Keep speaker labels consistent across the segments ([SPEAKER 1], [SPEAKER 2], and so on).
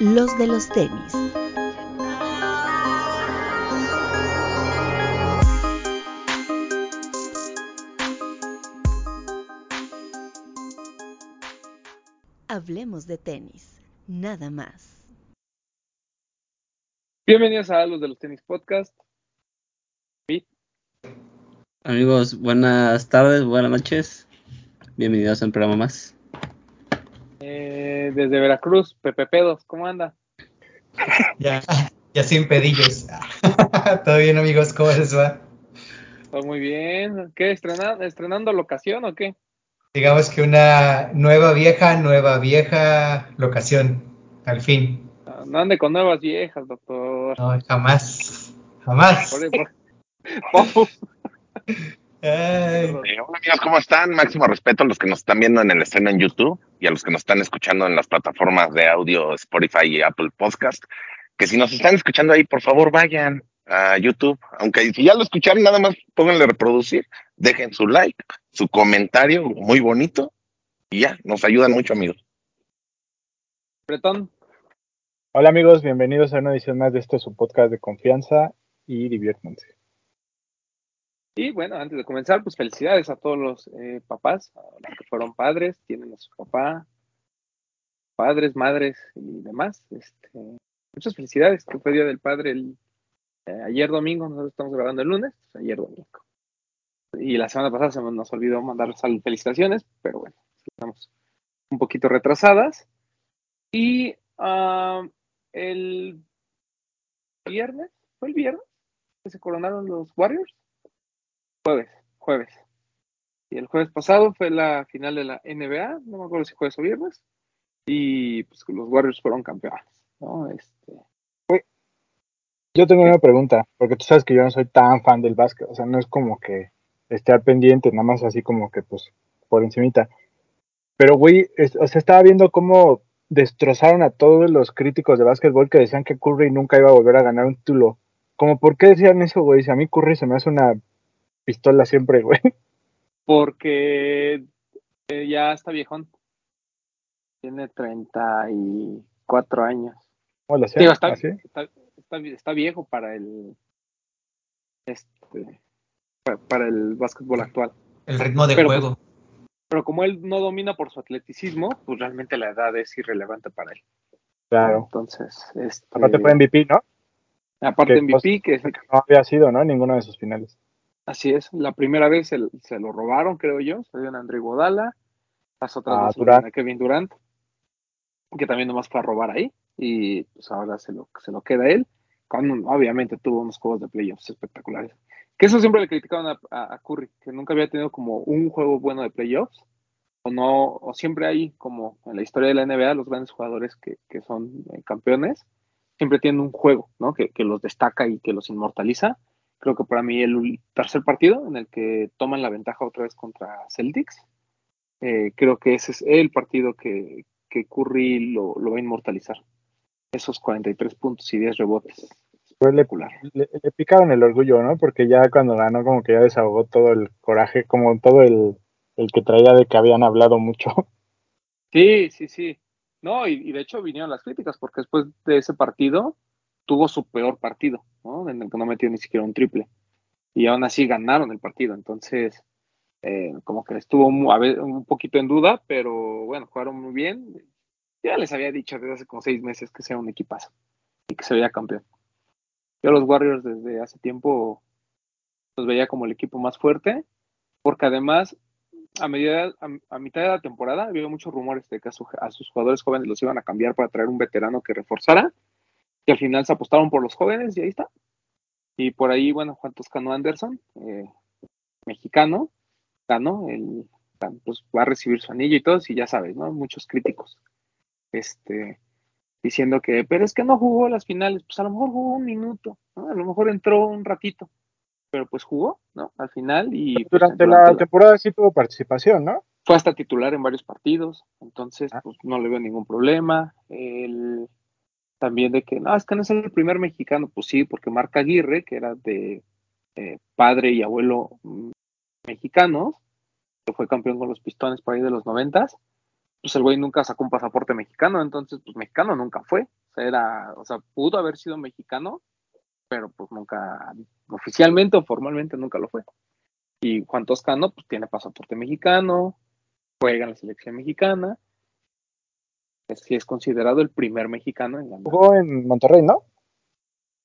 [SPEAKER 1] Los de los tenis. Hablemos de tenis, nada más.
[SPEAKER 2] Bienvenidos a Los de los Tenis Podcast. Pete,
[SPEAKER 3] Amigos, buenas tardes, buenas noches. Bienvenidos a un programa más.
[SPEAKER 2] eh, desde Veracruz, Pepe Pedos, ¿cómo anda?
[SPEAKER 4] Ya, ya sin pedillos. Todo bien, amigos, ¿cómo les va?
[SPEAKER 2] Todo muy bien. ¿Qué? ¿Estrenando, estrenando locación o qué?
[SPEAKER 4] Digamos que una nueva vieja, nueva vieja locación, al fin.
[SPEAKER 2] Ah, No ande con nuevas viejas, doctor.
[SPEAKER 4] No, jamás, jamás.
[SPEAKER 2] Por- por- por-
[SPEAKER 4] Ay,
[SPEAKER 5] Eh, hola amigos, ¿cómo están? Máximo respeto a los que nos están viendo en el estreno en YouTube y a los que nos están escuchando en las plataformas de audio Spotify y Apple Podcast. Que si nos están escuchando ahí, por favor, vayan a YouTube. Aunque si ya lo escucharon, nada más pónganle reproducir, dejen su like, su comentario muy bonito y ya, nos ayudan mucho, amigos.
[SPEAKER 2] Bretón,
[SPEAKER 6] Hola amigos, bienvenidos a una edición más de este su podcast de confianza y diviértanse.
[SPEAKER 2] Y bueno, antes de comenzar, pues felicidades a todos los eh, papás, a los que fueron padres, tienen a su papá, padres, madres y demás. Este, muchas felicidades, que fue Día del Padre el, eh, ayer domingo, nosotros estamos grabando el lunes, pues, ayer domingo. Y la semana pasada se nos olvidó mandarles sal- felicitaciones, pero bueno, estamos un poquito retrasadas. Y ah, el viernes, ¿fue el viernes que se coronaron los Warriors? Jueves, jueves. Y el jueves pasado fue la final de la NBA, no me acuerdo si jueves o viernes, y pues los Warriors fueron campeones, ¿no? Este,
[SPEAKER 6] Yo tengo una pregunta, porque tú sabes que yo no soy tan fan del básquet, o sea, no es como que esté al pendiente, nada más así como que pues por encimita. Pero güey, es- o sea, estaba viendo cómo destrozaron a todos los críticos de básquetbol que decían que Curry nunca iba a volver a ganar un título. Como, ¿por qué decían eso, güey? Si a mí Curry se me hace una pistola siempre, güey.
[SPEAKER 2] porque eh, ya está viejón. Tiene 34 años.
[SPEAKER 6] ¿Cómo lo hacían? ¿Ah,
[SPEAKER 2] Digo, está,
[SPEAKER 6] ¿Así?
[SPEAKER 2] está- está- está viejo para el este pa- para el básquetbol actual.
[SPEAKER 4] el ritmo de
[SPEAKER 2] Pero-
[SPEAKER 4] juego.
[SPEAKER 2] Pero como él no domina por su atleticismo, pues realmente la edad es irrelevante para él.
[SPEAKER 6] Claro.
[SPEAKER 2] Entonces, este,
[SPEAKER 6] Aparte fue MVP, ¿no?
[SPEAKER 2] aparte
[SPEAKER 6] que- pues
[SPEAKER 2] MVP, que es el-
[SPEAKER 6] No había sido, ¿no? En ninguno de sus finales.
[SPEAKER 2] así es, la primera vez se, se lo robaron, creo yo, se lo dieron a André Godala, las otras
[SPEAKER 6] Ah,
[SPEAKER 2] dos se lo
[SPEAKER 6] Durant.
[SPEAKER 2] dieron a Kevin Durant, que también nomás fue a robar ahí, y pues ahora se lo, se lo queda él, con un- obviamente tuvo unos juegos de playoffs espectaculares. Que eso siempre le criticaban a, a- a Curry, que nunca había tenido como un juego bueno de playoffs, o no, o siempre hay como en la historia de la NBA, los grandes jugadores que, que son eh, campeones, siempre tienen un juego, ¿no? Que, que los destaca y que los inmortaliza. Creo que para mí el ul- tercer partido en el que toman la ventaja otra vez contra Celtics, eh, creo que ese es el partido que, que Curry lo, lo va a inmortalizar. Esos 43 puntos y 10 rebotes.
[SPEAKER 6] Fue el,
[SPEAKER 2] Espectacular.
[SPEAKER 6] le, le picaron el orgullo, ¿no? Porque ya cuando ganó, como que ya desahogó todo el coraje, como todo el, el que traía de que habían hablado mucho.
[SPEAKER 2] Sí, sí, sí. No, y, y de hecho vinieron las críticas porque después de ese partido tuvo su peor partido, ¿no? En el que no metió ni siquiera un triple. Y aún así ganaron el partido. Entonces, eh, como que estuvo mu- a ve- un poquito en duda, pero bueno, jugaron muy bien. Ya les había dicho desde hace como seis meses que sea un equipazo y que se veía campeón. Yo a los Warriors desde hace tiempo los veía como el equipo más fuerte, porque además a, medida, a, a mitad de la temporada había muchos rumores de que a, su- a sus jugadores jóvenes los iban a cambiar para traer un veterano que reforzara. Y al final se apostaron por los jóvenes y ahí está. Y por ahí, bueno, Juan Toscano Anderson, eh, mexicano, ganó, el, pues va a recibir su anillo y todo, y ya sabes, ¿no? Muchos críticos este, diciendo que, pero es que no jugó las finales, pues a lo mejor jugó un minuto, ¿no? a lo mejor entró un ratito, pero pues jugó, ¿no? Al final y... pues,
[SPEAKER 6] Durante la
[SPEAKER 2] durante la-
[SPEAKER 6] temporada sí tuvo participación, ¿no?
[SPEAKER 2] fue hasta titular en varios partidos, entonces
[SPEAKER 6] Ah.
[SPEAKER 2] pues, no le veo ningún problema. El, también de que, no, es que no es el primer mexicano, pues sí, porque Marca Aguirre, que era de eh, padre y abuelo mm, mexicanos, que fue campeón con los pistones por ahí de los noventas, pues el güey nunca sacó un pasaporte mexicano, entonces pues mexicano nunca fue. O era, o sea, pudo haber sido mexicano, pero pues nunca, oficialmente o formalmente nunca lo fue. Y Juan Toscano, pues tiene pasaporte mexicano, juega en la selección mexicana, es, es considerado el primer mexicano en ganar.
[SPEAKER 6] Jugó en Monterrey, ¿no?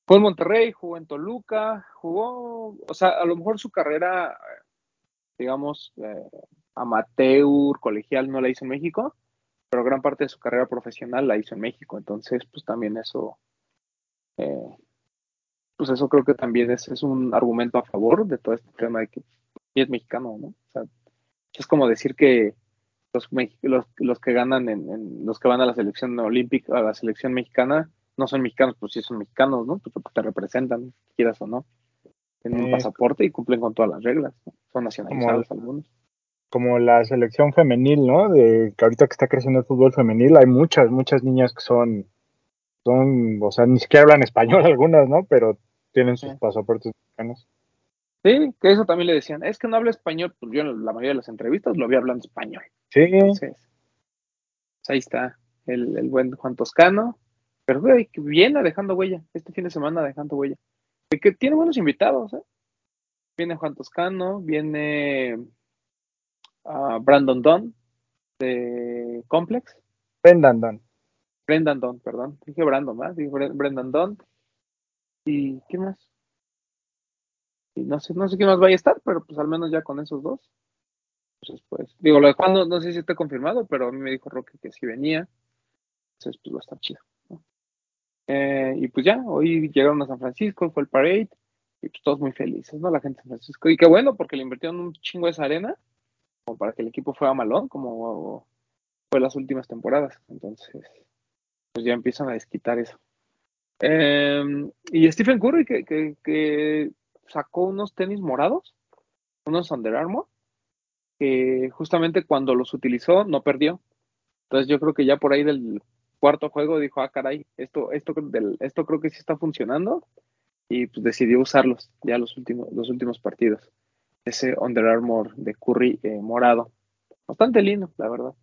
[SPEAKER 2] Jugó en Monterrey, jugó en Toluca, jugó, o sea, a lo mejor su carrera, eh, digamos, eh, amateur, colegial, no la hizo en México, pero gran parte de su carrera profesional la hizo en México, entonces, pues también eso, eh, pues eso creo que también es, es un argumento a favor de todo este tema de que y es mexicano, ¿no? O sea, es como decir que los, mex- los, los que ganan, en, en- los que van a la selección olímpica, a la selección mexicana, no son mexicanos, pues sí son mexicanos, ¿no? Pues te representan, quieras o no. Tienen un
[SPEAKER 6] Eh.
[SPEAKER 2] pasaporte y cumplen con todas las reglas. ¿no? Son nacionalizados
[SPEAKER 6] Como-
[SPEAKER 2] algunos.
[SPEAKER 6] Como la selección femenil, ¿no? De que ahorita que está creciendo el fútbol femenil, hay muchas, muchas niñas que son, son, o sea, ni siquiera hablan español algunas, ¿no? Pero tienen sus
[SPEAKER 2] Sí.
[SPEAKER 6] pasaportes mexicanos.
[SPEAKER 2] Sí, que eso también le decían. Es que no habla español. Pues yo en la mayoría de las entrevistas lo vi hablando español.
[SPEAKER 6] Sí,
[SPEAKER 2] Entonces, pues ahí está el, el buen Juan Toscano. Pero güey, que viene dejando huella, este fin de semana dejando huella. Y que tiene buenos invitados, ¿eh? Viene Juan Toscano, viene ah, Brandon Dunn de Complex.
[SPEAKER 6] Brendan Dunn.
[SPEAKER 2] Brendan Dunn, perdón. Dije Brandon, más, Dije Bre- Brendan Dunn. ¿Y qué más? Y no sé, no sé quién más vaya a estar, pero pues al menos ya con esos dos. Entonces, pues, digo, lo de Juan no, no sé si está confirmado, pero a mí me dijo Roque que sí venía. Entonces, pues va a estar chido. ¿no? Eh, y pues ya, hoy llegaron a San Francisco, fue el parade, y pues todos muy felices, ¿no? La gente de San Francisco. Y qué bueno, porque le invirtieron un chingo de esa arena, como para que el equipo fuera malón, como fue las últimas temporadas. Entonces, pues ya empiezan a desquitar eso. Eh, y Stephen Curry, que, que- que sacó unos tenis morados, unos Under Armour, que justamente cuando los utilizó no perdió. Entonces yo creo que ya por ahí del cuarto juego dijo, ah, caray, esto, esto, cre- del- esto creo que sí está funcionando. Y pues decidió usarlos ya los últimos, los últimos partidos. Ese Under Armour de Curry eh, morado. Bastante lindo, la verdad.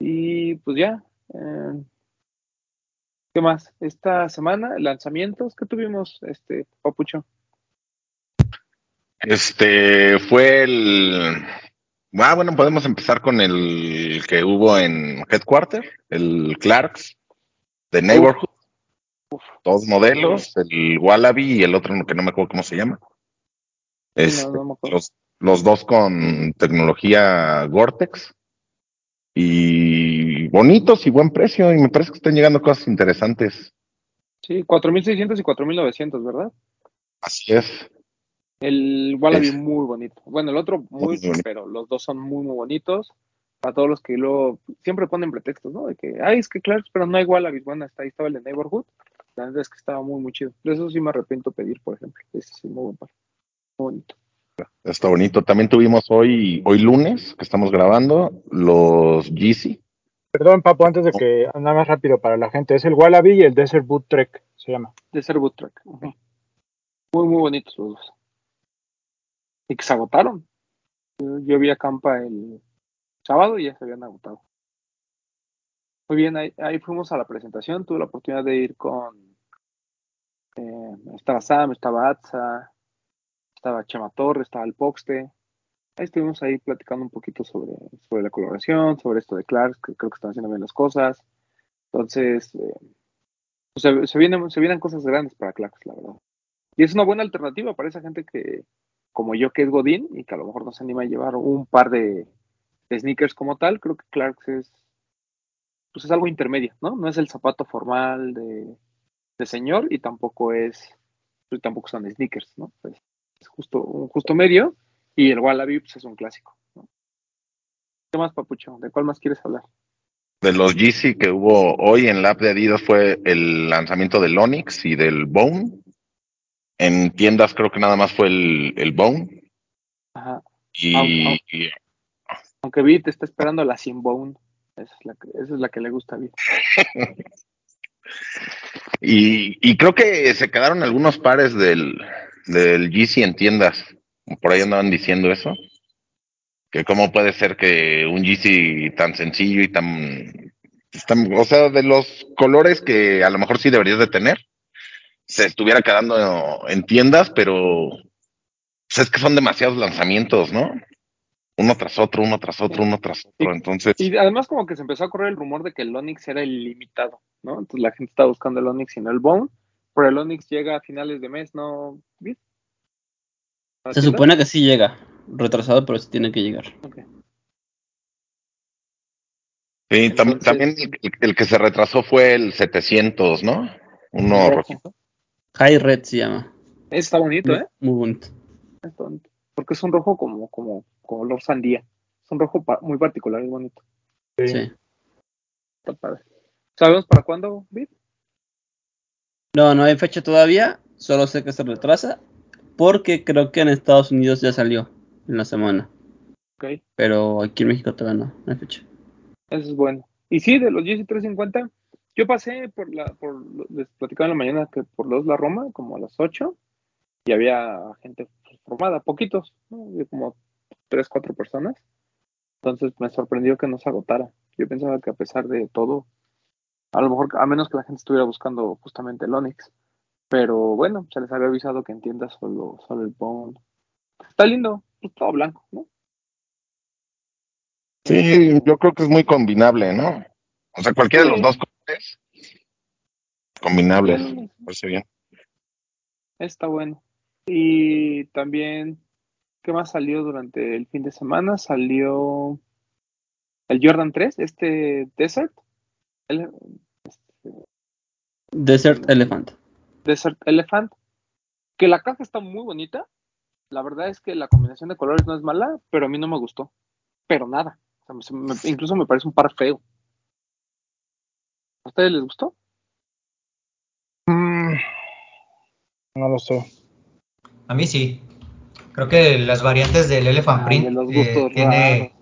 [SPEAKER 2] Y pues ya. eh, ¿Qué más? Esta semana, lanzamientos que tuvimos, este, Papucho.
[SPEAKER 5] Este fue el. Ah, bueno, podemos empezar con el que hubo en Headquarter, el Clarks, de Neighborhood. Dos modelos, el Wallaby y el otro que no me acuerdo cómo se llama. Este,
[SPEAKER 2] No, no me acuerdo.
[SPEAKER 5] los, los dos con tecnología Gore-Tex. Y bonitos y buen precio. Y me parece que están llegando cosas interesantes.
[SPEAKER 2] Sí, 4.600 y 4.900, ¿verdad?
[SPEAKER 5] Así es.
[SPEAKER 2] El Wallaby
[SPEAKER 5] Es.
[SPEAKER 2] muy bonito. Bueno, el otro muy,
[SPEAKER 5] Muy bonito.
[SPEAKER 2] pero los dos son muy, muy bonitos. Para todos los que luego siempre ponen pretextos, ¿no? De que, ay, es que claro, pero no hay Wallaby. Bueno, hasta ahí estaba el de Neighborhood. La verdad es que estaba muy, muy chido. De eso sí me arrepiento pedir, por ejemplo. Ese sí, muy buen par. Muy bonito.
[SPEAKER 5] Está bonito. También tuvimos hoy, hoy lunes, que estamos grabando, los Yeezy.
[SPEAKER 6] Perdón, Papo, antes de que nada más rápido para la gente. Es el Wallaby y el Desert Boot Trek, se llama.
[SPEAKER 2] De ser Boot Track. Ujú. Muy, muy bonitos los dos. Y que se agotaron. Yo, yo vi a Campa el sábado y ya se habían agotado. Muy bien, ahí, ahí fuimos a la presentación. Tuve la oportunidad de ir con. eh, estaba Sam, estaba Atza, estaba Chema Torres, estaba el Poxte. Ahí estuvimos ahí platicando un poquito sobre, sobre la coloración, sobre esto de Clarks, que creo que están haciendo bien las cosas. Entonces, eh, pues se, se vienen, se vienen cosas grandes para Clarks, la verdad. Y es una buena alternativa para esa gente que, como yo, que es Godín y que a lo mejor no se anima a llevar un par de, de sneakers como tal. Creo que Clarks es, pues es algo intermedio, ¿no? No es el zapato formal de, de señor y tampoco es, pues tampoco son sneakers, ¿no? Pues, es justo un justo medio y el Wallaby pues, es un clásico. ¿no? ¿Qué más, Papucho? ¿De cuál más quieres hablar?
[SPEAKER 5] De los Yeezy que hubo hoy en la app de Adidas fue el lanzamiento del Onyx y del Bone. En tiendas creo que nada más fue el, el Bone.
[SPEAKER 2] Ajá.
[SPEAKER 5] Y,
[SPEAKER 2] Au, au.
[SPEAKER 5] y-
[SPEAKER 2] Aunque Vi te está esperando la Sin Bone. Esa es la, que- esa es la que le gusta a Vi.
[SPEAKER 5] y- y creo que se quedaron algunos pares del, del Yeezy en tiendas. Por ahí andaban diciendo eso. Que cómo puede ser que un Yeezy tan sencillo y tan están- o sea, de los colores que a lo mejor sí deberías de tener, se estuviera quedando en tiendas, pero pues, es que son demasiados lanzamientos, ¿no? Uno tras otro, uno tras otro, uno tras otro. Entonces,
[SPEAKER 2] Y además como que se empezó a correr el rumor de que el Onix era ilimitado, ¿no? Entonces la gente estaba buscando el Onix y no el Bone, pero el Onix llega a finales de mes, ¿no? Vic? ¿A
[SPEAKER 3] Se
[SPEAKER 2] tienda?
[SPEAKER 3] supone que sí llega. Retrasado, pero sí tiene que llegar.
[SPEAKER 2] Ok.
[SPEAKER 5] sí, tam-
[SPEAKER 2] entonces-
[SPEAKER 5] también el, el que se retrasó fue el 700, ¿no? Uno
[SPEAKER 2] Rojo.
[SPEAKER 5] rojito.
[SPEAKER 3] High Red se llama.
[SPEAKER 2] Está bonito, ¿eh?
[SPEAKER 3] Muy bonito.
[SPEAKER 2] Está bonito. Porque es un rojo como, como, como color sandía. Es un rojo pa- muy particular y bonito.
[SPEAKER 6] Sí.
[SPEAKER 3] Sí.
[SPEAKER 2] Está padre. ¿Sabemos para cuándo, Vic?
[SPEAKER 3] No, no hay fecha todavía. Solo sé que se retrasa. Porque creo que en Estados Unidos ya salió en la semana.
[SPEAKER 2] Ok.
[SPEAKER 3] Pero aquí en México todavía no, no hay fecha.
[SPEAKER 2] Eso es bueno. Y sí, de los GC350, yo pasé por la, por, lo- les platicaba en la mañana que por los La Roma, como a las 8, y había gente formada, poquitos, ¿no? De como 3, 4 personas. Entonces me sorprendió que no se agotara. Yo pensaba que a pesar de todo, a lo mejor, a menos que la gente estuviera buscando justamente el Onix, pero bueno, se les había avisado que en tiendas solo, solo el Bond. Está lindo, pues, todo blanco, ¿no?
[SPEAKER 5] Sí, yo creo que es muy combinable, ¿no? O sea, cualquiera de los
[SPEAKER 2] Sí.
[SPEAKER 5] dos colores. Combinables.
[SPEAKER 2] Sí.
[SPEAKER 5] Parece bien.
[SPEAKER 2] Está bueno. Y también, ¿qué más salió durante el fin de semana? Salió el Jordan 3, este Desert, Ele-
[SPEAKER 3] Desert Elephant.
[SPEAKER 2] Desert Elephant, que la caja está muy bonita. La verdad es que la combinación de colores no es mala, pero a mí no me gustó. Pero nada. O sea, se me- incluso me parece un par feo. ¿A ustedes les gustó?
[SPEAKER 6] Mm, no lo sé.
[SPEAKER 4] A mí sí. Creo que las variantes del Elephant
[SPEAKER 2] Ah,
[SPEAKER 4] Print
[SPEAKER 2] de los
[SPEAKER 4] eh,
[SPEAKER 2] gustos
[SPEAKER 4] tiene,
[SPEAKER 2] raros.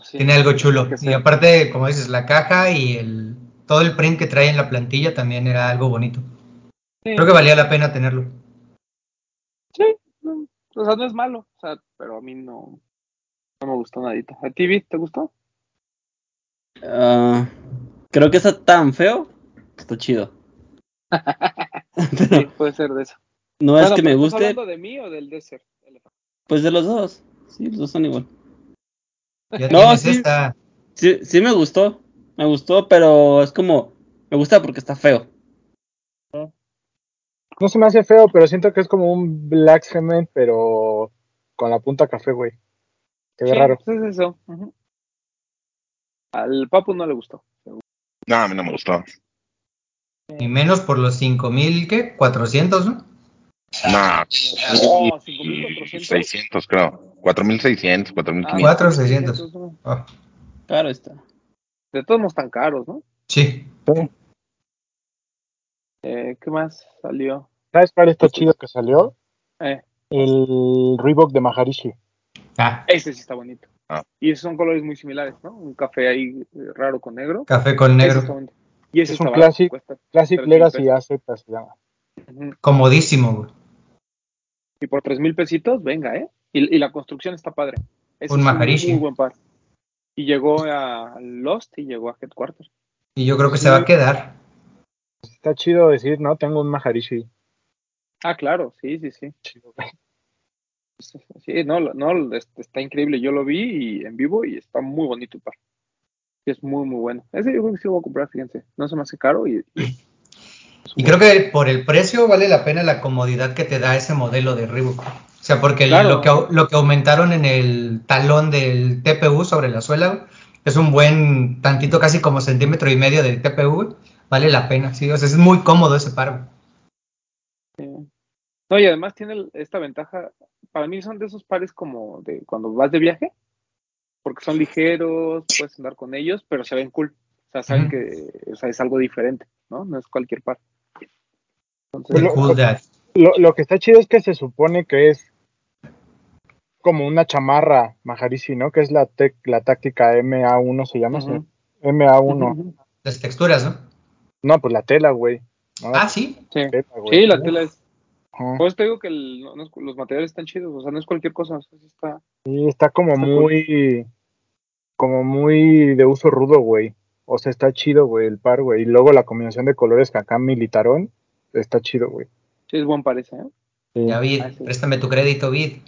[SPEAKER 2] Sí.
[SPEAKER 4] tiene algo chulo.
[SPEAKER 2] que
[SPEAKER 4] Y
[SPEAKER 2] sea.
[SPEAKER 4] aparte, como dices, la caja y el todo el print que trae en la plantilla también era algo bonito.
[SPEAKER 2] Sí.
[SPEAKER 4] Creo que valía la pena tenerlo.
[SPEAKER 2] Sí, no, o sea, no es malo, o sea, pero a mí no, no me gustó nadita. ¿A ti, Vic, te gustó?
[SPEAKER 3] Ah, creo que está tan feo que está chido.
[SPEAKER 2] Sí,
[SPEAKER 3] Pero
[SPEAKER 2] puede ser de eso.
[SPEAKER 3] no es
[SPEAKER 2] Bueno,
[SPEAKER 3] que
[SPEAKER 2] pero
[SPEAKER 3] me
[SPEAKER 2] ¿estás
[SPEAKER 3] guste,
[SPEAKER 2] hablando de mí o del desert?
[SPEAKER 3] pues de los dos. Sí, los dos son igual.
[SPEAKER 4] Ya
[SPEAKER 3] No,
[SPEAKER 4] tienes
[SPEAKER 3] sí.
[SPEAKER 4] esta.
[SPEAKER 3] Sí, sí me gustó. Me gustó, pero es como. Me gusta porque está feo.
[SPEAKER 6] No se me hace feo, pero siento que es como un Black Cement, pero con la punta café, güey. Se ve
[SPEAKER 2] Sí,
[SPEAKER 6] raro.
[SPEAKER 2] pues es eso. ujú. Al Papu no le gustó.
[SPEAKER 5] No, a mí no me gustó.
[SPEAKER 4] Y menos por los 5000, ¿qué? 400, ¿no?
[SPEAKER 5] No.
[SPEAKER 2] No, 5400.
[SPEAKER 5] 600, creo. 4600,
[SPEAKER 2] Ah,
[SPEAKER 5] 4500.
[SPEAKER 4] What? Cuatro, seiscientos.
[SPEAKER 2] 4,600, ¿no?
[SPEAKER 4] Ah,
[SPEAKER 3] Claro está.
[SPEAKER 2] De todos modos tan caros, ¿no?
[SPEAKER 4] sí.
[SPEAKER 2] Eh, ¿Qué más salió?
[SPEAKER 6] ¿Sabes cuál está chido que salió?
[SPEAKER 2] Pues Eh.
[SPEAKER 6] El Reebok de Maharishi.
[SPEAKER 4] Ah,
[SPEAKER 2] Ese sí está bonito.
[SPEAKER 5] Ah.
[SPEAKER 2] Y esos son colores muy similares, ¿no? Un café ahí eh, raro con negro.
[SPEAKER 4] café con
[SPEAKER 2] Ese está
[SPEAKER 4] negro.
[SPEAKER 2] bonito. Y ese
[SPEAKER 6] Es un
[SPEAKER 2] está barato,
[SPEAKER 6] clásico.
[SPEAKER 2] cuesta,
[SPEAKER 6] Classic
[SPEAKER 2] Pero sí,
[SPEAKER 6] Legacy
[SPEAKER 2] pues.
[SPEAKER 6] AZ se llama.
[SPEAKER 2] ujú.
[SPEAKER 4] Comodísimo, güey.
[SPEAKER 2] Y por tres mil pesitos, venga, ¿eh? Y, y la construcción está padre. Ese
[SPEAKER 4] Un
[SPEAKER 2] es
[SPEAKER 4] Maharishi.
[SPEAKER 2] muy buen par. Y llegó a Lost y llegó a Headquarters.
[SPEAKER 4] Y yo creo que se va a quedar.
[SPEAKER 6] Está chido decir, no, tengo un Maharishi.
[SPEAKER 2] Ah, claro, sí, sí, sí.
[SPEAKER 6] Chido, güey.
[SPEAKER 2] Sí, no, lo- no, es- está increíble. Yo lo vi y- en vivo y está muy bonito el par. Y es muy, muy bueno. Ese yo creo que sí lo voy a comprar, fíjense. No se me hace caro y... y-
[SPEAKER 4] Y creo que por el precio vale la pena la comodidad que te da ese modelo de Reebok. O sea, porque el-
[SPEAKER 2] Claro.
[SPEAKER 4] lo, que, au- lo que aumentaron en el talón del TPU sobre la suela güey, es un buen tantito, casi como centímetro y medio del TPU. güey. Vale la pena, sí. O sea, es muy cómodo ese par. güey.
[SPEAKER 2] No, y además tiene el- esta ventaja. Para mí son de esos pares como de cuando vas de viaje, porque son ligeros, puedes andar con ellos, pero se ven cool. O sea, saben
[SPEAKER 4] Ujú.
[SPEAKER 2] que o sea, es algo diferente, ¿no? No es cualquier par. Entonces,
[SPEAKER 4] Muy
[SPEAKER 6] Pues lo-
[SPEAKER 4] cool that.
[SPEAKER 6] Lo, lo que está chido es que se supone que es como una chamarra Maharishi, ¿no? Que es la, tec- la táctica MA1, se llama.
[SPEAKER 2] ujú,
[SPEAKER 6] ¿sí? MA1.
[SPEAKER 2] ujú, ujú.
[SPEAKER 4] Las texturas, ¿no?
[SPEAKER 6] No, pues la tela, güey. No,
[SPEAKER 4] Ah, sí.
[SPEAKER 2] Sí.
[SPEAKER 6] la tela, güey.
[SPEAKER 2] Sí, la tela es.
[SPEAKER 6] Ajá.
[SPEAKER 2] Pues te digo que el- no- no es- los materiales están chidos, o sea, no es cualquier cosa. o sea, sí está,
[SPEAKER 6] Sí, está como
[SPEAKER 2] Está
[SPEAKER 6] muy. Como muy de uso rudo, güey. O sea, está chido, güey, el par, güey. Y luego la combinación de colores que acá militarón está chido, güey.
[SPEAKER 2] Sí, es buen parece, ¿eh?
[SPEAKER 6] Sí.
[SPEAKER 4] Ya, Vid,
[SPEAKER 2] Ah, sí.
[SPEAKER 4] préstame tu crédito, Vid.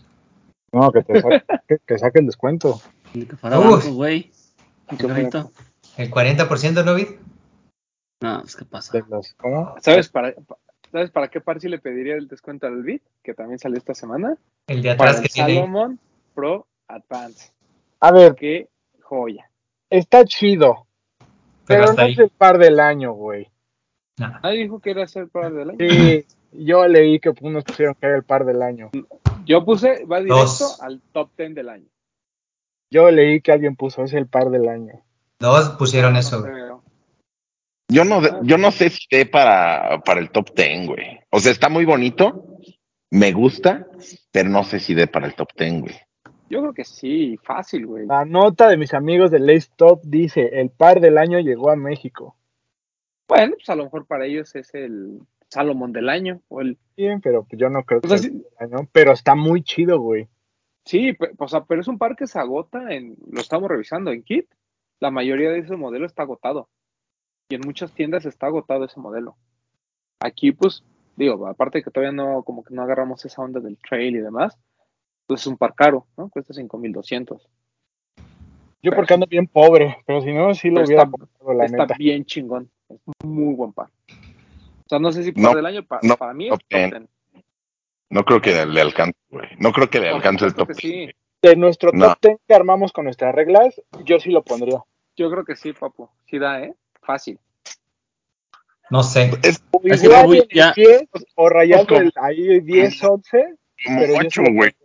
[SPEAKER 6] No, que, te sa- que, que saque el descuento.
[SPEAKER 3] Ni que fuera
[SPEAKER 4] Uf.
[SPEAKER 3] blanco, güey. Ni que
[SPEAKER 2] fuera
[SPEAKER 3] feito.
[SPEAKER 4] El 40%, ¿no, Vid?
[SPEAKER 3] No, pues qué pasa.
[SPEAKER 6] De los, ¿Cómo?
[SPEAKER 2] ¿Sabes para, pa- ¿Sabes para qué par sí le pediría el descuento al Bit? Que también salió esta semana.
[SPEAKER 4] El de
[SPEAKER 2] Para
[SPEAKER 4] atrás que
[SPEAKER 2] el
[SPEAKER 4] tiene. ahí.
[SPEAKER 2] Salomon Pro Advance.
[SPEAKER 6] A ver,
[SPEAKER 2] Qué joya.
[SPEAKER 6] está chido,
[SPEAKER 4] Pero
[SPEAKER 6] pero,
[SPEAKER 4] hasta
[SPEAKER 6] no
[SPEAKER 4] ahí.
[SPEAKER 6] es el par del año, güey.
[SPEAKER 4] No.
[SPEAKER 2] Nadie dijo que era ser par del año.
[SPEAKER 6] Sí, yo leí que unos pusieron que era el par del año.
[SPEAKER 2] Yo puse, va directo
[SPEAKER 4] Dos.
[SPEAKER 2] al top 10 del año.
[SPEAKER 6] Yo leí que alguien puso, es el par del año.
[SPEAKER 4] Dos pusieron
[SPEAKER 2] No
[SPEAKER 4] eso, güey.
[SPEAKER 2] creo.
[SPEAKER 5] Yo no, yo no sé si esté para, para el top 10, güey. O sea, está muy bonito, me gusta, pero no sé si dé para el top 10, güey.
[SPEAKER 2] Yo creo que sí, fácil, güey.
[SPEAKER 6] La nota de mis amigos de Lace Top dice, el par del año llegó a México.
[SPEAKER 2] Bueno, pues a lo mejor para ellos es el Salomon del año. O el...
[SPEAKER 6] Bien, pero pues yo no creo que
[SPEAKER 2] o sea,
[SPEAKER 6] sea el
[SPEAKER 2] sí,
[SPEAKER 6] par del año, pero está muy chido, güey.
[SPEAKER 2] sí, pe- o sea, pero es un par que se agota en, lo estamos revisando en Kit. La mayoría de ese modelo está agotado. Y en muchas tiendas está agotado ese modelo. Aquí, pues, digo, aparte de que todavía no, como que no agarramos esa onda del trail y demás, pues es un par caro, ¿no? Cuesta 5200.
[SPEAKER 6] Yo porque ando bien pobre, pero si no, sí lo
[SPEAKER 2] Pero
[SPEAKER 6] hubiera
[SPEAKER 2] está-
[SPEAKER 6] comprado, la
[SPEAKER 2] está
[SPEAKER 6] neta.
[SPEAKER 2] bien chingón. Es muy buen par. O sea, no sé si par
[SPEAKER 5] No,
[SPEAKER 2] del año, pa-
[SPEAKER 5] no,
[SPEAKER 2] para mí
[SPEAKER 5] top
[SPEAKER 2] es top
[SPEAKER 5] ten.
[SPEAKER 2] 10.
[SPEAKER 5] No creo que le alcance, güey. No creo que le alcance el top 10.
[SPEAKER 2] Sí,
[SPEAKER 6] De nuestro
[SPEAKER 5] No.
[SPEAKER 6] top 10 que armamos con nuestras reglas, yo sí lo pondría.
[SPEAKER 2] yo creo que sí, papu. Sí da, ¿eh? Fácil.
[SPEAKER 4] No sé.
[SPEAKER 5] Es
[SPEAKER 6] O
[SPEAKER 3] Es que
[SPEAKER 6] igual
[SPEAKER 3] Babu
[SPEAKER 6] en
[SPEAKER 3] ya-
[SPEAKER 6] el 10, o rayando
[SPEAKER 5] Ojo.
[SPEAKER 6] el, ahí 10, 11,
[SPEAKER 5] como
[SPEAKER 6] Pero yo
[SPEAKER 5] 8,
[SPEAKER 6] sí lo
[SPEAKER 5] güey.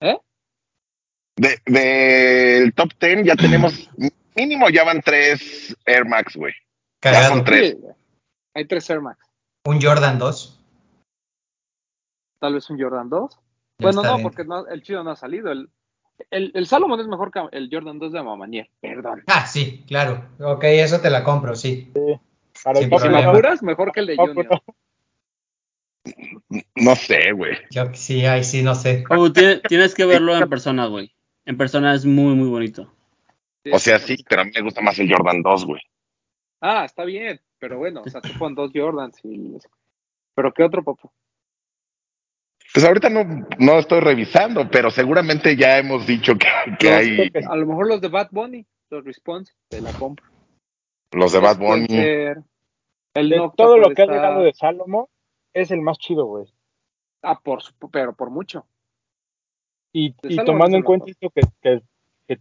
[SPEAKER 2] ¿Eh?
[SPEAKER 5] De- Del top 10 ya tenemos, mínimo ya van 3 Air Max, güey. Ya
[SPEAKER 4] Cagado.
[SPEAKER 5] son tres.
[SPEAKER 2] Sí, hay tres Air Max.
[SPEAKER 4] Un Jordan 2.
[SPEAKER 2] Tal vez un Jordan 2.
[SPEAKER 4] Ya
[SPEAKER 2] bueno,
[SPEAKER 4] está
[SPEAKER 2] no,
[SPEAKER 4] bien.
[SPEAKER 2] porque no- el chido no ha salido. El, el, el Salomon es mejor que el Jordan 2 de Mamanier. Perdón.
[SPEAKER 4] Ah, sí, claro. Ok, eso te la compro, sí.
[SPEAKER 6] para
[SPEAKER 4] Sí, pues,
[SPEAKER 6] el top
[SPEAKER 2] Si
[SPEAKER 4] Pero
[SPEAKER 2] me
[SPEAKER 4] ya va.
[SPEAKER 6] 10.
[SPEAKER 2] apuras, mejor que el de
[SPEAKER 6] Ah,
[SPEAKER 2] Junior.
[SPEAKER 5] No sé, güey.
[SPEAKER 4] Yo sí, ahí sí, no sé.
[SPEAKER 3] Babu, tie- tienes que verlo en persona, güey. En persona es muy, muy bonito.
[SPEAKER 5] O sea, sí, pero a mí me gusta más el Jordan 2, güey.
[SPEAKER 2] Ah, está bien. Pero bueno, o sea, tú pon dos Jordans. Y... Pero ¿qué otro, papu?
[SPEAKER 5] Pues ahorita no, no estoy revisando, pero seguramente ya hemos dicho que, que
[SPEAKER 6] Los
[SPEAKER 5] hay
[SPEAKER 6] toques.
[SPEAKER 2] A lo mejor los de Bad Bunny, los Response, te la compro.
[SPEAKER 5] los de Bad
[SPEAKER 2] Puede
[SPEAKER 5] Bunny.
[SPEAKER 2] ser. El
[SPEAKER 6] De
[SPEAKER 2] Nocta
[SPEAKER 6] todo lo
[SPEAKER 2] puede
[SPEAKER 6] que ha
[SPEAKER 2] estar-
[SPEAKER 6] llegado de Salomo, es el más chido, güey.
[SPEAKER 2] Ah, por, supu- pero por mucho.
[SPEAKER 6] Y,
[SPEAKER 2] De
[SPEAKER 6] y
[SPEAKER 2] Salomon es
[SPEAKER 6] tomando en
[SPEAKER 2] el
[SPEAKER 6] cuenta esto que, que, que-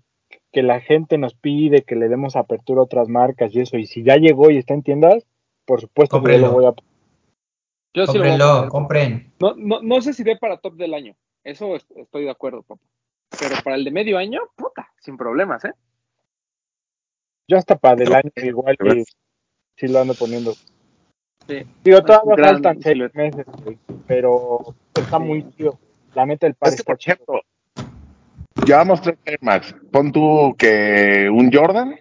[SPEAKER 6] que la gente nos pide, que le demos apertura a otras marcas y eso, y si ya llegó y está en tiendas, por supuesto que yo
[SPEAKER 4] Cómprelo.
[SPEAKER 6] lo voy a...
[SPEAKER 2] Yo sí lo voy a
[SPEAKER 4] Cómprenlo,
[SPEAKER 2] poner.
[SPEAKER 4] compren.
[SPEAKER 2] No, no, no sé si dé para top del año. Eso es- estoy de acuerdo, papá. Pero para el de medio año, puta, sin problemas, ¿eh?
[SPEAKER 6] Yo hasta para del año igual que sí lo ando poniendo.
[SPEAKER 2] Sí.
[SPEAKER 6] Digo, todavía
[SPEAKER 2] Gran
[SPEAKER 6] faltan seis
[SPEAKER 2] silueta.
[SPEAKER 6] meses, güey, pero está
[SPEAKER 2] Sí.
[SPEAKER 6] muy chido. La neta, el par
[SPEAKER 5] Es que,
[SPEAKER 6] está
[SPEAKER 5] por ejemplo, llevamos tres Air Max. Pon tú que un Jordan,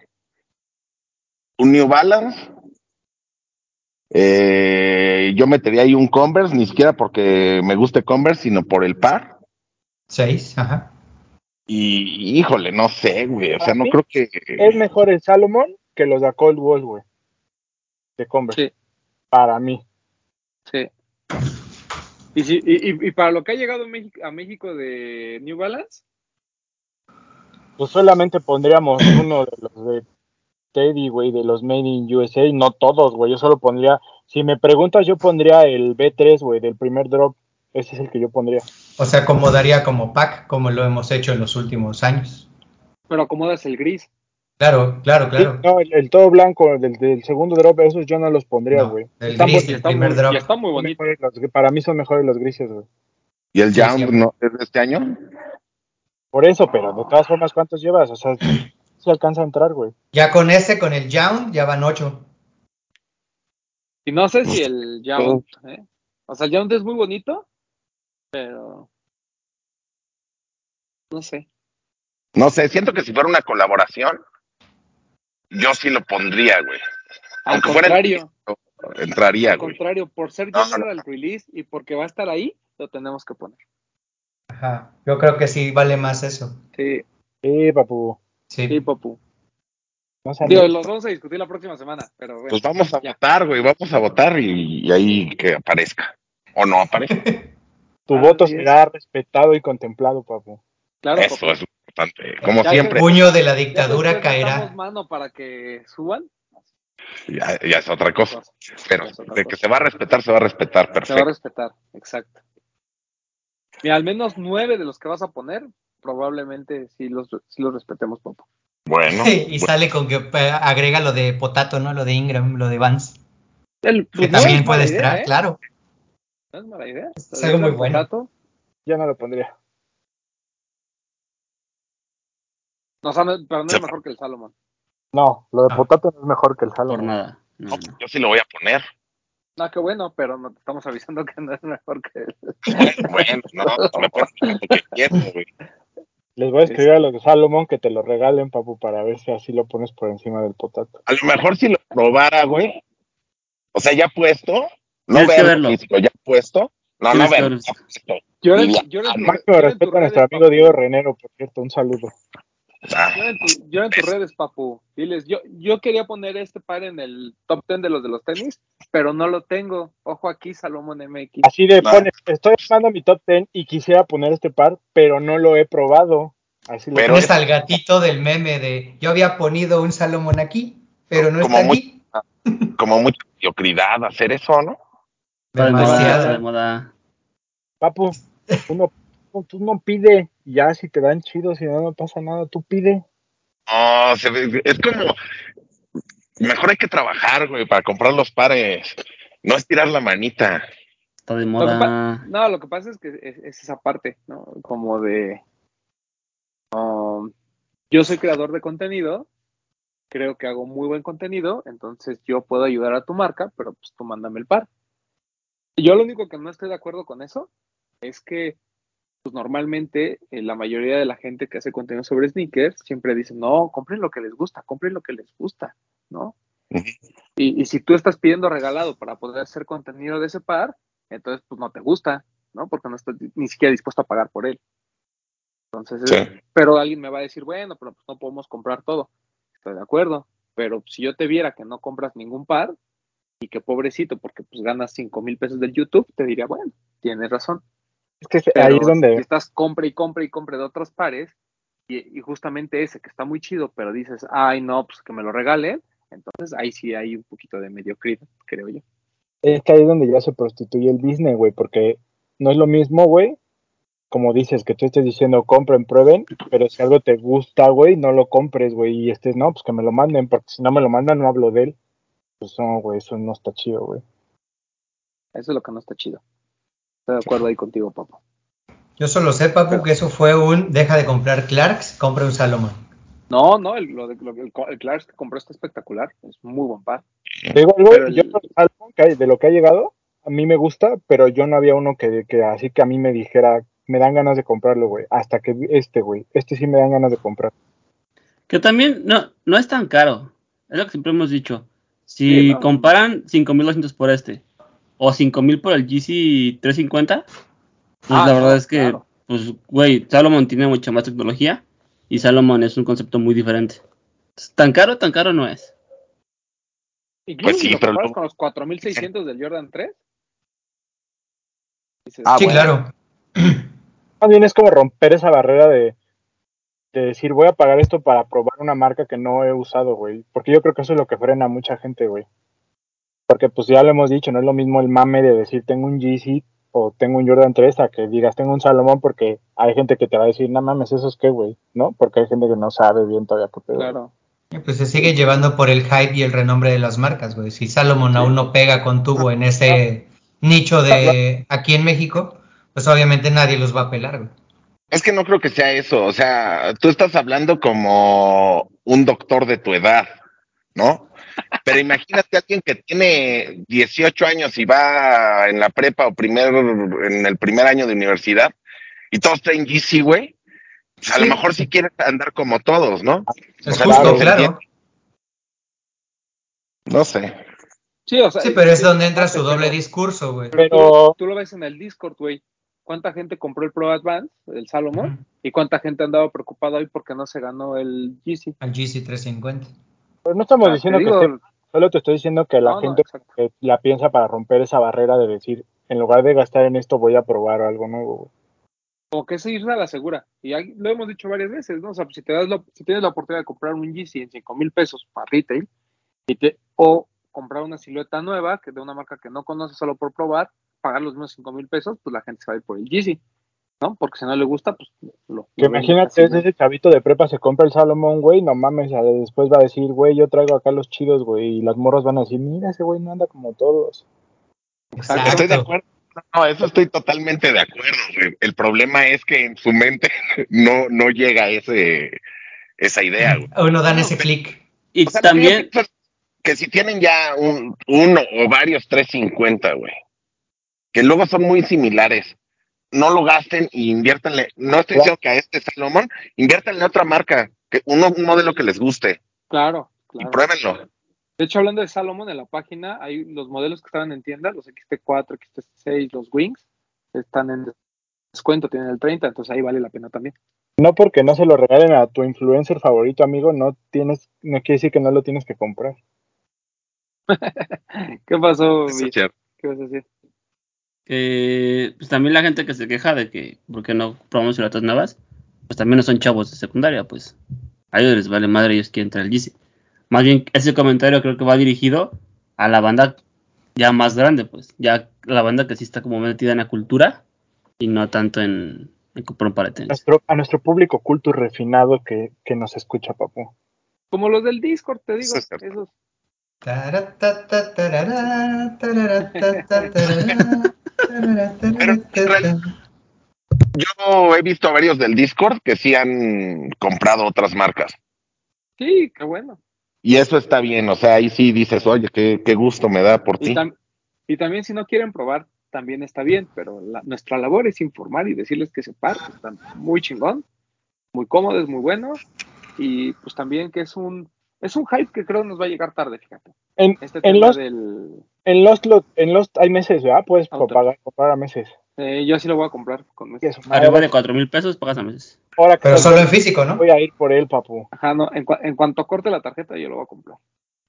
[SPEAKER 5] un New Balance. eh, yo metería ahí un Converse, ni siquiera porque me guste Converse, sino por el par.
[SPEAKER 4] Seis, ajá.
[SPEAKER 5] Y híjole, no sé, güey. O sea,
[SPEAKER 6] Para
[SPEAKER 5] no
[SPEAKER 6] mí,
[SPEAKER 5] creo que.
[SPEAKER 6] es mejor el Salomon que los de Cold Wall, güey. De Converse.
[SPEAKER 2] Sí,
[SPEAKER 6] Para mí.
[SPEAKER 2] sí. Y, si- y- y- y para lo que ha llegado a México, a México de New Balance,
[SPEAKER 6] Pues solamente pondríamos uno de los de Teddy, güey, de los Made in USA. No todos, güey. Yo solo pondría. Si me preguntas, yo pondría el B3, güey, del primer drop. Ese es el que yo pondría.
[SPEAKER 4] O sea, acomodaría como pack, como lo hemos hecho en los últimos años.
[SPEAKER 2] pero acomodas el gris.
[SPEAKER 4] Claro, claro, claro.
[SPEAKER 6] Sí, no, el, el todo blanco del, del segundo drop, esos yo no los pondría,
[SPEAKER 4] No,
[SPEAKER 6] güey.
[SPEAKER 4] el
[SPEAKER 6] Están
[SPEAKER 4] gris,
[SPEAKER 6] bonitos,
[SPEAKER 2] Y
[SPEAKER 4] el
[SPEAKER 2] está,
[SPEAKER 4] primer
[SPEAKER 2] muy,
[SPEAKER 4] drop.
[SPEAKER 2] y está muy
[SPEAKER 6] son
[SPEAKER 2] bonito.
[SPEAKER 6] mejores los- para mí son mejores los grises, güey.
[SPEAKER 5] Y el
[SPEAKER 4] Sí,
[SPEAKER 5] Jump
[SPEAKER 4] siempre.
[SPEAKER 5] no es de este año.
[SPEAKER 6] Por eso, pero de todas formas, ¿cuántos llevas? O sea, se alcanza a entrar, güey.
[SPEAKER 4] Ya con ese, con el Young, ya van ocho.
[SPEAKER 2] Y no sé si el Jaunt, ¿eh? O sea, el Jaunt es muy bonito, pero. No sé.
[SPEAKER 5] No sé, siento que si fuera una colaboración, yo sí lo pondría, güey.
[SPEAKER 2] Al
[SPEAKER 5] Aunque fuera el
[SPEAKER 2] contrario,
[SPEAKER 5] Entraría,
[SPEAKER 2] al
[SPEAKER 5] güey.
[SPEAKER 2] contrario, por ser
[SPEAKER 5] No,
[SPEAKER 2] Jaunt el release y porque va a estar ahí, lo tenemos que poner.
[SPEAKER 4] Ajá. Yo creo que sí vale más eso.
[SPEAKER 2] Sí,
[SPEAKER 6] Sí, papu.
[SPEAKER 4] Sí.
[SPEAKER 2] sí, papu.
[SPEAKER 6] No salió.
[SPEAKER 2] Digo, los vamos a discutir la próxima semana, pero bueno.
[SPEAKER 5] Pues vamos a
[SPEAKER 2] Ya.
[SPEAKER 5] votar, güey, vamos a votar y, y ahí que aparezca. O no aparezca.
[SPEAKER 6] Tu
[SPEAKER 2] Ah,
[SPEAKER 6] voto
[SPEAKER 2] sí es.
[SPEAKER 6] será respetado y contemplado, papu.
[SPEAKER 2] Claro,
[SPEAKER 5] Eso
[SPEAKER 2] porque
[SPEAKER 5] es lo importante. Como
[SPEAKER 2] Ya
[SPEAKER 5] siempre,
[SPEAKER 4] Puño de la
[SPEAKER 2] ya
[SPEAKER 4] dictadura
[SPEAKER 2] después metamos
[SPEAKER 4] caerá.
[SPEAKER 2] mano para que suban.
[SPEAKER 5] ya, ya es otra cosa. Pero
[SPEAKER 2] Ya es otra
[SPEAKER 5] de que
[SPEAKER 2] cosa.
[SPEAKER 5] se va a respetar, se va a respetar.
[SPEAKER 2] Se va a
[SPEAKER 5] Perfecto.
[SPEAKER 2] respetar, exacto. Mira, al menos nueve de los que vas a poner, probablemente sí los, sí los respetemos poco.
[SPEAKER 5] Bueno,
[SPEAKER 4] y sale con que eh, agrega lo de Potato, ¿no? Lo de Ingram, lo de Vance.
[SPEAKER 2] El, pues,
[SPEAKER 4] Que también puede estar, claro.
[SPEAKER 2] ¿eh? No es mala idea.
[SPEAKER 4] Es algo muy
[SPEAKER 2] Lo de
[SPEAKER 4] bueno.
[SPEAKER 2] Potato.
[SPEAKER 6] Yo no lo pondría.
[SPEAKER 2] No, o sea, no- pero no
[SPEAKER 5] Se-
[SPEAKER 2] es mejor que el Salomón.
[SPEAKER 6] No, lo de
[SPEAKER 4] Ah.
[SPEAKER 6] Potato no es mejor que el
[SPEAKER 3] Por
[SPEAKER 6] Salomón.
[SPEAKER 3] nada. No,
[SPEAKER 5] no, pues,
[SPEAKER 3] no.
[SPEAKER 5] yo sí lo voy a poner.
[SPEAKER 2] No, qué bueno, pero no te estamos avisando que no es mejor que el.
[SPEAKER 5] Bueno, no, pues me pones lo que quiero, güey.
[SPEAKER 6] Les voy a escribir a los de Salomón que te lo regalen, papu, para ver si así lo pones por encima del Potato.
[SPEAKER 5] A lo mejor si lo probara, güey. O sea, ya puesto, no
[SPEAKER 3] Tienes que
[SPEAKER 5] verlo,
[SPEAKER 3] verlo.
[SPEAKER 5] físico, ya puesto. No, no
[SPEAKER 3] Tienes que
[SPEAKER 5] verlo.
[SPEAKER 3] verlo.
[SPEAKER 5] ya puesto.
[SPEAKER 2] Lloren,
[SPEAKER 5] Ya,
[SPEAKER 2] lloren,
[SPEAKER 5] al
[SPEAKER 6] Máximo respeto a nuestro amigo Diego Renero, por cierto, un saludo.
[SPEAKER 5] Ah,
[SPEAKER 2] Lloren tu- lloren tus
[SPEAKER 6] Pues.
[SPEAKER 2] redes, papu. Diles, yo, yo quería poner este par en el top 10 de los de los tenis, pero no lo tengo. Ojo aquí, Salomón MX.
[SPEAKER 6] Así de
[SPEAKER 5] Va.
[SPEAKER 6] pone, estoy armando mi top 10 y quisiera poner este par, pero no lo he probado. Así lo
[SPEAKER 5] Pero
[SPEAKER 4] No
[SPEAKER 5] es-
[SPEAKER 4] está el gatito del meme de yo había ponido un Salomón aquí, pero no
[SPEAKER 5] Como
[SPEAKER 4] está
[SPEAKER 5] muy-
[SPEAKER 4] aquí.
[SPEAKER 5] como mucha mediocridad hacer eso, ¿no?
[SPEAKER 3] Está de moda, está de
[SPEAKER 4] Demasiado.
[SPEAKER 3] moda.
[SPEAKER 6] papu, tú no, tú no pide, ya si te dan chido, si no, no pasa nada, tú pide.
[SPEAKER 5] No, se ve- es como. Mejor hay que trabajar, güey, para comprar los pares. No estirar la manita.
[SPEAKER 3] Está de
[SPEAKER 2] que
[SPEAKER 3] moda.
[SPEAKER 2] No, lo que pasa es que es, es esa parte, ¿no? Como de. um, yo soy creador de contenido, creo que hago muy buen contenido, entonces yo puedo ayudar a tu marca, pero pues tú mándame el par. Yo lo único que no estoy de acuerdo con eso es que, pues normalmente, eh, la mayoría de la gente que hace contenido sobre sneakers siempre dice, no, compren lo que les gusta, compren lo que les gusta, ¿no?
[SPEAKER 5] Ujú.
[SPEAKER 2] Y, y si tú estás pidiendo regalado para poder hacer contenido de ese par, entonces pues no te gusta, ¿no? Porque no estás ni siquiera dispuesto a pagar por él. Entonces,
[SPEAKER 5] Sí.
[SPEAKER 2] pero alguien me va a decir, bueno, pero pues no podemos comprar todo. Estoy de acuerdo, pero si yo te viera que no compras ningún par y que pobrecito porque pues ganas 5 mil pesos del YouTube, te diría, bueno, tienes razón.
[SPEAKER 6] Es que se-
[SPEAKER 2] Pero
[SPEAKER 6] ahí es
[SPEAKER 2] si
[SPEAKER 6] donde
[SPEAKER 2] estás compra y compra y compra de otros pares y, y justamente ese que está muy chido, pero dices, ay, no, pues que me lo regalen, entonces ahí sí hay un poquito de mediocridad, creo yo.
[SPEAKER 6] es que ahí es donde ya se prostituye el business, güey, porque no es lo mismo, güey, como dices, que tú estés diciendo compren, prueben, pero si algo te gusta, güey, no lo compres, güey, y estés, no, pues que me lo manden, porque si no me lo mandan, no hablo de él. Pues no, güey, eso no está chido, güey.
[SPEAKER 2] Eso es lo que no está chido. Estoy de acuerdo ahí contigo, papá.
[SPEAKER 4] Yo solo sé, Papu, que eso fue un deja de comprar Clarks, compra un Salomón.
[SPEAKER 2] No, no, el, lo de- lo- el, co- el Clarks que compró está espectacular, es muy buen par.
[SPEAKER 6] Te digo algo,
[SPEAKER 2] Pero el-
[SPEAKER 6] yo algo que hay- de lo que ha llegado, a mí me gusta, pero yo no había uno que, que así que a mí me dijera, me dan ganas de comprarlo, güey. Hasta que vi este, güey. Este sí me dan ganas de comprar.
[SPEAKER 3] Que también no, no es tan caro. Es lo que siempre hemos dicho. Si
[SPEAKER 2] Sí, no.
[SPEAKER 3] comparan 5200 por este o 5000 por el GC 350, pues
[SPEAKER 2] Ah,
[SPEAKER 3] la
[SPEAKER 2] no,
[SPEAKER 3] verdad es que,
[SPEAKER 2] claro.
[SPEAKER 3] pues, güey, Salomon tiene mucha más tecnología y Salomon es un concepto muy diferente. Tan caro, tan caro no es.
[SPEAKER 2] Incluso
[SPEAKER 5] Pues sí,
[SPEAKER 2] si lo
[SPEAKER 5] pero
[SPEAKER 2] comparas
[SPEAKER 5] luego-
[SPEAKER 2] con los 4600 del Jordan 3. dices,
[SPEAKER 5] Ah,
[SPEAKER 4] sí,
[SPEAKER 5] bueno.
[SPEAKER 4] claro.
[SPEAKER 6] Más bien es como romper esa barrera de, de decir, voy a pagar esto para probar una marca que no he usado, güey. Porque yo creo que eso es lo que frena a mucha gente, güey. Porque pues ya lo hemos dicho, no es lo mismo el mame de decir tengo un GC o tengo un Jordan 3 a que digas tengo un Salomón porque hay gente que te va a decir, no mames, eso es qué, güey, ¿no? Porque hay gente que no sabe bien todavía qué pedo.
[SPEAKER 2] Claro.
[SPEAKER 4] Eh, Pues se sigue llevando por el hype y el renombre de las marcas, güey. Si Salomon aún no pega con tubo en ese nicho de aquí en México, pues obviamente nadie los va a pelar, güey.
[SPEAKER 5] Es que no creo que sea eso. O sea, tú estás hablando como un doctor de tu edad, ¿no? Pero imagínate a alguien que tiene 18 años y va en la prepa o primer, en el primer año de universidad y todos traen GC, güey. Pues a
[SPEAKER 4] Sí.
[SPEAKER 5] lo mejor si quieres andar como todos, ¿no?
[SPEAKER 4] Es
[SPEAKER 5] sea,
[SPEAKER 4] justo,
[SPEAKER 6] claro.
[SPEAKER 4] claro.
[SPEAKER 5] No sé.
[SPEAKER 2] Sí, o sea,
[SPEAKER 4] Sí, pero es
[SPEAKER 2] sí,
[SPEAKER 4] donde entra su
[SPEAKER 2] pero-
[SPEAKER 4] doble discurso, güey.
[SPEAKER 2] pero tú,
[SPEAKER 6] Pero-
[SPEAKER 2] lo- tú lo ves en el Discord, güey. ¿Cuánta gente compró el Pro Advance, el Salomón?
[SPEAKER 4] Ujú.
[SPEAKER 2] ¿Y cuánta gente andaba preocupada hoy porque no se ganó el GC?
[SPEAKER 4] Al GC350.
[SPEAKER 6] Pero no estamos
[SPEAKER 2] Ah, te
[SPEAKER 6] diciendo
[SPEAKER 2] digo,
[SPEAKER 6] que esté- solo te estoy diciendo que la
[SPEAKER 2] no, no,
[SPEAKER 6] gente
[SPEAKER 2] exacto.
[SPEAKER 6] eh, la piensa para romper esa barrera de decir, en lugar de gastar en esto, voy a probar algo nuevo. güey.
[SPEAKER 2] como que es irse a la segura. Y ahí lo hemos dicho varias veces, ¿no? O sea, pues, si, te das la- si tienes la oportunidad de comprar un Yeezy en 5 mil pesos para retail, y te, o comprar una silueta nueva que de una marca que no conoces solo por probar, pagar los mismos 5 mil pesos, pues la gente se va a ir por el Yeezy, ¿no? Porque si no le gusta, pues lo.
[SPEAKER 6] Que
[SPEAKER 2] lo vende
[SPEAKER 6] imagínate, es
[SPEAKER 2] fácilmente.
[SPEAKER 6] ese chavito de prepa se compra el Salomón, güey, no mames, a- después va a decir, güey, yo traigo acá los chidos, güey, y las morras van a decir, mira, ese güey no anda como todos.
[SPEAKER 4] Exacto.
[SPEAKER 5] Ah, Estoy de acuerdo. No, eso estoy totalmente de acuerdo, güey. El problema es que en su mente no, no llega ese, esa idea, güey. Ah,
[SPEAKER 4] Uno dan ese clic.
[SPEAKER 3] Y
[SPEAKER 5] O sea,
[SPEAKER 3] también,
[SPEAKER 5] yo pienso Que si tienen ya un, uno o varios 350, güey, que luego son muy similares, no lo gasten y inviértanle. No estoy diciendo que a este Salomón, inviértanle a otra marca, que uno, un modelo que les guste
[SPEAKER 2] Claro,
[SPEAKER 5] y
[SPEAKER 2] claro.
[SPEAKER 5] pruébenlo.
[SPEAKER 2] De hecho, hablando de Salomon en la página, hay los modelos que estaban en tienda, los XT4, XT6, los Wings, están en descuento, tienen el 30, entonces ahí vale la pena también.
[SPEAKER 6] No porque no se lo regalen a tu influencer favorito, amigo, no tienes, no quiere decir que no lo tienes que comprar.
[SPEAKER 2] ¿Qué pasó,
[SPEAKER 5] Eso es
[SPEAKER 2] Vic?
[SPEAKER 5] cierto.
[SPEAKER 2] ¿Qué vas a decir?
[SPEAKER 3] que, pues también la gente que se queja de que, ¿por qué no probamos siluetas nuevas? Pues también no son chavos de secundaria, pues. A ellos les vale madre, ellos quieren traer el Yeezy. Más bien, ese comentario creo que va dirigido a la banda ya más grande, pues. Ya la banda que sí está como metida en la cultura y no tanto en, en comprar un par de tenis.
[SPEAKER 6] Nuestro- a nuestro público culto y refinado que, que nos escucha, papu.
[SPEAKER 2] Como los del Discord, te digo.
[SPEAKER 5] Eso es cierto.
[SPEAKER 2] esos.
[SPEAKER 4] Tarara, ta, ta, tarara, tarara, ta, ta, tarara, tarara, tarara, ta, ta.
[SPEAKER 5] Yo he visto a varios del Discord que sí han comprado otras marcas.
[SPEAKER 2] Sí, qué bueno.
[SPEAKER 5] Y eso está bien, o sea, ahí sí dices, oye, qué, qué gusto me da por
[SPEAKER 2] Y,
[SPEAKER 5] ti.
[SPEAKER 2] tam- y también si no quieren probar, también está bien, pero la- nuestra labor es informar y decirles que se paren, que están muy chingón, muy cómodo, es muy bueno, y pues también que es un, es un hype que creo nos va a llegar tarde, fíjate.
[SPEAKER 6] En,
[SPEAKER 2] Este
[SPEAKER 6] en
[SPEAKER 2] tema
[SPEAKER 6] los,
[SPEAKER 2] del...
[SPEAKER 6] en los, lo- en los, hay meses, ¿verdad? Puedes
[SPEAKER 2] Auto.
[SPEAKER 6] pagar, comprar a meses.
[SPEAKER 2] eh, yo sí lo voy a comprar con
[SPEAKER 6] Que
[SPEAKER 2] meses.
[SPEAKER 6] su
[SPEAKER 4] Ah,
[SPEAKER 6] madre,
[SPEAKER 3] Arriba de cuatro mil pesos, pagas a meses.
[SPEAKER 6] ahora que
[SPEAKER 4] Pero
[SPEAKER 6] estás-
[SPEAKER 4] solo en físico, ¿no?
[SPEAKER 6] voy a ir por él, papu.
[SPEAKER 2] Ajá, no, en, cua- en cuanto corte la tarjeta, yo lo voy a comprar.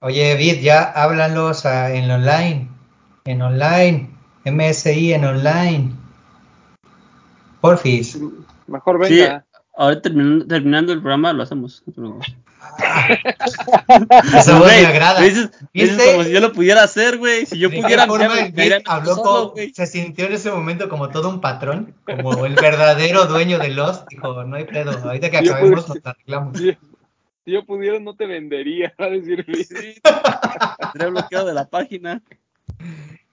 [SPEAKER 4] Oye, Vid, ya háblalos a- en online, en online, MSI en online. Porfis.
[SPEAKER 2] Mejor
[SPEAKER 3] Sí,
[SPEAKER 2] venga.
[SPEAKER 3] ahora terminando, terminando el programa lo hacemos. no te preocupes. Güey,
[SPEAKER 4] Esa voz Pues me agrada.
[SPEAKER 3] me dices- me dices
[SPEAKER 4] ¿Viste?
[SPEAKER 3] como si yo lo pudiera hacer, güey. Si yo
[SPEAKER 4] ¿De qué
[SPEAKER 3] pudiera,
[SPEAKER 4] forma
[SPEAKER 3] me-
[SPEAKER 4] el
[SPEAKER 3] me
[SPEAKER 4] Vic
[SPEAKER 3] haría
[SPEAKER 4] habló
[SPEAKER 3] solo,
[SPEAKER 4] como-
[SPEAKER 3] güey.
[SPEAKER 4] se sintió en ese momento como todo un patrón, como el verdadero dueño de Lost, dijo, no hay pedo, ahorita que
[SPEAKER 2] Yo
[SPEAKER 4] acabemos
[SPEAKER 2] pude-
[SPEAKER 4] nos arreglamos.
[SPEAKER 2] Si, si yo pudiera, no te vendería, va a decir Luis.
[SPEAKER 3] Sería bloqueado de la página.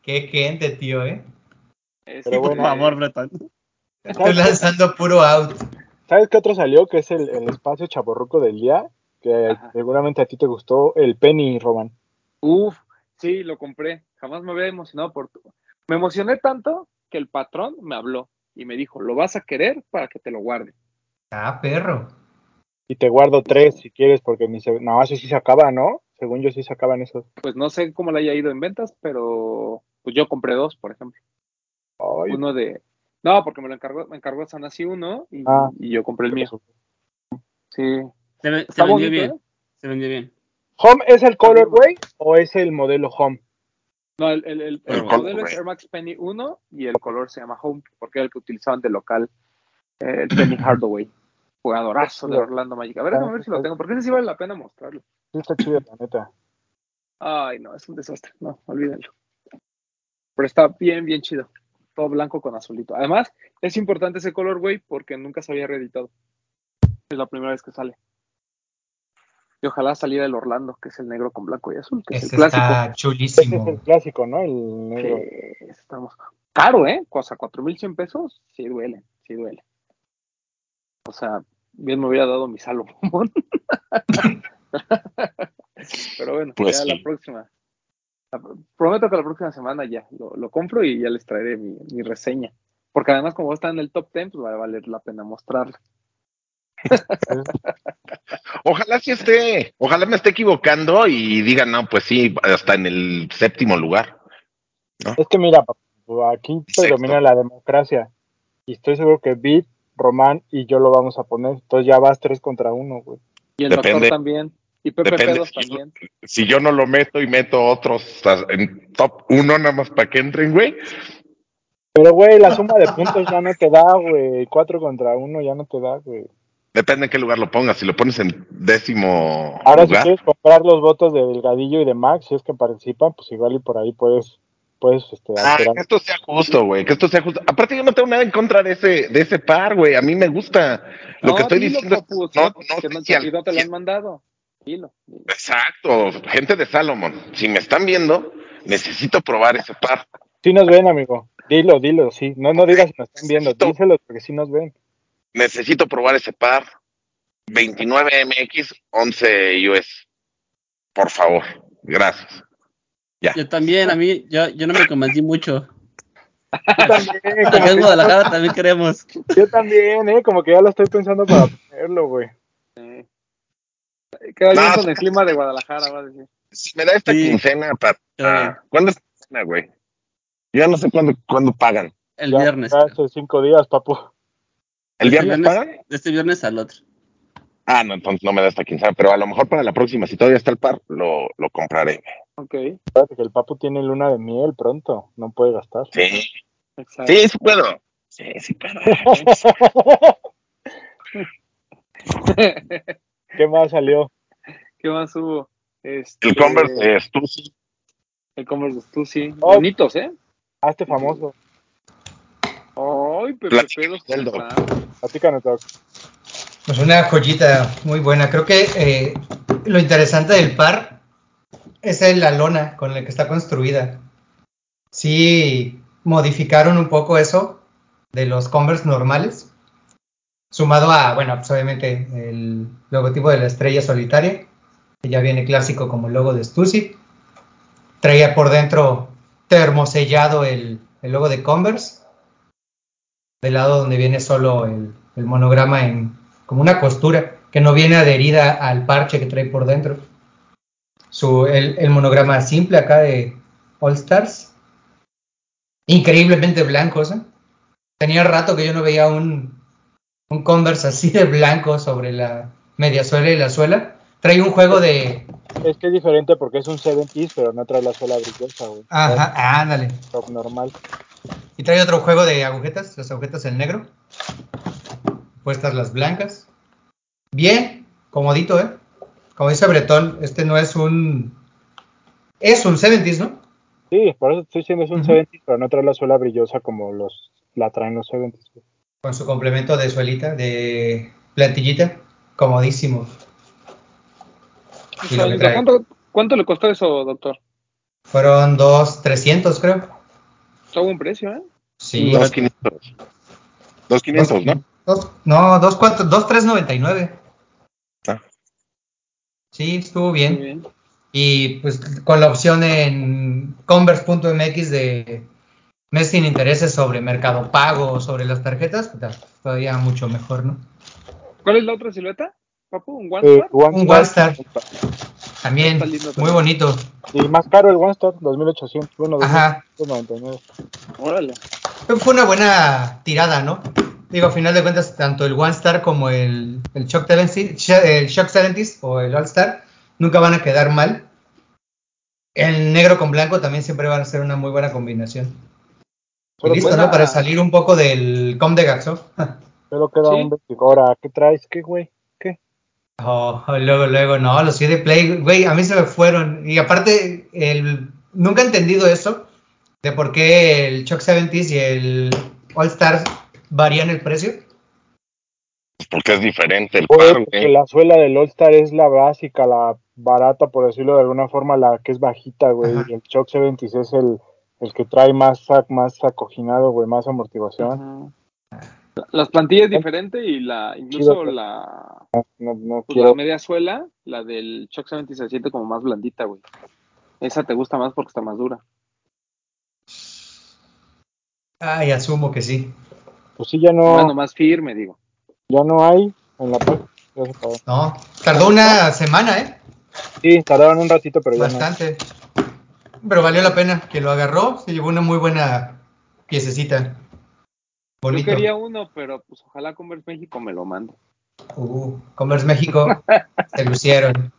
[SPEAKER 4] Qué gente, tío, eh.
[SPEAKER 2] Este,
[SPEAKER 6] Pero
[SPEAKER 3] Por
[SPEAKER 6] bueno.
[SPEAKER 3] favor, Bretón.
[SPEAKER 4] Estoy lanzando puro out.
[SPEAKER 6] ¿Sabes qué otro salió? Que es el, el espacio chaborruco del día, que
[SPEAKER 2] Ajá.
[SPEAKER 6] seguramente a ti te gustó, el Penny, Roman.
[SPEAKER 2] Uf, sí, lo compré. Jamás me había emocionado por tu... Me emocioné tanto que el patrón me habló y me dijo, lo vas a querer para que te lo guarde.
[SPEAKER 4] Ah, perro.
[SPEAKER 6] Y te guardo tres si quieres, porque ni se... No, eso sí se acaba, ¿no? Según yo sí se acaban esos.
[SPEAKER 2] Pues no sé cómo le haya ido en ventas, pero pues yo compré dos, por ejemplo.
[SPEAKER 6] Ay,
[SPEAKER 2] Uno de... No, porque me lo encargó, me encargó Sanasi uno y,
[SPEAKER 6] Ah.
[SPEAKER 2] y yo compré el mío. Sí.
[SPEAKER 3] Se, ve- se
[SPEAKER 2] Está
[SPEAKER 3] vendió
[SPEAKER 2] bonito,
[SPEAKER 3] bien.
[SPEAKER 2] ¿eh?
[SPEAKER 3] Se vendió bien.
[SPEAKER 6] ¿Home es el colorway o es el modelo home?
[SPEAKER 2] No, el, el, el-
[SPEAKER 3] Pero
[SPEAKER 2] el
[SPEAKER 5] bueno,
[SPEAKER 2] modelo es
[SPEAKER 5] güey.
[SPEAKER 2] Air Max Penny 1 y el color se llama Home, porque era el que utilizaban de local eh, el Penny Hardaway. Jugadorazo de Orlando Magic. A ver, déjame ver si lo tengo, porque ese sí vale la pena mostrarlo.
[SPEAKER 6] Sí está chido, la neta.
[SPEAKER 2] Ay, no, es un desastre. No, olvídenlo. Pero está bien, bien chido. Todo blanco con azulito. Además, es importante ese color, güey, porque nunca se había reeditado. Es la primera vez que sale. Y ojalá saliera el Orlando, que es el negro con blanco y azul, que es
[SPEAKER 4] Este
[SPEAKER 2] el clásico.
[SPEAKER 4] está
[SPEAKER 6] Ese es el
[SPEAKER 4] chulísimo.
[SPEAKER 6] clásico, ¿no? El negro.
[SPEAKER 2] Que estamos... Caro, ¿eh? O sea, 4.100 pesos, sí duele, sí duele. O sea, bien me hubiera dado mi Salomón. Pero bueno,
[SPEAKER 5] Pues
[SPEAKER 2] ya
[SPEAKER 5] sí.
[SPEAKER 2] la próxima. la pr- prometo que la próxima semana ya lo, lo compro y ya les traeré mi, mi reseña. Porque además, como está en el top 10, pues va a valer la pena mostrarlo.
[SPEAKER 5] Ojalá sí esté, ojalá me esté equivocando y digan, no, pues sí, hasta en el séptimo lugar.
[SPEAKER 6] Es que mira, papu, aquí
[SPEAKER 5] Sexto.
[SPEAKER 6] predomina la democracia. Y estoy seguro que Bit, Román y yo lo vamos a poner. Entonces ya vas tres contra uno, güey.
[SPEAKER 2] Y el
[SPEAKER 5] Depende.
[SPEAKER 2] doctor también. Y Pepe
[SPEAKER 5] Depende.
[SPEAKER 2] Pedos también.
[SPEAKER 5] Si yo no lo meto y meto otros o sea, en top uno nada más para que entren, güey.
[SPEAKER 6] Pero, güey, la suma de puntos ya no te da, güey. Cuatro contra uno ya no te da, güey.
[SPEAKER 5] Depende en qué lugar lo pongas. Si lo pones en décimo
[SPEAKER 6] Ahora, si
[SPEAKER 5] lugar,
[SPEAKER 6] quieres comprar los votos de Delgadillo y de Max, si es que participan, pues igual y por ahí puedes, puedes este,
[SPEAKER 5] Ah,
[SPEAKER 6] alterar.
[SPEAKER 5] que esto sea justo, güey, que esto sea justo. Aparte yo no tengo nada en contra de ese, de ese par, güey. A mí me gusta. Lo
[SPEAKER 2] No,
[SPEAKER 5] que estoy
[SPEAKER 2] dilo,
[SPEAKER 5] diciendo
[SPEAKER 2] Papus,
[SPEAKER 5] es, no, no,
[SPEAKER 2] ¿eh? que no,
[SPEAKER 5] sé si al-
[SPEAKER 2] y no te
[SPEAKER 5] si-
[SPEAKER 2] lo han mandado. Dilo.
[SPEAKER 5] exacto, gente de Salomón. Si me están viendo, necesito probar ese par.
[SPEAKER 6] Sí nos ven, amigo. Dilo, dilo, sí. No, no digas si nos están viendo.
[SPEAKER 5] Necesito-
[SPEAKER 6] Díselo porque sí nos ven.
[SPEAKER 5] Necesito probar ese par. 29 MX, 11 US. Por favor, gracias.
[SPEAKER 3] Yo también, a mí, yo, yo no me convencí mucho.
[SPEAKER 6] Yo también, como
[SPEAKER 3] Acá en
[SPEAKER 6] que-
[SPEAKER 3] Guadalajara también queremos.
[SPEAKER 6] yo también, ¿eh? Como que ya lo estoy pensando para ponerlo, güey.
[SPEAKER 2] Queda bien
[SPEAKER 5] No,
[SPEAKER 2] con el clima de Guadalajara, va a decir.
[SPEAKER 5] Si me da esta
[SPEAKER 3] Sí.
[SPEAKER 5] quincena para...
[SPEAKER 3] Claro.
[SPEAKER 5] ¿Cuándo es quincena, güey? Yo ya no sé cuándo, cuándo pagan.
[SPEAKER 3] El
[SPEAKER 6] Ya-
[SPEAKER 3] viernes.
[SPEAKER 6] ya hace cinco días, papu.
[SPEAKER 5] ¿El
[SPEAKER 3] Este
[SPEAKER 5] viernes
[SPEAKER 3] viernes-
[SPEAKER 5] pagan?
[SPEAKER 3] De este viernes al otro.
[SPEAKER 5] Ah, no, entonces no me da esta quincena, pero a lo mejor para la próxima, si todavía está el par, lo, lo compraré.
[SPEAKER 2] Ok,
[SPEAKER 6] Acuérdate que el papu tiene luna de miel pronto. No puede gastar.
[SPEAKER 5] Sí,
[SPEAKER 2] exacto.
[SPEAKER 5] sí, sí puedo. Sí, sí puedo.
[SPEAKER 6] ¿Qué más salió?
[SPEAKER 2] ¿Qué más hubo? Este,
[SPEAKER 5] El Converse eh. de Stussy.
[SPEAKER 2] El Converse de Stussy.
[SPEAKER 6] Oh.
[SPEAKER 2] Bonitos, ¿eh?
[SPEAKER 6] Hazte famoso.
[SPEAKER 2] Ay, Pepe
[SPEAKER 5] Platica
[SPEAKER 2] Pedos.
[SPEAKER 5] del doc.
[SPEAKER 2] ¿verdad?
[SPEAKER 6] Platícanos, Doc.
[SPEAKER 4] Pues una joyita muy buena. Creo que eh, lo interesante del par es el- la lona con la que está construida. Sí, modificaron un poco eso de los Converse normales, sumado a, bueno, pues obviamente el logotipo de la estrella solitaria, que ya viene clásico como el logo de Stussy. Traía por dentro termosellado el, el logo de Converse del lado donde viene solo el, el monograma en como una costura que no viene adherida al parche que trae por dentro. Su, el, el monograma simple acá de All Stars. Increíblemente blancos. ¿eh? Tenía rato que yo no veía un, un Converse así de blanco sobre la media suela y la suela. Trae un juego de...
[SPEAKER 6] Es que es diferente porque es un 70s, pero no trae la sola brillosa, güey.
[SPEAKER 4] Ajá, ándale.
[SPEAKER 6] Es top normal.
[SPEAKER 4] Y trae otro juego de agujetas, las agujetas en negro. Puestas las blancas. Bien, comodito, ¿eh? Como dice Bretón, este no es un... Es un 70s, ¿no?
[SPEAKER 6] Sí, por eso estoy diciendo es un
[SPEAKER 4] Ujú.
[SPEAKER 6] 70s, pero no trae la sola brillosa como los la traen los 70s. güey.
[SPEAKER 4] Con su complemento de suelita, de plantillita. Comodísimo. Y lo que trae.
[SPEAKER 2] ¿Cuánto, ¿Cuánto le costó eso, doctor?
[SPEAKER 4] Fueron dos 300, creo.
[SPEAKER 2] Todo un precio, ¿eh?
[SPEAKER 4] Sí.
[SPEAKER 5] Dos 500. Dos 500, ¿no?
[SPEAKER 4] Dos- no, dos, cuatro, dos 399.
[SPEAKER 5] Ah.
[SPEAKER 4] Sí, estuvo
[SPEAKER 2] Muy
[SPEAKER 4] bien.
[SPEAKER 2] bien.
[SPEAKER 4] Y pues con la opción en converse.mx de mes sin intereses sobre mercado pago, sobre las tarjetas, puta, todavía mucho mejor, ¿no?
[SPEAKER 2] ¿Cuál es la otra silueta? Papu, un One
[SPEAKER 6] Eh,
[SPEAKER 2] Star?
[SPEAKER 6] One
[SPEAKER 4] Un
[SPEAKER 6] Star.
[SPEAKER 4] One Star. También,
[SPEAKER 2] Está lindo
[SPEAKER 4] muy
[SPEAKER 2] también.
[SPEAKER 4] bonito.
[SPEAKER 6] Y más caro el One Star, 2800, bueno,
[SPEAKER 4] Ajá.
[SPEAKER 6] 2899.
[SPEAKER 2] Órale.
[SPEAKER 4] Fue una buena tirada, ¿no? Digo, a final de cuentas, tanto el One Star como el, el, Shock, 70, Sh- el Shock 70s o el All Star nunca van a quedar mal. El negro con blanco también siempre van a ser una muy buena combinación. Y
[SPEAKER 2] Pero
[SPEAKER 4] listo,
[SPEAKER 2] buena-
[SPEAKER 4] ¿no? Para salir un poco del com de Gaxo.
[SPEAKER 6] Pero queda
[SPEAKER 2] Sí.
[SPEAKER 6] un 20. Ahora, ¿qué traes? ¿Qué, güey? ¿Qué?
[SPEAKER 4] Oh, luego, luego, no, los CD Play, güey, a mí se me fueron. Y aparte, el, nunca he entendido eso, de por qué el Chuck 70s y el All Stars varían el precio.
[SPEAKER 5] Pues porque es diferente
[SPEAKER 2] Ah,
[SPEAKER 5] el
[SPEAKER 6] Güey,
[SPEAKER 5] par,
[SPEAKER 6] porque
[SPEAKER 5] güey.
[SPEAKER 6] la suela del All Star es la básica, la barata, por decirlo de alguna forma, la que es bajita, güey.
[SPEAKER 4] Ajá.
[SPEAKER 6] Y el Chuck 70 es el, el que trae más sac, más acoginado, güey, más amortiguación.
[SPEAKER 2] Ajá. Las plantillas diferente y la incluso
[SPEAKER 6] Chido.
[SPEAKER 2] la,
[SPEAKER 6] No, no
[SPEAKER 2] pues, la
[SPEAKER 6] quiero.
[SPEAKER 2] media suela, la del Chuck 70 se siente como más blandita, güey. Esa te gusta más porque está más dura.
[SPEAKER 4] Ay, asumo que sí.
[SPEAKER 6] Pues sí, ya no,
[SPEAKER 2] Bueno, más firme, digo.
[SPEAKER 6] ya no hay en la página. Ya se acabó.
[SPEAKER 4] No, tardó una semana, ¿eh?
[SPEAKER 6] Sí, tardaron un ratito, pero ya no.
[SPEAKER 4] Bastante. Pero valió la pena que lo agarró, se llevó una muy buena piececita. Bonito.
[SPEAKER 2] Yo quería uno, pero pues ojalá Converse México me lo mande.
[SPEAKER 4] Uh, Commerce México, se lucieron.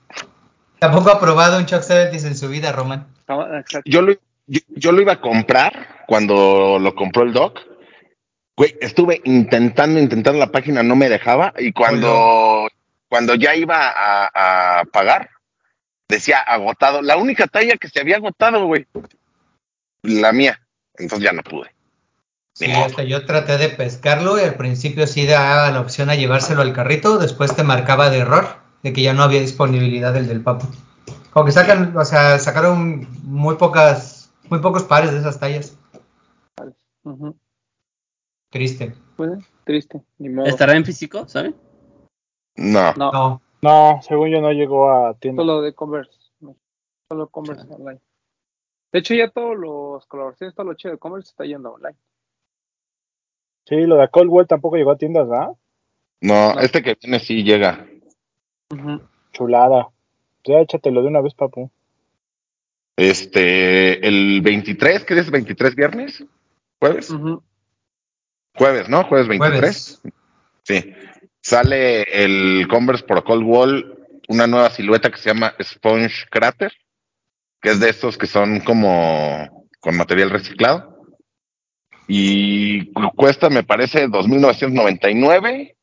[SPEAKER 4] Tampoco ha probado un Chuck 70 en su vida, Roman.
[SPEAKER 2] Estaba- Ah, exacto.
[SPEAKER 5] Yo lo, yo, yo lo iba a comprar cuando lo compró el doc. Güey, estuve intentando, intentando la página, no me dejaba. Y cuando, cuando ya iba a, a pagar, decía agotado. La única talla que se había agotado, güey. La mía. Entonces ya no pude.
[SPEAKER 4] Sí,
[SPEAKER 5] Ni modo.
[SPEAKER 4] hasta yo traté de pescarlo y al principio sí daba la opción a llevárselo al carrito, después te marcaba de error de que ya no había disponibilidad del del papo. Como que sacan, o sea, sacaron muy pocas, muy pocos pares de esas tallas.
[SPEAKER 2] Ujú.
[SPEAKER 4] Triste.
[SPEAKER 2] Pues, triste, ni modo.
[SPEAKER 3] ¿Estará en físico, sabe?
[SPEAKER 5] No.
[SPEAKER 2] No,
[SPEAKER 4] No,
[SPEAKER 6] No, según yo no llegó a tienda.
[SPEAKER 2] solo de Converse. no. Solo Converse online. De hecho, ya todos los colaboraciones, todo lo chido de Converse está yendo online.
[SPEAKER 6] Sí, lo de Coldwell tampoco llegó a tiendas, ¿verdad?
[SPEAKER 5] No, este que viene sí llega.
[SPEAKER 6] Chulada. Ya échatelo de una vez, papu.
[SPEAKER 5] Este, el 23, ¿qué es 23 viernes? ¿Jueves?
[SPEAKER 2] Ujú.
[SPEAKER 5] Jueves, ¿no? Jueves 23.
[SPEAKER 4] jueves.
[SPEAKER 5] Sí. Sale el Converse Protocol Wall, una nueva silueta que se llama Sponge Crater, que es de estos que son como con material reciclado. Y cu- cuesta, me parece, 2.999.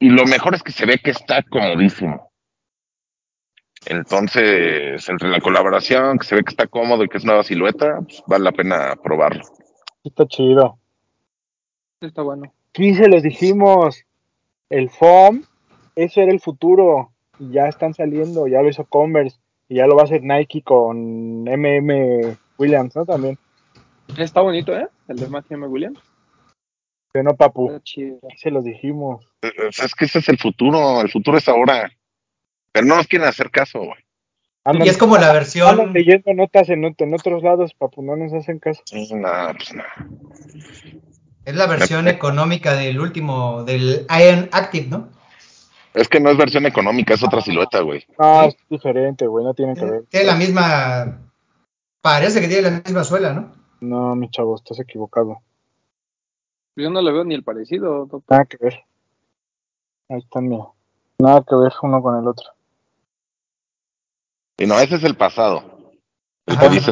[SPEAKER 5] Y lo mejor es que se ve que está comodísimo. Entonces, entre la colaboración, que se ve que está cómodo y que es nueva silueta, pues, vale la pena probarlo.
[SPEAKER 6] Sí Está chido.
[SPEAKER 2] Sí, Está bueno.
[SPEAKER 6] Sí, se los dijimos. El FOM, eso era el futuro. Y ya están saliendo, ya lo hizo Converse. Y ya lo va a hacer Nike con MM Williams, ¿no? También.
[SPEAKER 2] Está bonito, ¿eh? El de Matthew M. Williams.
[SPEAKER 6] Que no, papu.
[SPEAKER 4] Eh.
[SPEAKER 2] Está chido.
[SPEAKER 6] Sí se los dijimos.
[SPEAKER 5] O sea, es que ese es el futuro, el futuro es ahora. Pero no nos quieren hacer caso, güey.
[SPEAKER 6] Andan,
[SPEAKER 4] Y es como la
[SPEAKER 6] andan
[SPEAKER 4] versión,
[SPEAKER 6] leyendo notas en, ot- en otros lados, papu. No nos hacen caso.
[SPEAKER 5] Sí, no, pues no.
[SPEAKER 4] es la versión económica del último, del Iron Active, ¿no?
[SPEAKER 5] Es que no es versión económica, es otra silueta, güey.
[SPEAKER 6] No, es diferente, güey. No tiene que ver.
[SPEAKER 4] Tiene la misma, parece que tiene la misma suela, ¿no?
[SPEAKER 6] No, mi chavo, estás equivocado.
[SPEAKER 2] Yo no le veo ni el parecido, doctor.
[SPEAKER 6] Nada que ver. Ahí están, mira. Nada que ver uno con el otro.
[SPEAKER 5] Y no, ese es el pasado. El
[SPEAKER 4] Ajá.
[SPEAKER 5] códice.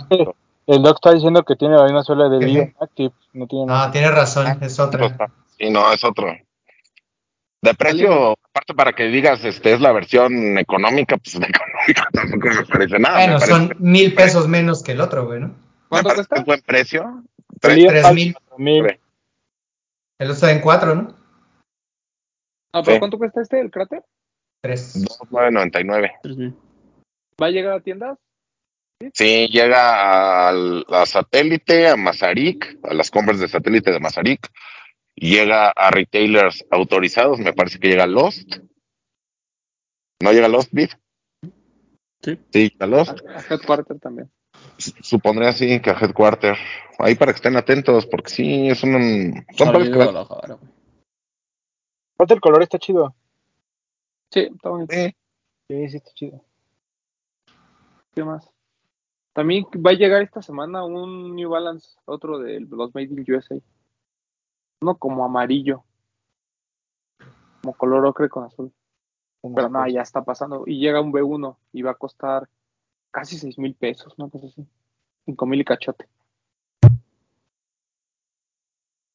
[SPEAKER 6] El doc está diciendo que tiene la misma suela de
[SPEAKER 4] Ujú.
[SPEAKER 6] Lion Active. No tiene nada.
[SPEAKER 4] No, tienes razón, es otra.
[SPEAKER 5] Y pues, no, es otro. De precio, aparte para que digas, este es la versión económica, pues de económica tampoco me parece nada. Ah, me
[SPEAKER 4] Bueno,
[SPEAKER 5] parece,
[SPEAKER 4] son mil pesos menos que el otro, güey, ¿no?
[SPEAKER 5] me
[SPEAKER 2] ¿Cuánto
[SPEAKER 5] parece
[SPEAKER 2] cuesta?
[SPEAKER 5] un buen precio.
[SPEAKER 6] El
[SPEAKER 5] Tres-
[SPEAKER 6] Leon
[SPEAKER 4] tres
[SPEAKER 6] vale
[SPEAKER 4] mil.
[SPEAKER 6] cuatro mil.
[SPEAKER 5] Tres.
[SPEAKER 4] El otro está en cuatro, ¿no?
[SPEAKER 2] Ah, pero
[SPEAKER 5] Sí.
[SPEAKER 2] ¿cuánto cuesta este, el cráter?
[SPEAKER 4] Tres.
[SPEAKER 5] 2,999.
[SPEAKER 3] 3000.
[SPEAKER 2] ¿Va a llegar a tiendas?
[SPEAKER 5] Sí, llega al- a, Satélite, a Mazarik, a las compras de Satélite de Mazarik. Llega a retailers autorizados, me parece que llega a Lost. ¿No llega a Lost Bid?
[SPEAKER 3] Sí.
[SPEAKER 5] Sí, llega a
[SPEAKER 2] A,
[SPEAKER 5] Lost.
[SPEAKER 2] a Headquarter también.
[SPEAKER 5] S- Supondré así que a Headquarter. Ahí para que estén atentos, porque sí, es un... Son
[SPEAKER 3] Salió de
[SPEAKER 5] pares que van-
[SPEAKER 3] Guadalajara, güey.
[SPEAKER 6] Aparte, el color está chido.
[SPEAKER 2] Sí, está bonito.
[SPEAKER 5] Sí.
[SPEAKER 6] Sí, sí, está chido.
[SPEAKER 2] ¿Qué más? También va a llegar esta semana un New Balance, otro de los Made in USA. Uno como amarillo. Como color ocre con azul. Pero pues, no, ya está pasando. Y llega un B1 y va a costar casi 6 mil pesos, una cosa así. 5 mil y cachote.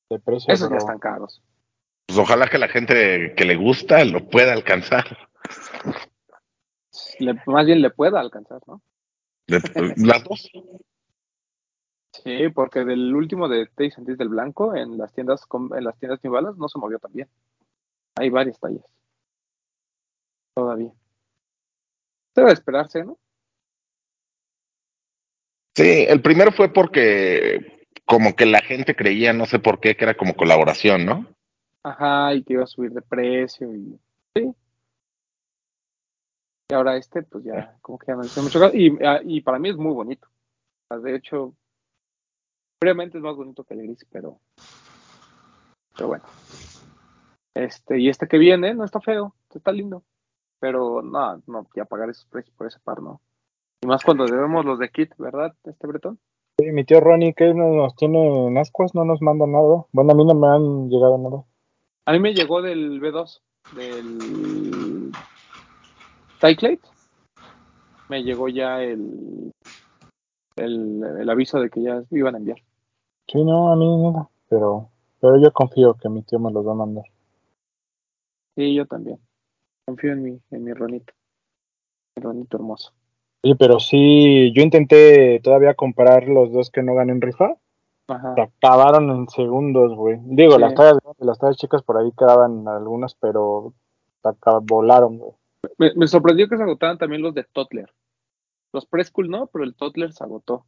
[SPEAKER 6] De precio,
[SPEAKER 2] Esos ya
[SPEAKER 6] pero-
[SPEAKER 2] están caros.
[SPEAKER 5] Pues ojalá que la gente que le gusta lo pueda alcanzar.
[SPEAKER 2] Le- más bien le pueda alcanzar, ¿no?
[SPEAKER 5] De- Las dos.
[SPEAKER 2] Sí, porque del último de Tays and Tees del Blanco en las tiendas com- en las tiendas New Balance no se movió tan bien. Hay varias tallas. Todavía. Debe de esperarse, ¿no?
[SPEAKER 5] Sí, el primero fue porque como que la gente creía, no sé por qué, que era como colaboración, ¿no?
[SPEAKER 2] Ajá, y que iba a subir de precio y sí. Y ahora este, pues ya, como que ya no hizo mucho caso. Y, ah, y para mí es muy bonito. O sea, De hecho, obviamente es más bonito que el gris, pero, pero bueno. Este, y este que viene, no está feo, está lindo. Pero no, no, ya pagar esos precios por ese par, no. Y más cuando debemos los de kit, ¿verdad, este Bretón?
[SPEAKER 6] Oye, mi tío Ronnie, que no nos tiene en ascuas, no nos manda nada. Bueno, a mí no me han llegado nada.
[SPEAKER 2] A mí me llegó del B2, del Cyclade, me llegó ya el, el, el aviso de que ya iban a enviar.
[SPEAKER 6] Sí, no, a mí nada. Pero, pero yo confío que mi tío me los va a mandar.
[SPEAKER 2] Sí, yo también. Confío en mi, en mi Ronito. Mi Ronito hermoso.
[SPEAKER 6] Oye, pero sí, yo intenté todavía comprar los dos que no gané en rifa.
[SPEAKER 2] Ajá.
[SPEAKER 6] Se acabaron en segundos, güey. Digo,
[SPEAKER 2] Sí.
[SPEAKER 6] las tallas grandes, las tallas chicas por ahí quedaban algunas, pero se acab- volaron, güey.
[SPEAKER 2] Me, me sorprendió que se agotaran también los de Totler. Los Preschool no, pero el Totler se agotó.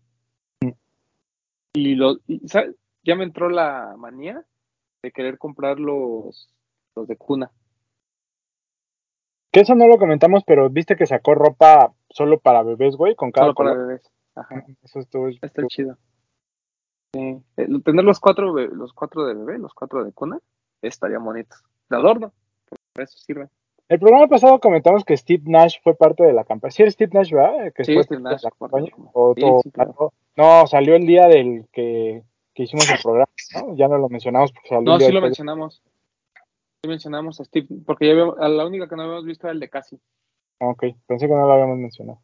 [SPEAKER 2] Y, los, y, ¿sabes? ya me entró la manía de querer comprar los, los de cuna.
[SPEAKER 6] Que eso no lo comentamos, pero viste que sacó ropa solo para bebés, güey, con cada
[SPEAKER 2] solo para
[SPEAKER 6] color.
[SPEAKER 2] bebés. Ajá,
[SPEAKER 6] Eso estuvo.
[SPEAKER 2] está chido. Sí. Eh, tener los cuatro, be- los cuatro de bebé, los cuatro de cuna, estaría bonito. De adorno, para eso sirve.
[SPEAKER 6] El programa pasado comentamos que Steve Nash fue parte de la campaña. Sí, era Steve Nash, ¿verdad? Que
[SPEAKER 2] Sí,
[SPEAKER 6] fue
[SPEAKER 2] Steve
[SPEAKER 6] parte de
[SPEAKER 2] Nash,
[SPEAKER 6] la
[SPEAKER 2] por
[SPEAKER 6] campaña.
[SPEAKER 2] favor.
[SPEAKER 6] O-
[SPEAKER 2] Sí,
[SPEAKER 6] o-
[SPEAKER 2] sí, claro.
[SPEAKER 6] No, salió el día del que, que hicimos el programa, ¿no? Ya no lo mencionamos porque salió el
[SPEAKER 2] No,
[SPEAKER 6] día
[SPEAKER 2] sí lo
[SPEAKER 6] después de-
[SPEAKER 2] mencionamos. Sí mencionamos a Steve, porque ya habíamos- a la única que no habíamos visto era el de Cassie.
[SPEAKER 6] Ah, Ok, pensé que no lo habíamos mencionado.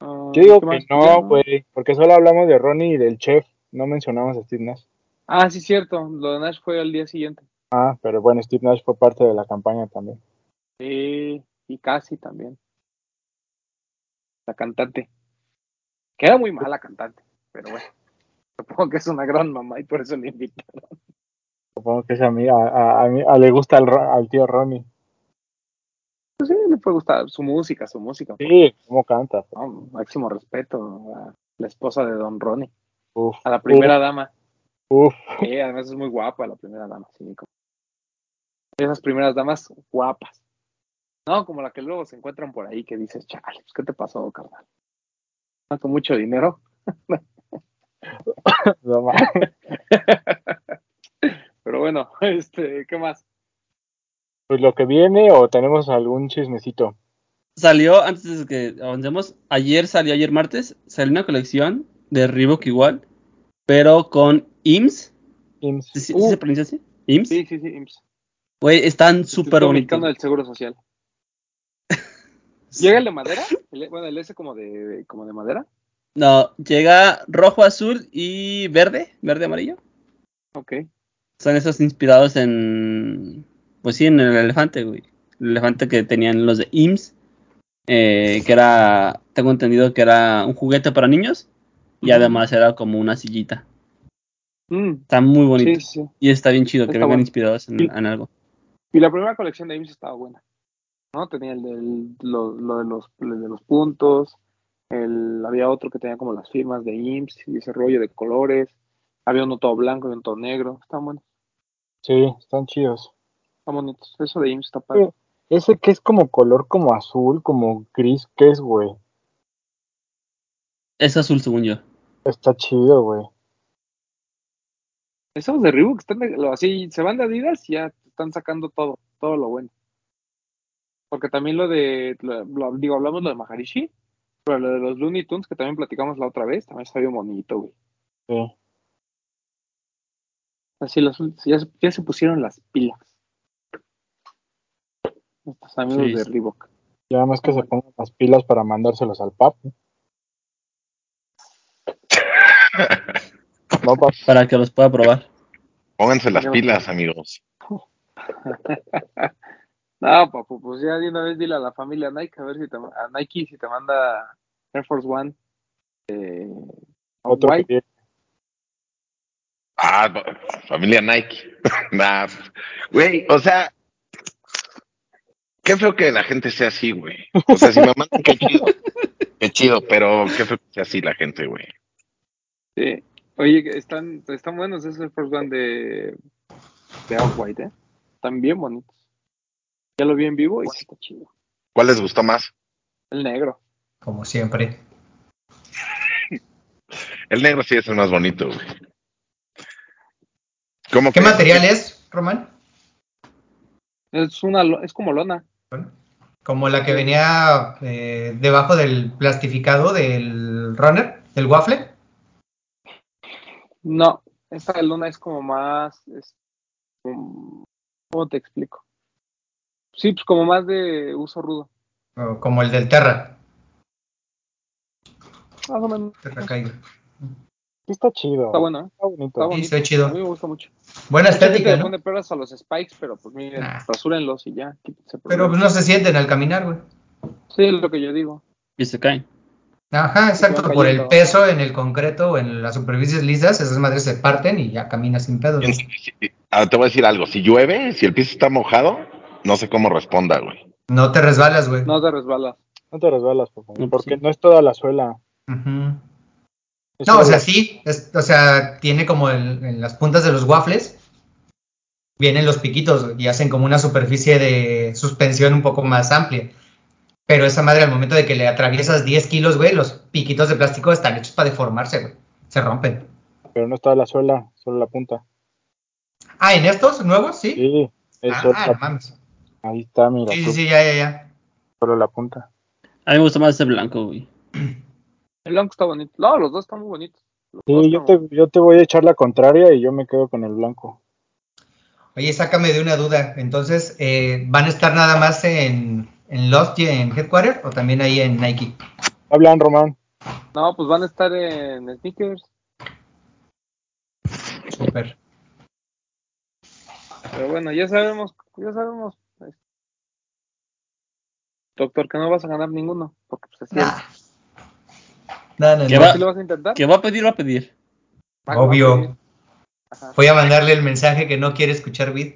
[SPEAKER 2] Ah,
[SPEAKER 6] Yo digo
[SPEAKER 2] ¿qué
[SPEAKER 6] que
[SPEAKER 2] más?
[SPEAKER 6] no, pues. güey, porque solo hablamos de Ronnie y del chef, no mencionamos a Steve Nash.
[SPEAKER 2] Ah, sí, cierto. Lo de Nash fue al día siguiente.
[SPEAKER 6] Ah, pero bueno, Steve Nash fue parte de la campaña también.
[SPEAKER 2] Sí, y casi también. La cantante. Queda muy mala la cantante, pero bueno. Supongo que es una gran mamá y por eso le invito.
[SPEAKER 6] Supongo que es a mí, a, a- a mí- a- le gusta al, Ro- al tío Ronnie.
[SPEAKER 2] Pues sí, le puede gustar su música, su música.
[SPEAKER 6] Sí, cómo canta.
[SPEAKER 2] ¿no? Máximo respeto a la esposa de Don Ronnie,
[SPEAKER 6] Uf,
[SPEAKER 2] a la primera dama.
[SPEAKER 6] uf,
[SPEAKER 2] que además es muy guapa la primera dama. sí, como- Esas primeras damas guapas. No, como la que luego se encuentran por ahí que dices, chale, pues, ¿qué te pasó, carnal? ¿No con mucho dinero?
[SPEAKER 6] no ma-
[SPEAKER 2] Pero bueno, este, ¿qué más?
[SPEAKER 6] Pues lo que viene o tenemos algún chismecito.
[SPEAKER 3] Salió, antes de que avancemos, ayer salió, ayer martes, salió una colección de Reebok igual, pero con IMSS.
[SPEAKER 6] Ims.
[SPEAKER 3] ¿Sí, sí-
[SPEAKER 2] Uh.
[SPEAKER 3] se pronuncia así? IMSS.
[SPEAKER 2] Sí, sí, sí, IMSS.
[SPEAKER 3] Güey, están
[SPEAKER 2] Instituto
[SPEAKER 3] súper bonitos.
[SPEAKER 2] Mexicano del Seguro Social. ¿Llega el de madera? El- bueno, el S como de, como de madera.
[SPEAKER 3] No, llega rojo, azul y verde, verde, amarillo.
[SPEAKER 2] Ok.
[SPEAKER 3] Son esos inspirados en. Pues sí, en el elefante, güey. El elefante que tenían los de IMSS. eh, que era. Tengo entendido que era un juguete para niños. Y
[SPEAKER 2] Ujú.
[SPEAKER 3] además era como una sillita.
[SPEAKER 2] Mm,
[SPEAKER 3] Está muy
[SPEAKER 2] sí,
[SPEAKER 3] bonito.
[SPEAKER 2] sí.
[SPEAKER 3] Y está bien chido que
[SPEAKER 2] Está
[SPEAKER 3] vengan
[SPEAKER 2] bueno.
[SPEAKER 3] inspirados en,
[SPEAKER 2] Y-
[SPEAKER 3] en algo.
[SPEAKER 2] Y la primera colección de IMSS estaba buena. ¿No? Tenía el del, lo, lo de los, lo de los puntos. El, había otro que tenía como las firmas de IMSS y ese rollo de colores. Había uno todo blanco y un todo negro. Están buenos,
[SPEAKER 6] Sí, están chidos.
[SPEAKER 2] están bonitos. Eso de IMSS está padre.
[SPEAKER 6] Ese que es como color como azul, como gris, ¿qué es, güey?
[SPEAKER 3] Es azul, según yo.
[SPEAKER 6] Está chido, güey.
[SPEAKER 2] Esos de Reebok están de- lo- así, se van de Adidas y ya están sacando todo, todo lo bueno. Porque también lo de, lo- lo- digo, hablamos lo de Maharishi, pero lo de los Looney Tunes que también platicamos la otra vez, también está bien bonito, güey.
[SPEAKER 6] Sí.
[SPEAKER 2] Así los, ya, se- ya se pusieron las pilas. Nuestros amigos
[SPEAKER 3] Sí,
[SPEAKER 2] de
[SPEAKER 3] sí.
[SPEAKER 2] Reebok.
[SPEAKER 6] Ya más que se pongan las pilas para mandárselos al papi. No, papi.
[SPEAKER 3] Para que los pueda probar.
[SPEAKER 5] Pónganse las
[SPEAKER 2] Yo-
[SPEAKER 5] pilas, amigos.
[SPEAKER 2] No, papu, pues ya de una vez dile a la familia Nike a ver si te, ma- a Nike si te manda Air Force One. Eh,
[SPEAKER 6] Otro que
[SPEAKER 2] Off-White.
[SPEAKER 6] tiene.
[SPEAKER 5] Ah, familia Nike. Nah. Güey, o sea, qué feo que la gente sea así, güey. O sea, si me mandan, qué chido. Qué chido, pero qué feo que sea así la gente, güey.
[SPEAKER 2] Sí. eh, Oye, que están, están buenos esos Air Force One de, de Off-White, ¿eh? Están bien bonitos. Ya lo vi en vivo y sí está chido.
[SPEAKER 5] ¿Cuál les gustó más?
[SPEAKER 2] El negro.
[SPEAKER 4] como siempre.
[SPEAKER 5] El negro sí es el más bonito, güey. ¿Cómo
[SPEAKER 4] ¿Qué
[SPEAKER 5] que-
[SPEAKER 4] material es, Román?
[SPEAKER 2] Es, una, lo- es como lona.
[SPEAKER 4] Como la que venía eh, debajo del plastificado del runner, del waffle.
[SPEAKER 2] No, esta lona es como más. es como- ¿Cómo te explico? Sí, pues como más de uso rudo.
[SPEAKER 4] O como el del Terra.
[SPEAKER 2] Más o menos.
[SPEAKER 4] Terra Kaiga.
[SPEAKER 6] Sí está chido.
[SPEAKER 2] Está bueno, ¿eh?
[SPEAKER 6] Está bonito.
[SPEAKER 2] Está
[SPEAKER 4] Sí,
[SPEAKER 2] bonito.
[SPEAKER 4] está
[SPEAKER 2] A mí
[SPEAKER 4] chido.
[SPEAKER 2] me gusta mucho.
[SPEAKER 4] Buena
[SPEAKER 2] Mucha gente
[SPEAKER 4] estética,
[SPEAKER 2] le
[SPEAKER 4] ¿no?
[SPEAKER 2] pone peras a los spikes, pero pues miren,
[SPEAKER 4] Nah.
[SPEAKER 2] rasúrenlos y ya. quítense
[SPEAKER 4] Pero pues,
[SPEAKER 2] problemas.
[SPEAKER 4] no se sienten al caminar, güey.
[SPEAKER 2] Sí, es lo que yo digo.
[SPEAKER 3] Y se caen.
[SPEAKER 4] Ajá, exacto,
[SPEAKER 2] van
[SPEAKER 4] por el
[SPEAKER 2] cayendo.
[SPEAKER 4] peso en el concreto o en las superficies lisas, esas madres se parten y ya caminas sin pedos.
[SPEAKER 5] Yo no sé si- ah, te voy a decir algo. Si llueve, si el piso está mojado, no sé cómo responda, güey.
[SPEAKER 4] No te resbalas, güey.
[SPEAKER 2] No se resbala.
[SPEAKER 6] No te resbalas, por favor,
[SPEAKER 3] No, pues
[SPEAKER 6] porque
[SPEAKER 3] sí.
[SPEAKER 6] no es toda la suela.
[SPEAKER 4] Ujú.
[SPEAKER 6] es
[SPEAKER 4] No,
[SPEAKER 6] solo
[SPEAKER 4] o sea,
[SPEAKER 6] la-
[SPEAKER 4] sí, es- o sea, tiene como el- en las puntas de los waffles, vienen los piquitos y hacen como una superficie de suspensión un poco más amplia. Pero esa madre, al momento de que le atraviesas 10 kilos, güey, los piquitos de plástico están hechos para deformarse, güey. Se rompen.
[SPEAKER 6] Pero no es toda la suela, solo la punta.
[SPEAKER 4] Ah, ¿en estos nuevos? Sí.
[SPEAKER 6] Sí, es solo
[SPEAKER 4] Ah,
[SPEAKER 6] la-
[SPEAKER 4] no mames.
[SPEAKER 6] ahí está, mira,
[SPEAKER 4] Sí,
[SPEAKER 6] tú,
[SPEAKER 4] sí, sí, ya, ya, ya.
[SPEAKER 6] solo la punta.
[SPEAKER 3] A mí me gusta más este blanco, güey.
[SPEAKER 2] El blanco está bonito. No, los dos están muy bonitos. Los dos
[SPEAKER 6] Sí, yo
[SPEAKER 2] están-
[SPEAKER 6] te, yo te voy a echar la contraria y yo me quedo con el blanco.
[SPEAKER 4] Oye, sácame de una duda. Entonces, eh, ¿van a estar nada más en, en Lost y en Headquarter o también ahí en Nike?
[SPEAKER 6] Hablan, Román.
[SPEAKER 2] No, pues van a estar en sneakers.
[SPEAKER 4] Súper.
[SPEAKER 2] Pero bueno, ya sabemos, ya sabemos. este, Doctor, que no vas a ganar ninguno. Porque pues así es.
[SPEAKER 4] Nah. No, no,
[SPEAKER 3] ¿Qué
[SPEAKER 4] no.
[SPEAKER 3] va?
[SPEAKER 2] ¿Sí lo vas a intentar?
[SPEAKER 3] Que va a pedir, va a pedir.
[SPEAKER 2] Mac, no,
[SPEAKER 4] Obvio.
[SPEAKER 2] sí. Ajá.
[SPEAKER 4] Voy a mandarle el mensaje que no quiere escuchar Bid.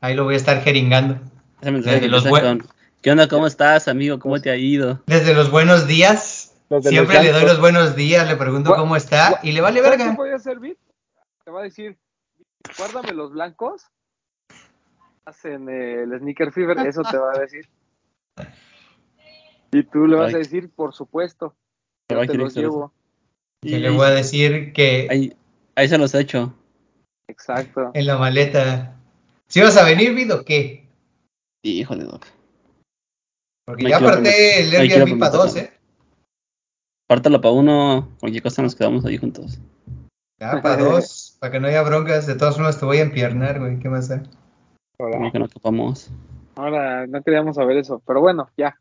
[SPEAKER 4] Ahí lo voy a estar jeringando.
[SPEAKER 3] Ese mensaje
[SPEAKER 4] Desde
[SPEAKER 3] que
[SPEAKER 4] Eh, los
[SPEAKER 3] empieza
[SPEAKER 4] buen-
[SPEAKER 3] con, ¿Qué onda? ¿Cómo estás, amigo? ¿Cómo te ha ido?
[SPEAKER 4] Desde los buenos días,
[SPEAKER 6] Desde los
[SPEAKER 4] siempre le doy
[SPEAKER 6] blancos.
[SPEAKER 4] los buenos días, le pregunto
[SPEAKER 2] Gua-
[SPEAKER 4] cómo está
[SPEAKER 2] gua-
[SPEAKER 4] y le vale
[SPEAKER 2] ¿Sabes qué
[SPEAKER 4] verga.
[SPEAKER 2] podría servir? Te va a decir, guárdame los blancos. Hacen eh, el sneaker fever, eso te va a decir. Y tú le vas
[SPEAKER 3] Ay.
[SPEAKER 2] a decir, por supuesto,
[SPEAKER 3] Te
[SPEAKER 2] yo
[SPEAKER 3] va a
[SPEAKER 2] te
[SPEAKER 3] querer
[SPEAKER 2] los
[SPEAKER 3] que se los-
[SPEAKER 2] llevo.
[SPEAKER 4] Que le voy a decir que
[SPEAKER 3] ahí, ahí se los he hecho.
[SPEAKER 2] Exacto.
[SPEAKER 4] en la maleta. ¿Si vas a venir, Bid, o qué?
[SPEAKER 3] Híjole, Doc.
[SPEAKER 4] Porque
[SPEAKER 3] Me
[SPEAKER 4] ya
[SPEAKER 3] quiero
[SPEAKER 4] aparté el
[SPEAKER 3] me quiero
[SPEAKER 4] Airbnb para
[SPEAKER 3] prometer
[SPEAKER 4] dos,
[SPEAKER 3] también.
[SPEAKER 4] ¿eh?
[SPEAKER 3] Pártalo para uno. Cualquier cosa nos quedamos ahí juntos.
[SPEAKER 4] Ya, para dos, para que no haya broncas. De todas formas, te voy a empiernar, güey. ¿Qué más da?
[SPEAKER 3] Como
[SPEAKER 6] Ahora,
[SPEAKER 3] que nos topamos.
[SPEAKER 2] Ahora, no queríamos saber eso, pero bueno, ya.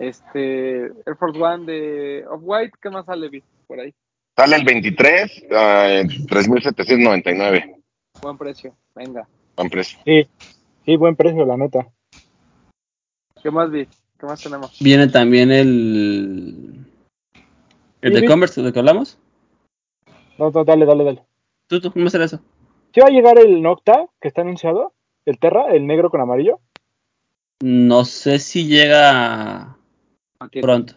[SPEAKER 2] Este, Air Force One de Off-White, ¿qué más sale Vic, por ahí?
[SPEAKER 5] Sale el 23, ah, en 3.799.
[SPEAKER 2] Buen precio, venga.
[SPEAKER 5] Buen precio.
[SPEAKER 6] Sí, sí, buen precio, la neta.
[SPEAKER 2] ¿Qué más vi? ¿Qué más tenemos?
[SPEAKER 3] Viene también el. El
[SPEAKER 6] Sí,
[SPEAKER 3] de
[SPEAKER 6] sí.
[SPEAKER 3] Converse de que hablamos.
[SPEAKER 6] No, no, dale, dale, dale.
[SPEAKER 3] Tú, tú, ¿cómo será eso?
[SPEAKER 6] ¿Sí va a llegar el Nocta que está anunciado? ¿El Terra? ¿El negro con amarillo?
[SPEAKER 3] No sé si llega pronto.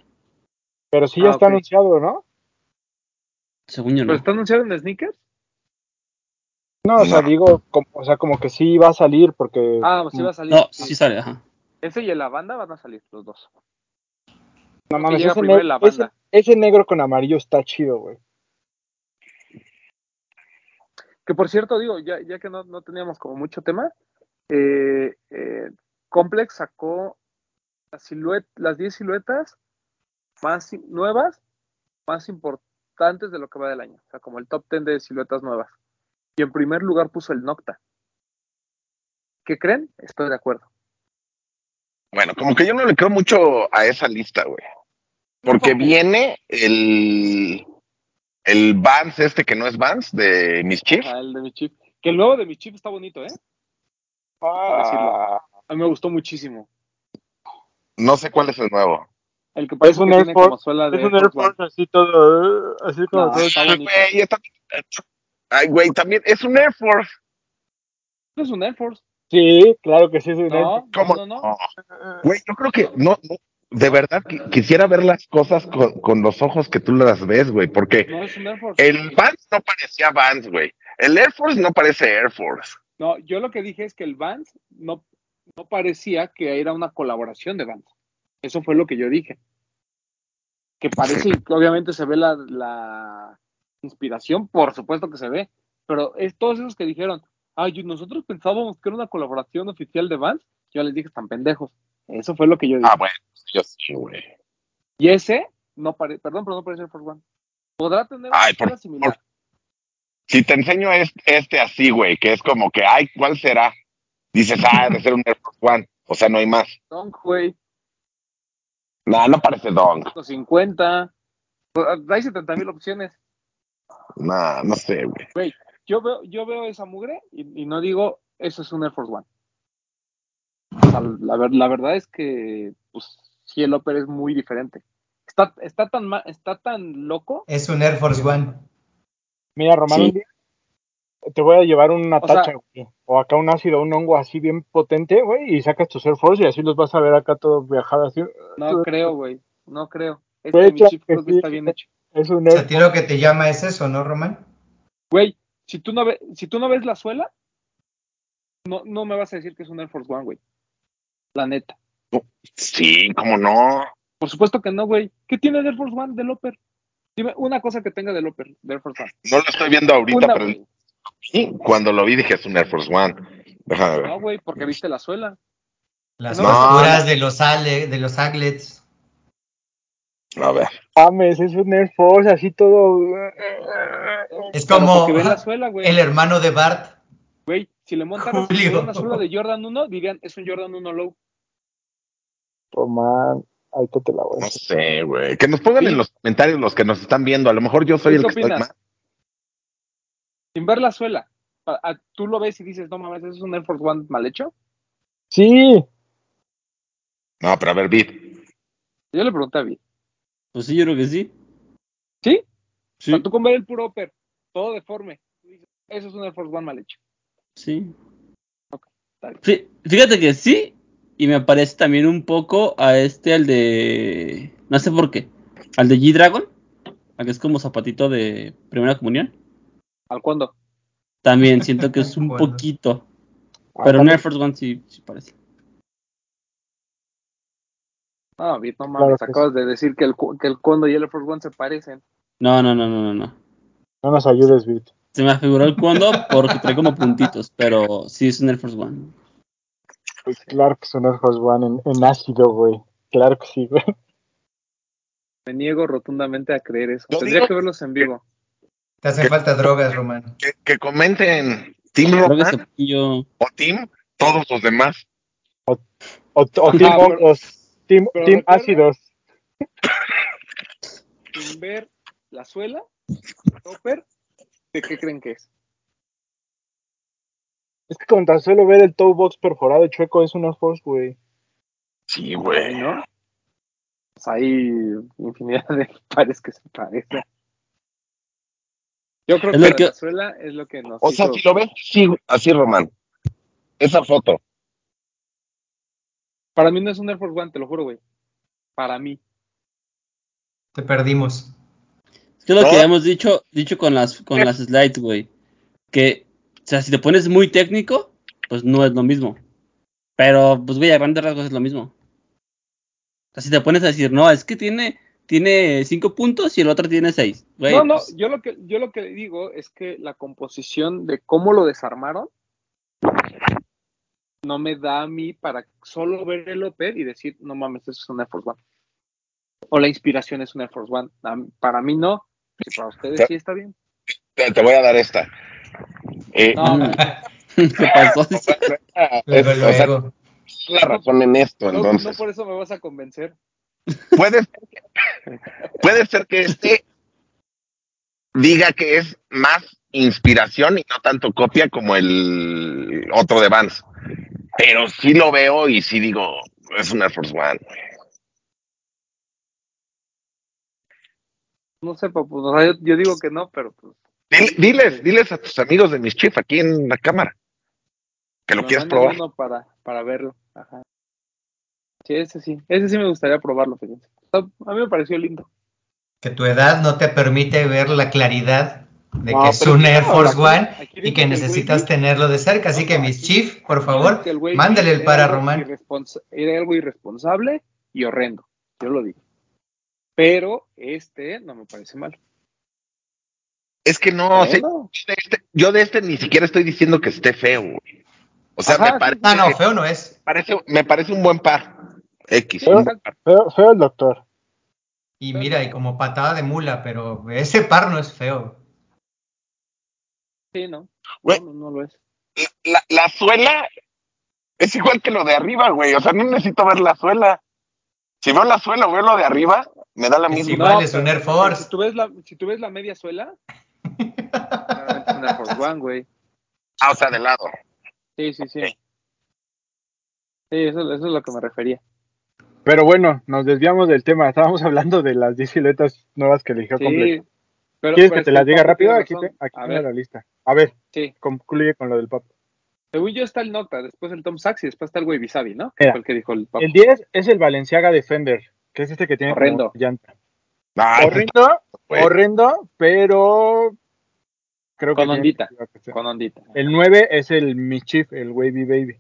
[SPEAKER 6] Pero sí ya
[SPEAKER 2] Ah,
[SPEAKER 6] está
[SPEAKER 2] ok.
[SPEAKER 6] anunciado, ¿no?
[SPEAKER 3] Según yo
[SPEAKER 2] ¿Pero
[SPEAKER 3] no.
[SPEAKER 2] está anunciado en sneakers?
[SPEAKER 6] No, o sea,
[SPEAKER 5] No.
[SPEAKER 6] digo, como, o sea, como que sí va a salir porque...
[SPEAKER 2] Ah, pues sí va a salir.
[SPEAKER 3] No,
[SPEAKER 2] sí.
[SPEAKER 3] sí sale, ajá.
[SPEAKER 2] Ese y el lavanda van a salir los dos.
[SPEAKER 6] no mames,
[SPEAKER 2] llega
[SPEAKER 6] ese,
[SPEAKER 2] primero
[SPEAKER 6] ne-
[SPEAKER 2] la
[SPEAKER 6] ese-
[SPEAKER 2] banda.
[SPEAKER 6] ese negro con amarillo está chido, güey.
[SPEAKER 2] Que por cierto, digo, ya, ya que no, no teníamos como mucho tema, eh, eh, Complex sacó las, siluet- las 10 siluetas más i- nuevas, más importantes de lo que va del año. O sea, como el top 10 de siluetas nuevas. Y en primer lugar puso el Nocta. ¿Qué creen? Estoy de acuerdo.
[SPEAKER 5] Bueno, como que yo no le creo mucho a esa lista, güey. Porque viene el. El Vans este que no es Vans de Mischief.
[SPEAKER 2] Ah, el de mi chip. Que el nuevo de mi chip está bonito, ¿eh?
[SPEAKER 6] Ah,
[SPEAKER 2] A mí me gustó muchísimo.
[SPEAKER 5] No sé cuál es el nuevo.
[SPEAKER 2] El que parece
[SPEAKER 6] un
[SPEAKER 2] que
[SPEAKER 6] Air
[SPEAKER 2] tiene
[SPEAKER 6] Force-
[SPEAKER 2] como suela de
[SPEAKER 6] es un
[SPEAKER 2] Air
[SPEAKER 6] Air
[SPEAKER 2] Force One.
[SPEAKER 6] Force así todo... eh, Así como
[SPEAKER 2] No,
[SPEAKER 6] todo...
[SPEAKER 2] está bonito.
[SPEAKER 5] Pues, Güey, está- Ay, güey, también es un Air Force.
[SPEAKER 2] No es un Air Force.
[SPEAKER 6] Sí, claro que sí es un Air
[SPEAKER 2] No,
[SPEAKER 5] ¿Cómo?
[SPEAKER 2] no, no.
[SPEAKER 5] No.
[SPEAKER 6] Force.
[SPEAKER 5] Güey, yo creo que no, no, de verdad qui- quisiera ver las cosas con, con los ojos que tú las ves, güey, porque
[SPEAKER 2] No es un Air Force.
[SPEAKER 5] el Vans no parecía Vans, güey. El Air Force no parece Air Force.
[SPEAKER 2] No, yo lo que dije es que el Vans no, no parecía que era una colaboración de Vans. Eso fue lo que yo dije. Que parece, que obviamente se ve la, la inspiración, por supuesto que se ve, pero es todos esos que dijeron, ay, yo- nosotros pensábamos que era una colaboración oficial de Vans, yo les dije, están pendejos. Eso fue lo que yo dije.
[SPEAKER 5] Ah, bueno, yo sí, güey.
[SPEAKER 2] y ese, no pare- perdón, pero no parece Air Force One. Podrá tener una
[SPEAKER 5] Ay, por
[SPEAKER 2] estela similar.
[SPEAKER 5] Si te enseño es- este, así, güey, que es como que, ay, ¿cuál será? Dices, ah, ha de ser un Air Force One. O sea, no hay más.
[SPEAKER 2] Don, güey.
[SPEAKER 5] No, no parece Dong.
[SPEAKER 2] 150. Pues, Hay 70 mil opciones.
[SPEAKER 5] No, no sé, güey.
[SPEAKER 2] Yo veo, yo veo esa mugre y, y no digo, eso es un Air Force One. O sea, la, ver- la verdad es que, pues, sí, el Upper es muy diferente. Está, está, tan, ma- está tan loco.
[SPEAKER 4] Es un Air Force One.
[SPEAKER 6] Mira, Román,
[SPEAKER 3] Sí.
[SPEAKER 6] un día te voy a llevar una
[SPEAKER 2] O sea-
[SPEAKER 6] tacha, güey, o acá un ácido, un hongo así bien potente, güey, y sacas tus Air Force y así los vas a ver acá todos viajados así.
[SPEAKER 2] No creo, güey. No creo. Este
[SPEAKER 6] Güey,
[SPEAKER 2] mi
[SPEAKER 6] claro
[SPEAKER 2] chip
[SPEAKER 6] que
[SPEAKER 2] creo que
[SPEAKER 6] sí.
[SPEAKER 2] está bien hecho.
[SPEAKER 6] Es un
[SPEAKER 4] O
[SPEAKER 6] Air
[SPEAKER 4] sea, a ti lo que te llama es eso, ¿no, Román?
[SPEAKER 2] Güey, si tú no, ve- si tú no ves la suela, no, no me vas a decir que es un Air Force One, güey. La neta.
[SPEAKER 5] Sí, cómo no.
[SPEAKER 2] Por supuesto que no, güey. ¿Qué tiene de Air Force One de Loper? Dime una cosa que tenga de Loper, de Air Force One.
[SPEAKER 5] No lo estoy viendo ahorita,
[SPEAKER 2] Una,
[SPEAKER 5] pero
[SPEAKER 2] güey.
[SPEAKER 5] sí, cuando lo vi dije es un Air Force One. Déjame ver.
[SPEAKER 2] No, güey, porque viste la suela.
[SPEAKER 4] Las
[SPEAKER 2] No.
[SPEAKER 4] costuras de los ale, de los aglets.
[SPEAKER 5] A ver.
[SPEAKER 6] Mames, es un Air Force así todo. eh,
[SPEAKER 4] Es
[SPEAKER 2] Pero
[SPEAKER 4] como
[SPEAKER 2] porque ven la
[SPEAKER 4] ajá,
[SPEAKER 2] suela, güey.
[SPEAKER 4] el hermano de Bart.
[SPEAKER 2] Güey, si le montaran si
[SPEAKER 4] Julio.
[SPEAKER 2] tuviera una suela de Jordan 1, dirían, es un Jordan 1 low.
[SPEAKER 6] Román, ahorita te la voy.
[SPEAKER 5] No sé, güey. Que nos pongan
[SPEAKER 2] Sí.
[SPEAKER 5] en los comentarios los que nos están viendo. A lo mejor yo soy
[SPEAKER 2] ¿Tú
[SPEAKER 5] el
[SPEAKER 2] qué
[SPEAKER 5] que estoy
[SPEAKER 2] opinas?
[SPEAKER 5] mal.
[SPEAKER 2] Sin ver la suela. pa- a- tú lo ves y dices, no mames, ¿eso es un Air Force One mal hecho?
[SPEAKER 6] Sí,
[SPEAKER 5] No, pero a ver, Vid.
[SPEAKER 2] Yo le pregunté a Vi.
[SPEAKER 3] Pues sí, yo creo que sí.
[SPEAKER 2] ¿Sí?
[SPEAKER 3] Sí,
[SPEAKER 2] O sea, tú con ver el puro upper, todo deforme, tú dices, eso es un Air Force One mal hecho.
[SPEAKER 3] sí.
[SPEAKER 2] está bien.
[SPEAKER 3] Fí- Fíjate que sí, y me parece también un poco a este, al de. No sé por qué. Al de G-Dragon, al que es como zapatito de primera comunión.
[SPEAKER 2] ¿Al cuándo?
[SPEAKER 3] También siento que es un
[SPEAKER 4] Bueno.
[SPEAKER 3] poquito. Pero un Air Force One sí, sí parece.
[SPEAKER 2] No, Viet, no
[SPEAKER 6] Claro
[SPEAKER 2] mames,
[SPEAKER 6] que
[SPEAKER 2] acabas de decir que el, cu- que el Kondo y el Air Force One se parecen.
[SPEAKER 3] No, no, no, no, no. no.
[SPEAKER 6] no nos ayudes, Bit.
[SPEAKER 3] Se me afiguró el cuando porque trae como puntitos, pero sí es un Air Force One.
[SPEAKER 6] Pues claro que es un Air Force One en, en ácido, güey. Claro que sí, güey.
[SPEAKER 2] Me niego rotundamente a creer eso.
[SPEAKER 5] Yo
[SPEAKER 2] Tendría
[SPEAKER 5] digo-
[SPEAKER 2] que verlos en vivo.
[SPEAKER 4] Te hacen
[SPEAKER 5] ¿Qué?
[SPEAKER 4] falta drogas, Román.
[SPEAKER 5] Que, que comenten Team
[SPEAKER 3] Creo que
[SPEAKER 5] Roman
[SPEAKER 3] este poquillo.
[SPEAKER 5] o Team todos los demás.
[SPEAKER 6] O, o
[SPEAKER 2] Ajá,
[SPEAKER 6] Team
[SPEAKER 2] pero-
[SPEAKER 6] Hongos, Team,
[SPEAKER 2] pero
[SPEAKER 6] team
[SPEAKER 2] recuerda-
[SPEAKER 6] Ácidos.
[SPEAKER 2] Sin ver la suela, upper, ¿de qué creen que es?
[SPEAKER 6] Es que con tan solo ver el toe box perforado y chueco es un Air Force, güey.
[SPEAKER 5] Sí, güey.
[SPEAKER 2] ¿No? Pues hay infinidad de pares que se parecen. Yo creo
[SPEAKER 3] Es
[SPEAKER 2] que,
[SPEAKER 3] lo que-
[SPEAKER 2] la suela es lo que nos
[SPEAKER 5] O sea,
[SPEAKER 2] hizo-
[SPEAKER 5] si lo ves sí, así, Román. Esa foto.
[SPEAKER 2] Para mí no es un Air Force One, te lo juro, güey. Para mí.
[SPEAKER 4] Te perdimos.
[SPEAKER 3] Es que es lo
[SPEAKER 5] ¿No?
[SPEAKER 3] que habíamos dicho, dicho con las con las slides, güey. Que, o sea, si te pones muy técnico, pues no es lo mismo. Pero, pues, güey, a grandes rasgos es lo mismo. O sea, si te pones a decir, no, es que tiene, tiene cinco puntos y el otro tiene seis. Güey,
[SPEAKER 2] no, no,
[SPEAKER 3] pues,
[SPEAKER 2] yo lo que yo lo que digo es que la composición de cómo lo desarmaron no me da a mí para solo ver el Opel y decir, no mames, eso es un Air Force One. O la inspiración es un Air Force One. A mí- Para mí no, que para ustedes sí está bien.
[SPEAKER 5] Te, te voy a dar esta. Eh,
[SPEAKER 2] No,
[SPEAKER 3] Mm. ¿Qué pasó?
[SPEAKER 4] Luego,
[SPEAKER 5] es- o sea,
[SPEAKER 4] luego.
[SPEAKER 5] tienes la razón en esto,
[SPEAKER 2] no, no
[SPEAKER 5] Pues entonces.
[SPEAKER 2] por eso me vas a convencer.
[SPEAKER 5] puede ser que, puede ser que este diga que es más inspiración y no tanto copia como el otro de Vans. Pero sí lo veo y sí digo, es un Air Force One. güey.
[SPEAKER 2] No sé, papu, o sea, yo, yo digo que no, pero pues,
[SPEAKER 5] Dil- Diles, diles a tus amigos de mis chips aquí en la cámara que lo
[SPEAKER 2] me
[SPEAKER 5] quieras
[SPEAKER 2] mandan
[SPEAKER 5] probar.
[SPEAKER 2] uno para, para verlo. Ajá. Sí, ese sí, ese sí me gustaría probarlo, fíjense. Está- A mí me pareció lindo.
[SPEAKER 4] Que tu edad no te permite ver la claridad de
[SPEAKER 2] No,
[SPEAKER 4] que es
[SPEAKER 2] pero
[SPEAKER 4] un
[SPEAKER 2] aquí-
[SPEAKER 4] Air Force
[SPEAKER 2] aquí-
[SPEAKER 4] One
[SPEAKER 2] aquí
[SPEAKER 4] ¿Eh? y
[SPEAKER 2] dice
[SPEAKER 4] que
[SPEAKER 2] que
[SPEAKER 4] necesitas
[SPEAKER 2] el güey-
[SPEAKER 4] tenerlo de cerca. Así
[SPEAKER 2] No,
[SPEAKER 4] que,
[SPEAKER 2] no,
[SPEAKER 4] mis
[SPEAKER 2] aquí-
[SPEAKER 4] chief, por
[SPEAKER 2] Es
[SPEAKER 4] favor,
[SPEAKER 2] que el güey
[SPEAKER 4] mándale el
[SPEAKER 2] era
[SPEAKER 4] para
[SPEAKER 2] algo
[SPEAKER 4] Román.
[SPEAKER 2] irresponsa- Era algo irresponsable y horrendo, yo lo digo. Pero este no me parece mal.
[SPEAKER 5] Es que no, sí,
[SPEAKER 2] Bueno,
[SPEAKER 5] de este- yo de este ni siquiera estoy diciendo que esté feo. güey. O sea,
[SPEAKER 2] Ajá,
[SPEAKER 5] me, parece,
[SPEAKER 4] Ah, No, no, feo no es.
[SPEAKER 5] parece- me parece un buen par. X.
[SPEAKER 6] Pero-
[SPEAKER 5] un buen par.
[SPEAKER 6] Feo, feo el doctor.
[SPEAKER 4] Y mira, y como patada de mula, pero ese par no es feo.
[SPEAKER 2] sí, no.
[SPEAKER 5] Güey.
[SPEAKER 2] No, no, no lo es.
[SPEAKER 5] la, la suela es igual que lo de arriba, güey. O sea, no necesito ver la suela. Si veo la suela o veo lo de arriba, me da la misma.
[SPEAKER 2] no,
[SPEAKER 4] Igual es
[SPEAKER 2] pero-
[SPEAKER 4] un Air
[SPEAKER 2] Si
[SPEAKER 4] Force.
[SPEAKER 2] tú ves la, si tú ves la media suela, claramente es un Air Force One, güey.
[SPEAKER 5] Ah, o sea, de lado.
[SPEAKER 2] Sí, sí, sí.
[SPEAKER 5] Ok.
[SPEAKER 2] Sí, eso, eso es a lo que me refería.
[SPEAKER 6] Pero bueno, nos desviamos del tema. Estábamos hablando de las 10 siluetas nuevas que eligió
[SPEAKER 2] Sí,
[SPEAKER 6] Complex.
[SPEAKER 2] pero-
[SPEAKER 6] ¿Quieres
[SPEAKER 2] pero
[SPEAKER 6] que
[SPEAKER 2] es
[SPEAKER 6] te las
[SPEAKER 2] el
[SPEAKER 6] diga
[SPEAKER 2] Papu
[SPEAKER 6] rápido?
[SPEAKER 2] tiene
[SPEAKER 6] Aquí, te-
[SPEAKER 2] razón.
[SPEAKER 6] aquí
[SPEAKER 2] A
[SPEAKER 6] tengo
[SPEAKER 2] ver,
[SPEAKER 6] la lista. A ver,
[SPEAKER 2] sí.
[SPEAKER 6] concluye con lo del papo.
[SPEAKER 2] Según yo está el Nota, después el Tom Saxi, después está el Güey Bisabi, ¿no? Que
[SPEAKER 6] Mira,
[SPEAKER 2] fue el que dijo el Papu.
[SPEAKER 6] El 10 es el Valenciaga Defender, que es este que tiene como
[SPEAKER 2] Horrendo.
[SPEAKER 6] llanta.
[SPEAKER 5] Ah,
[SPEAKER 6] Horrendo,
[SPEAKER 5] güey.
[SPEAKER 6] horrendo, pero creo que
[SPEAKER 2] Con
[SPEAKER 6] tiene
[SPEAKER 2] ondita.
[SPEAKER 6] que ser.
[SPEAKER 2] Con ondita.
[SPEAKER 6] El 9 es el Michif, el Wavy Baby.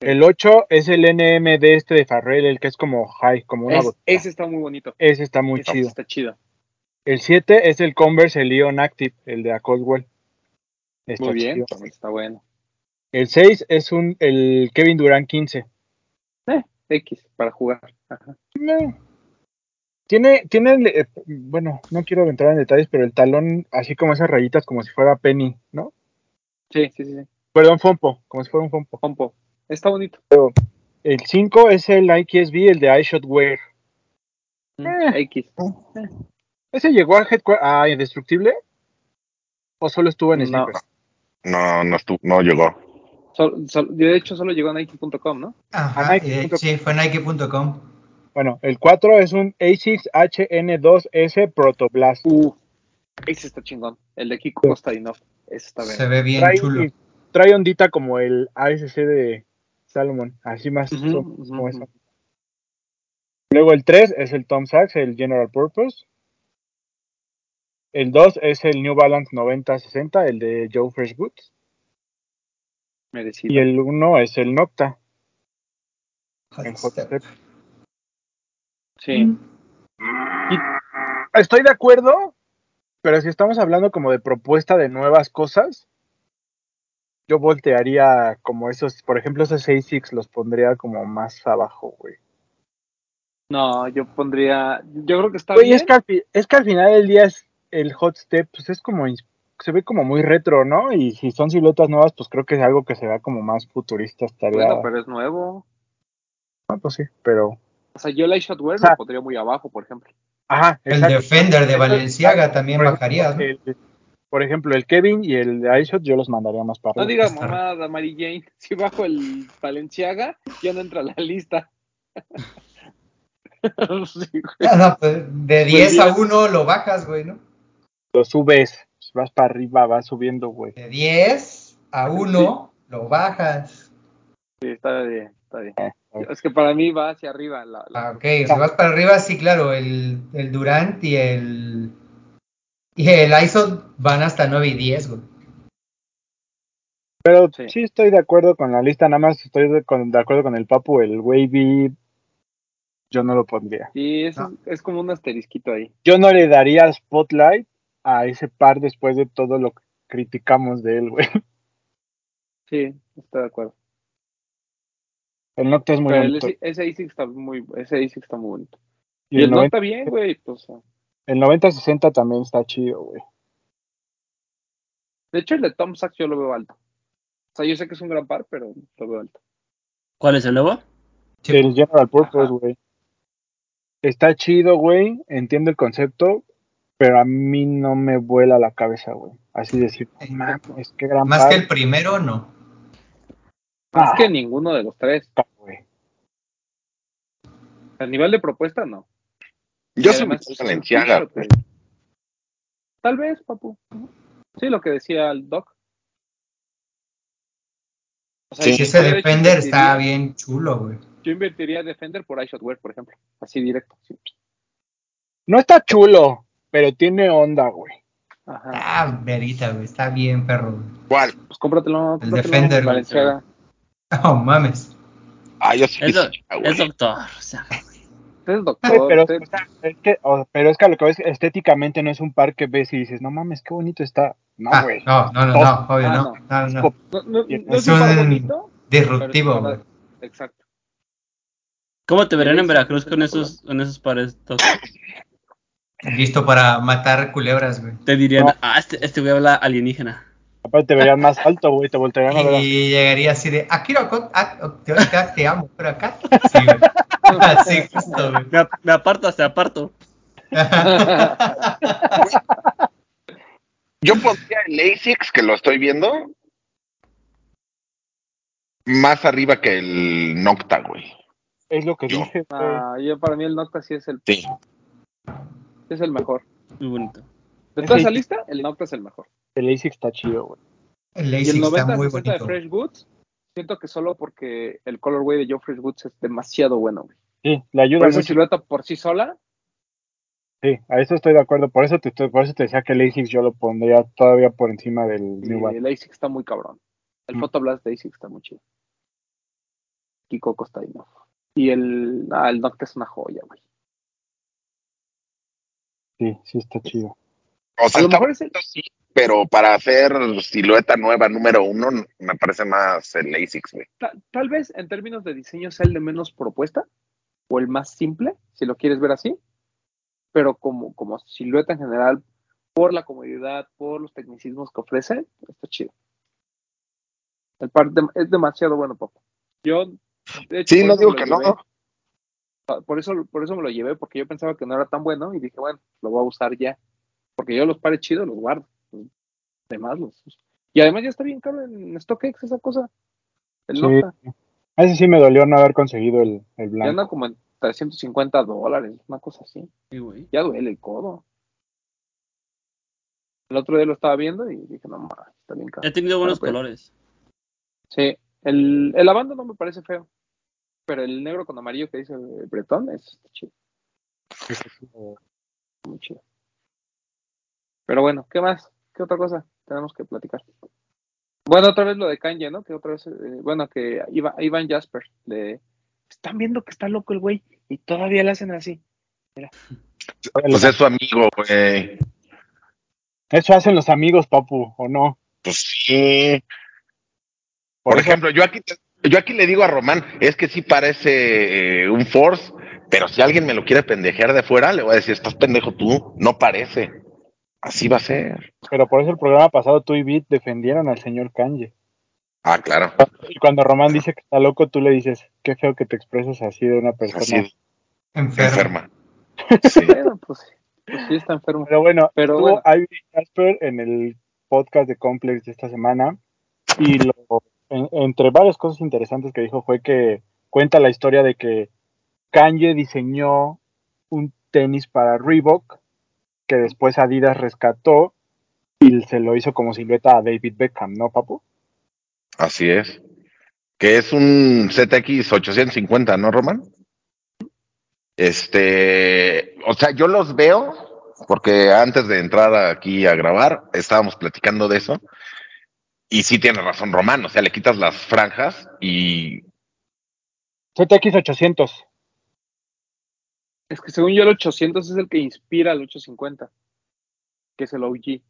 [SPEAKER 6] El 8 es el NM de este de Farrell, el que es como high, como una
[SPEAKER 2] Es-
[SPEAKER 6] botella.
[SPEAKER 2] ese está muy bonito.
[SPEAKER 6] Ese está muy
[SPEAKER 2] Ese
[SPEAKER 6] chido.
[SPEAKER 2] Está chido.
[SPEAKER 6] El 7 es el Converse, el Ion Active, el de a Coswell. Está
[SPEAKER 2] Muy bien.
[SPEAKER 6] chido.
[SPEAKER 2] también Está bueno.
[SPEAKER 6] El 6 es un, el Kevin Durant 15.
[SPEAKER 2] X para jugar.
[SPEAKER 6] No. Tiene, tiene, el, eh, bueno, no quiero entrar en detalles, pero el talón, así como esas rayitas, como si fuera Penny, ¿no?
[SPEAKER 2] Sí, sí, sí. sí.
[SPEAKER 6] Perdón, Fompo, como si fuera un Fompo.
[SPEAKER 2] Pompo. Está bonito.
[SPEAKER 6] El 5 es el IKSB, el de iShot Wear.
[SPEAKER 2] Mm,
[SPEAKER 6] Eh.
[SPEAKER 2] X.
[SPEAKER 6] ¿Ese llegó a, Headqua- a Indestructible? ¿O solo estuvo en
[SPEAKER 2] No.
[SPEAKER 6] Sneakers?
[SPEAKER 5] No, no, estuvo, no llegó.
[SPEAKER 2] Sol- sol- de hecho, solo llegó a Nike.com, ¿no?
[SPEAKER 4] Ajá,
[SPEAKER 6] A
[SPEAKER 4] y de-
[SPEAKER 6] Nike.com.
[SPEAKER 4] sí, fue Nike.com.
[SPEAKER 6] Bueno, el 4 es un A6HN2S Protoblast.
[SPEAKER 2] Uh, ese está chingón. El de Kiko Kostadinov. Ese está bien.
[SPEAKER 4] Se ve bien
[SPEAKER 6] Trae,
[SPEAKER 4] chulo.
[SPEAKER 6] trae ondita como el ASC de Salomon, así más
[SPEAKER 2] Ujú,
[SPEAKER 6] so-
[SPEAKER 2] ujú,
[SPEAKER 6] como eso.
[SPEAKER 2] ujú.
[SPEAKER 6] Luego el 3 es el Tom Sachs, el General Purpose. El 2 es el New Balance 9060, el de Joe Fresh Boots.
[SPEAKER 2] Merecido.
[SPEAKER 6] Y el 1 es el Nocta. en
[SPEAKER 4] Hot step.
[SPEAKER 6] Hotstep.
[SPEAKER 2] Sí.
[SPEAKER 6] Estoy de acuerdo, pero si estamos hablando como de propuesta de nuevas cosas, yo voltearía como esos, por ejemplo, esos ASICs los pondría como más abajo, güey.
[SPEAKER 2] No, yo pondría. Yo creo que está
[SPEAKER 6] Güey,
[SPEAKER 2] bien.
[SPEAKER 6] es que, al fi- es que al final del día es el hot step, pues es como, ins- se ve como muy retro, ¿no? Y si son siluetas nuevas, pues creo que es algo que se vea como más futurista, estaría...
[SPEAKER 2] Bueno, pero es nuevo.
[SPEAKER 6] Ah, pues sí, pero...
[SPEAKER 2] O sea, yo el iShotware
[SPEAKER 6] sea,
[SPEAKER 2] lo pondría muy abajo, por ejemplo.
[SPEAKER 6] Ajá,
[SPEAKER 4] El
[SPEAKER 6] exacto.
[SPEAKER 4] Defender de Valenciaga también
[SPEAKER 6] Por ejemplo,
[SPEAKER 4] bajaría, ¿no?
[SPEAKER 6] el- por ejemplo, el Kevin y el de iShot yo los mandaría más para
[SPEAKER 2] No
[SPEAKER 6] arriba.
[SPEAKER 2] digas
[SPEAKER 4] está-
[SPEAKER 2] mamada, Mary Jane. Si bajo el Valenciaga, ya no entra a la lista. Sí, güey.
[SPEAKER 4] Ah, no, pues, de 10 a 1 lo bajas, güey, ¿no?
[SPEAKER 6] Lo subes, vas para arriba, vas subiendo, güey.
[SPEAKER 4] De 10 a 1 lo bajas.
[SPEAKER 2] Sí, está bien, está bien.
[SPEAKER 6] Ah, ok.
[SPEAKER 2] Es que para mí va hacia arriba. La, la-
[SPEAKER 4] Ah, ok, si vas para arriba, sí, claro, el, el Durant y el y el ISO van hasta 9 y 10, güey.
[SPEAKER 6] Pero
[SPEAKER 2] Sí.
[SPEAKER 6] sí. estoy de acuerdo con la lista, nada más estoy de, con- de acuerdo con el Papu, el Wavy yo no lo pondría.
[SPEAKER 2] Sí,
[SPEAKER 6] Ah.
[SPEAKER 2] eso
[SPEAKER 4] No.
[SPEAKER 2] es, es como un asterisquito ahí.
[SPEAKER 6] Yo no le daría spotlight a ese par después de todo lo que criticamos de él, güey.
[SPEAKER 2] Sí, estoy de acuerdo.
[SPEAKER 6] El Nocta es muy
[SPEAKER 2] Pero el-
[SPEAKER 6] bonito.
[SPEAKER 2] ese ASIC está muy, ese ASIC está muy bonito.
[SPEAKER 6] Y
[SPEAKER 2] Y el
[SPEAKER 6] el,
[SPEAKER 2] no
[SPEAKER 6] noven-
[SPEAKER 2] está bien, güey. pues, o sea.
[SPEAKER 6] el 90-60 también está chido, güey.
[SPEAKER 2] de hecho, el de Tom Sachs yo lo veo alto. O sea, yo sé que es un gran par, pero lo veo alto.
[SPEAKER 3] ¿Cuál es el nuevo?
[SPEAKER 4] Sí.
[SPEAKER 6] El General Purpose,
[SPEAKER 2] Ajá.
[SPEAKER 6] güey. Está chido, güey. Entiendo el concepto, pero a mí no me vuela la cabeza, güey. Así decir,
[SPEAKER 4] Sí.
[SPEAKER 6] "No mames, qué gran
[SPEAKER 4] Eh, Más
[SPEAKER 6] par".
[SPEAKER 4] que el primero, no.
[SPEAKER 2] Más
[SPEAKER 6] Ah.
[SPEAKER 2] que ninguno de los tres.
[SPEAKER 6] güey.
[SPEAKER 2] A nivel de propuesta, no.
[SPEAKER 5] Yo
[SPEAKER 2] Y
[SPEAKER 5] sí me
[SPEAKER 2] además,
[SPEAKER 5] puse
[SPEAKER 2] es un
[SPEAKER 5] Valenciaga.
[SPEAKER 2] t-shirt, güey. Tal vez, papu. Sí, lo que decía el doc. O sea,
[SPEAKER 5] Sí.
[SPEAKER 2] yo-
[SPEAKER 4] Ese
[SPEAKER 2] yo de hecho
[SPEAKER 4] Defender está
[SPEAKER 2] invertiría-
[SPEAKER 4] bien chulo, güey.
[SPEAKER 2] Yo invertiría Defender por iShotware, por ejemplo. Así directo. sí.
[SPEAKER 6] No está chulo, pero tiene onda, güey.
[SPEAKER 2] Ajá.
[SPEAKER 4] Ah, verita, güey, está bien, perro. güey.
[SPEAKER 5] ¿Cuál?
[SPEAKER 2] Pues cómpratelo. cómpratelo,
[SPEAKER 4] Defender, güey.
[SPEAKER 2] Valenciaga.
[SPEAKER 4] No mames.
[SPEAKER 5] Ah, yo sí.
[SPEAKER 3] Es, do-
[SPEAKER 5] quisiera, güey.
[SPEAKER 3] es doctor. O sea,
[SPEAKER 2] Usted es doctor.
[SPEAKER 6] Sí, pero,
[SPEAKER 2] usted-
[SPEAKER 6] o sea, es que, o- pero es que a lo que ves estéticamente no es un par que ves y dices, no mames, qué bonito está. No,
[SPEAKER 4] Ah,
[SPEAKER 6] güey.
[SPEAKER 4] no, no, no, no, obvio,
[SPEAKER 2] Ah,
[SPEAKER 4] no. No, no,
[SPEAKER 2] no,
[SPEAKER 4] no.
[SPEAKER 2] no-
[SPEAKER 6] Es
[SPEAKER 2] no es un par
[SPEAKER 4] un
[SPEAKER 2] bonito, pero es un
[SPEAKER 4] Disruptivo,
[SPEAKER 2] par-
[SPEAKER 4] güey.
[SPEAKER 2] Exacto.
[SPEAKER 3] ¿Cómo te verán
[SPEAKER 2] El
[SPEAKER 3] en
[SPEAKER 2] Ace
[SPEAKER 3] Veracruz
[SPEAKER 2] es
[SPEAKER 3] con
[SPEAKER 2] un
[SPEAKER 3] esos, con esos pares? Doc?
[SPEAKER 4] Listo para matar culebras, güey.
[SPEAKER 3] Te dirían,
[SPEAKER 6] No.
[SPEAKER 3] ah, este, este güey habla alienígena.
[SPEAKER 6] Aparte te verían más alto, güey, te voltearían a ver. así.
[SPEAKER 4] Y llegaría así de, aquí no, con- ah, oh, te- acá te amo, pero acá. Sí, güey. Así justo, güey.
[SPEAKER 3] Me, ap- me aparto hasta aparto.
[SPEAKER 5] Yo pondría el ASICS, que lo estoy viendo, más arriba que el Nocta, güey.
[SPEAKER 6] Es lo que
[SPEAKER 5] Yo.
[SPEAKER 6] dije, güey.
[SPEAKER 2] Ah, yo para mí el Nocta sí es el,
[SPEAKER 5] Sí.
[SPEAKER 2] es el mejor.
[SPEAKER 3] Muy bonito.
[SPEAKER 2] De toda
[SPEAKER 6] Sí.
[SPEAKER 2] esa lista, el Nocta es el mejor.
[SPEAKER 6] El ASICS está chido, güey.
[SPEAKER 4] El
[SPEAKER 2] Y el
[SPEAKER 4] LASIK está muy
[SPEAKER 2] 90 de
[SPEAKER 4] bonito.
[SPEAKER 2] Fresh Goods, siento que solo porque el colorway de Joe Fresh Goods es demasiado bueno, güey.
[SPEAKER 6] Sí, le ayuda
[SPEAKER 2] Pero esa
[SPEAKER 6] mucho.
[SPEAKER 2] silueta por Pues sí sola,
[SPEAKER 6] Sí, a eso estoy de acuerdo. Por eso te, estoy- por eso te decía que el ASICS yo lo pondría todavía por encima del New Balance.
[SPEAKER 2] el ASIC está muy cabrón. El
[SPEAKER 6] Mm.
[SPEAKER 2] Photoblast de ASIC está muy chido. Kiko Costaino. Y el, ah, el Nocta es una joya, güey.
[SPEAKER 6] Sí, sí está chido.
[SPEAKER 5] O sea,
[SPEAKER 2] A lo
[SPEAKER 5] está
[SPEAKER 2] mejor es el-
[SPEAKER 5] bonito, sí, pero para hacer silueta nueva número uno, me parece más el ASICS, güey.
[SPEAKER 2] ta- tal vez en términos de diseño sea el de menos propuesta o el más simple, si lo quieres ver así, pero como, como silueta en general, por la comodidad, por los tecnicismos que ofrece, está chido. El par de- es demasiado bueno, Popo. Yo, de hecho,
[SPEAKER 5] Sí,
[SPEAKER 2] por
[SPEAKER 5] no
[SPEAKER 2] eso
[SPEAKER 5] digo
[SPEAKER 2] me
[SPEAKER 5] que
[SPEAKER 2] lo llevé.
[SPEAKER 5] no.
[SPEAKER 2] Ah, Por eso, por eso me lo llevé, porque yo pensaba que no era tan bueno y dije, bueno, lo voy a usar ya. Porque yo los pares chidos los guardo. los demás los uso. Y además ya está bien caro en StockX esa cosa. El
[SPEAKER 6] Sí.
[SPEAKER 2] Nocta.
[SPEAKER 6] A ese sí me dolió no haber conseguido el, el
[SPEAKER 2] Ya
[SPEAKER 6] blanco.
[SPEAKER 2] anda como en 350 dólares, una cosa así.
[SPEAKER 3] Sí, güey.
[SPEAKER 2] Ya duele el codo. El otro día lo estaba viendo y dije, no mames, está pues, bien caro.
[SPEAKER 3] He tenido buenos
[SPEAKER 2] Bueno,
[SPEAKER 3] colores.
[SPEAKER 2] Sí, el, el lavanda no me parece feo, pero el negro con amarillo que dice el Bretón es este chido, muy chido. Pero bueno, ¿qué más? ¿Qué otra cosa tenemos que platicar? Bueno, otra vez lo de Kanye, ¿no? Que otra vez, eh, bueno, que Iva- Ivan Jasper, de... Están viendo que está loco el güey y todavía le hacen así.
[SPEAKER 5] Pues es su amigo, güey.
[SPEAKER 6] Eso hacen los amigos, papu, ¿o no?
[SPEAKER 5] Pues sí.
[SPEAKER 6] Por
[SPEAKER 5] Por,
[SPEAKER 6] eso-
[SPEAKER 5] ejemplo, yo aquí, yo aquí le digo a Román, es que sí parece eh, un Force, pero si alguien me lo quiere pendejear de fuera, le voy a decir, estás pendejo tú, no parece. Así va a ser.
[SPEAKER 6] Pero por eso el programa pasado tú y Bit defendieron al señor Kanye.
[SPEAKER 5] Ah, claro.
[SPEAKER 6] Y cuando Román dice que está loco, tú le dices, qué feo que te expresas así de una persona.
[SPEAKER 5] Así,
[SPEAKER 4] Enfermo.
[SPEAKER 5] enferma. Sí.
[SPEAKER 2] Pero pues, pues sí está enfermo.
[SPEAKER 6] Pero bueno,
[SPEAKER 2] Pero
[SPEAKER 6] estuvo
[SPEAKER 2] bueno.
[SPEAKER 6] Ivy Casper en el podcast de Complex de esta semana y lo, en- entre varias cosas interesantes que dijo fue que cuenta la historia de que Kanye diseñó un tenis para Reebok que después Adidas rescató y se lo hizo como silueta a David Beckham, ¿no, papu?
[SPEAKER 5] Así es. Que es un ZX 850, ¿no, Román? Este, o sea, yo los veo, porque antes de entrar aquí a grabar, estábamos platicando de eso. Y sí tiene razón Román, o sea, le quitas las franjas y
[SPEAKER 6] ZX 800.
[SPEAKER 2] Es que según yo el 800 es el que inspira al 850, que es el OG.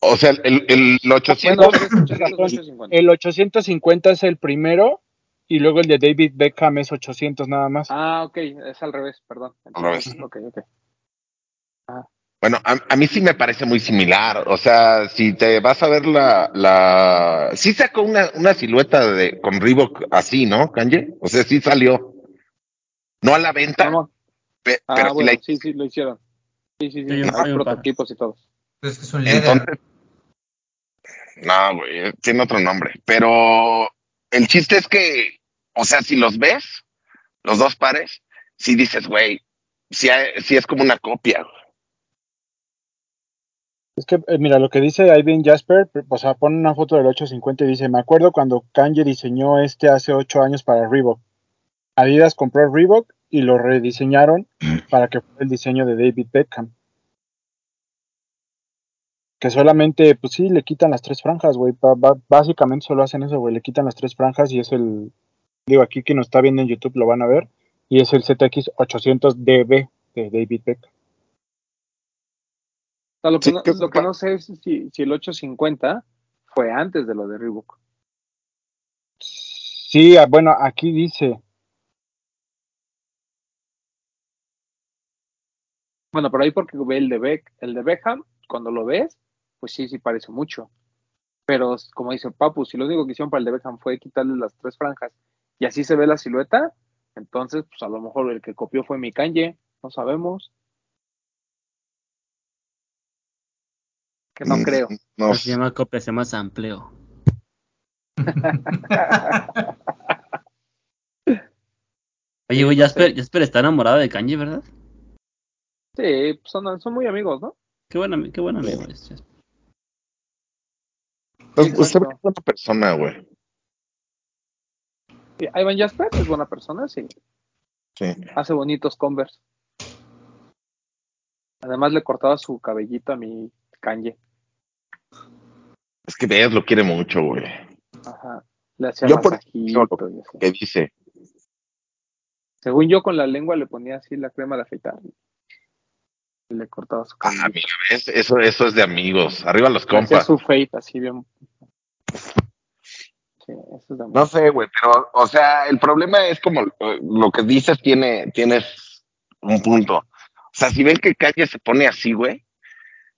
[SPEAKER 5] o sea, el, el- el 800
[SPEAKER 2] Bueno, es 800, 850.
[SPEAKER 6] El 850 es el primero y luego el de David Beckham es 800 nada más.
[SPEAKER 2] Ah, ok, es al revés, perdón.
[SPEAKER 5] Al revés.
[SPEAKER 2] Ok, ok.
[SPEAKER 5] Bueno, a, a mí sí me parece muy similar. O sea, si te vas a ver la. la sí sacó una, una silueta de, con Reebok así, ¿no, Kanye? O sea, sí salió. No a la venta,
[SPEAKER 2] Vamos.
[SPEAKER 5] pe-
[SPEAKER 2] Ah,
[SPEAKER 5] pero sí
[SPEAKER 2] bueno,
[SPEAKER 5] la-
[SPEAKER 2] sí, sí, lo hicieron. Sí, sí, sí,
[SPEAKER 3] Hay un- hay
[SPEAKER 2] hay
[SPEAKER 3] un par.
[SPEAKER 2] prototipos y todo.
[SPEAKER 4] Pues Es que es un líder.
[SPEAKER 5] Entonces. No, güey, tiene otro nombre. Pero el chiste es que, o sea, si los ves, los dos pares, sí dices, güey, sí, hay- sí es como una copia. güey.
[SPEAKER 6] Es que, eh, mira, lo que dice Ivan Jasper, p- o sea, pone una foto del 850 y dice, me acuerdo cuando Kanye diseñó este hace ocho años para Reebok. Adidas compró Reebok y lo rediseñaron para que fuera el diseño de David Beckham. Que solamente, pues sí, le quitan las tres franjas, güey. Ba- ba- Básicamente solo hacen eso, güey. Le quitan las tres franjas y es el, digo, aquí que nos está viendo en YouTube lo van a ver. Y es el ZX800DB de David Beckham.
[SPEAKER 2] O sea, lo que,
[SPEAKER 5] Sí,
[SPEAKER 2] no,
[SPEAKER 5] que-
[SPEAKER 2] lo que no sé es si, si el 850 fue antes de lo de Reebok.
[SPEAKER 6] Sí, ah, bueno, aquí dice...
[SPEAKER 2] Bueno, por ahí porque ve el de, Beck, el de Beckham, cuando lo ves, pues sí, sí parece mucho. Pero como dice Papu, si lo único que hicieron para el de Beckham fue quitarle las tres franjas y así se ve la silueta, entonces pues a lo mejor el que copió fue Mikanye, no sabemos. Que no
[SPEAKER 5] Mm,
[SPEAKER 2] creo.
[SPEAKER 5] No,
[SPEAKER 3] se llama copia, se llama sampleo. Oye, güey, Jasper, Jasper está enamorado de Kanji, ¿verdad?
[SPEAKER 2] Sí, pues, son, son muy amigos, ¿no?
[SPEAKER 3] Qué buen, ami- qué buen amigo es Jasper.
[SPEAKER 5] Entonces, usted
[SPEAKER 2] exacto.
[SPEAKER 5] es buena persona, güey.
[SPEAKER 2] Sí, Ivan Jasper es buena persona, sí.
[SPEAKER 5] Sí.
[SPEAKER 2] Hace bonitos Converse. Además le cortaba su cabellito a mi Kanye.
[SPEAKER 5] Es que Dios lo quiere mucho, güey.
[SPEAKER 2] Ajá. Le hacía
[SPEAKER 5] Yo por-
[SPEAKER 2] masajito y así.
[SPEAKER 5] ¿Qué dice?
[SPEAKER 2] Según yo, con la lengua le ponía así la crema de afeitar. Y le cortaba su
[SPEAKER 5] Ah,
[SPEAKER 2] cabello.
[SPEAKER 5] mira, es- eso, eso es de amigos. Arriba los
[SPEAKER 2] Hacía
[SPEAKER 5] compas.
[SPEAKER 2] su fade así bien. Sí, eso es de amor.
[SPEAKER 5] No sé, güey, pero, o sea, el problema es como eh, lo que dices tiene, tienes un punto. O sea, si ven que Calle se pone así, güey,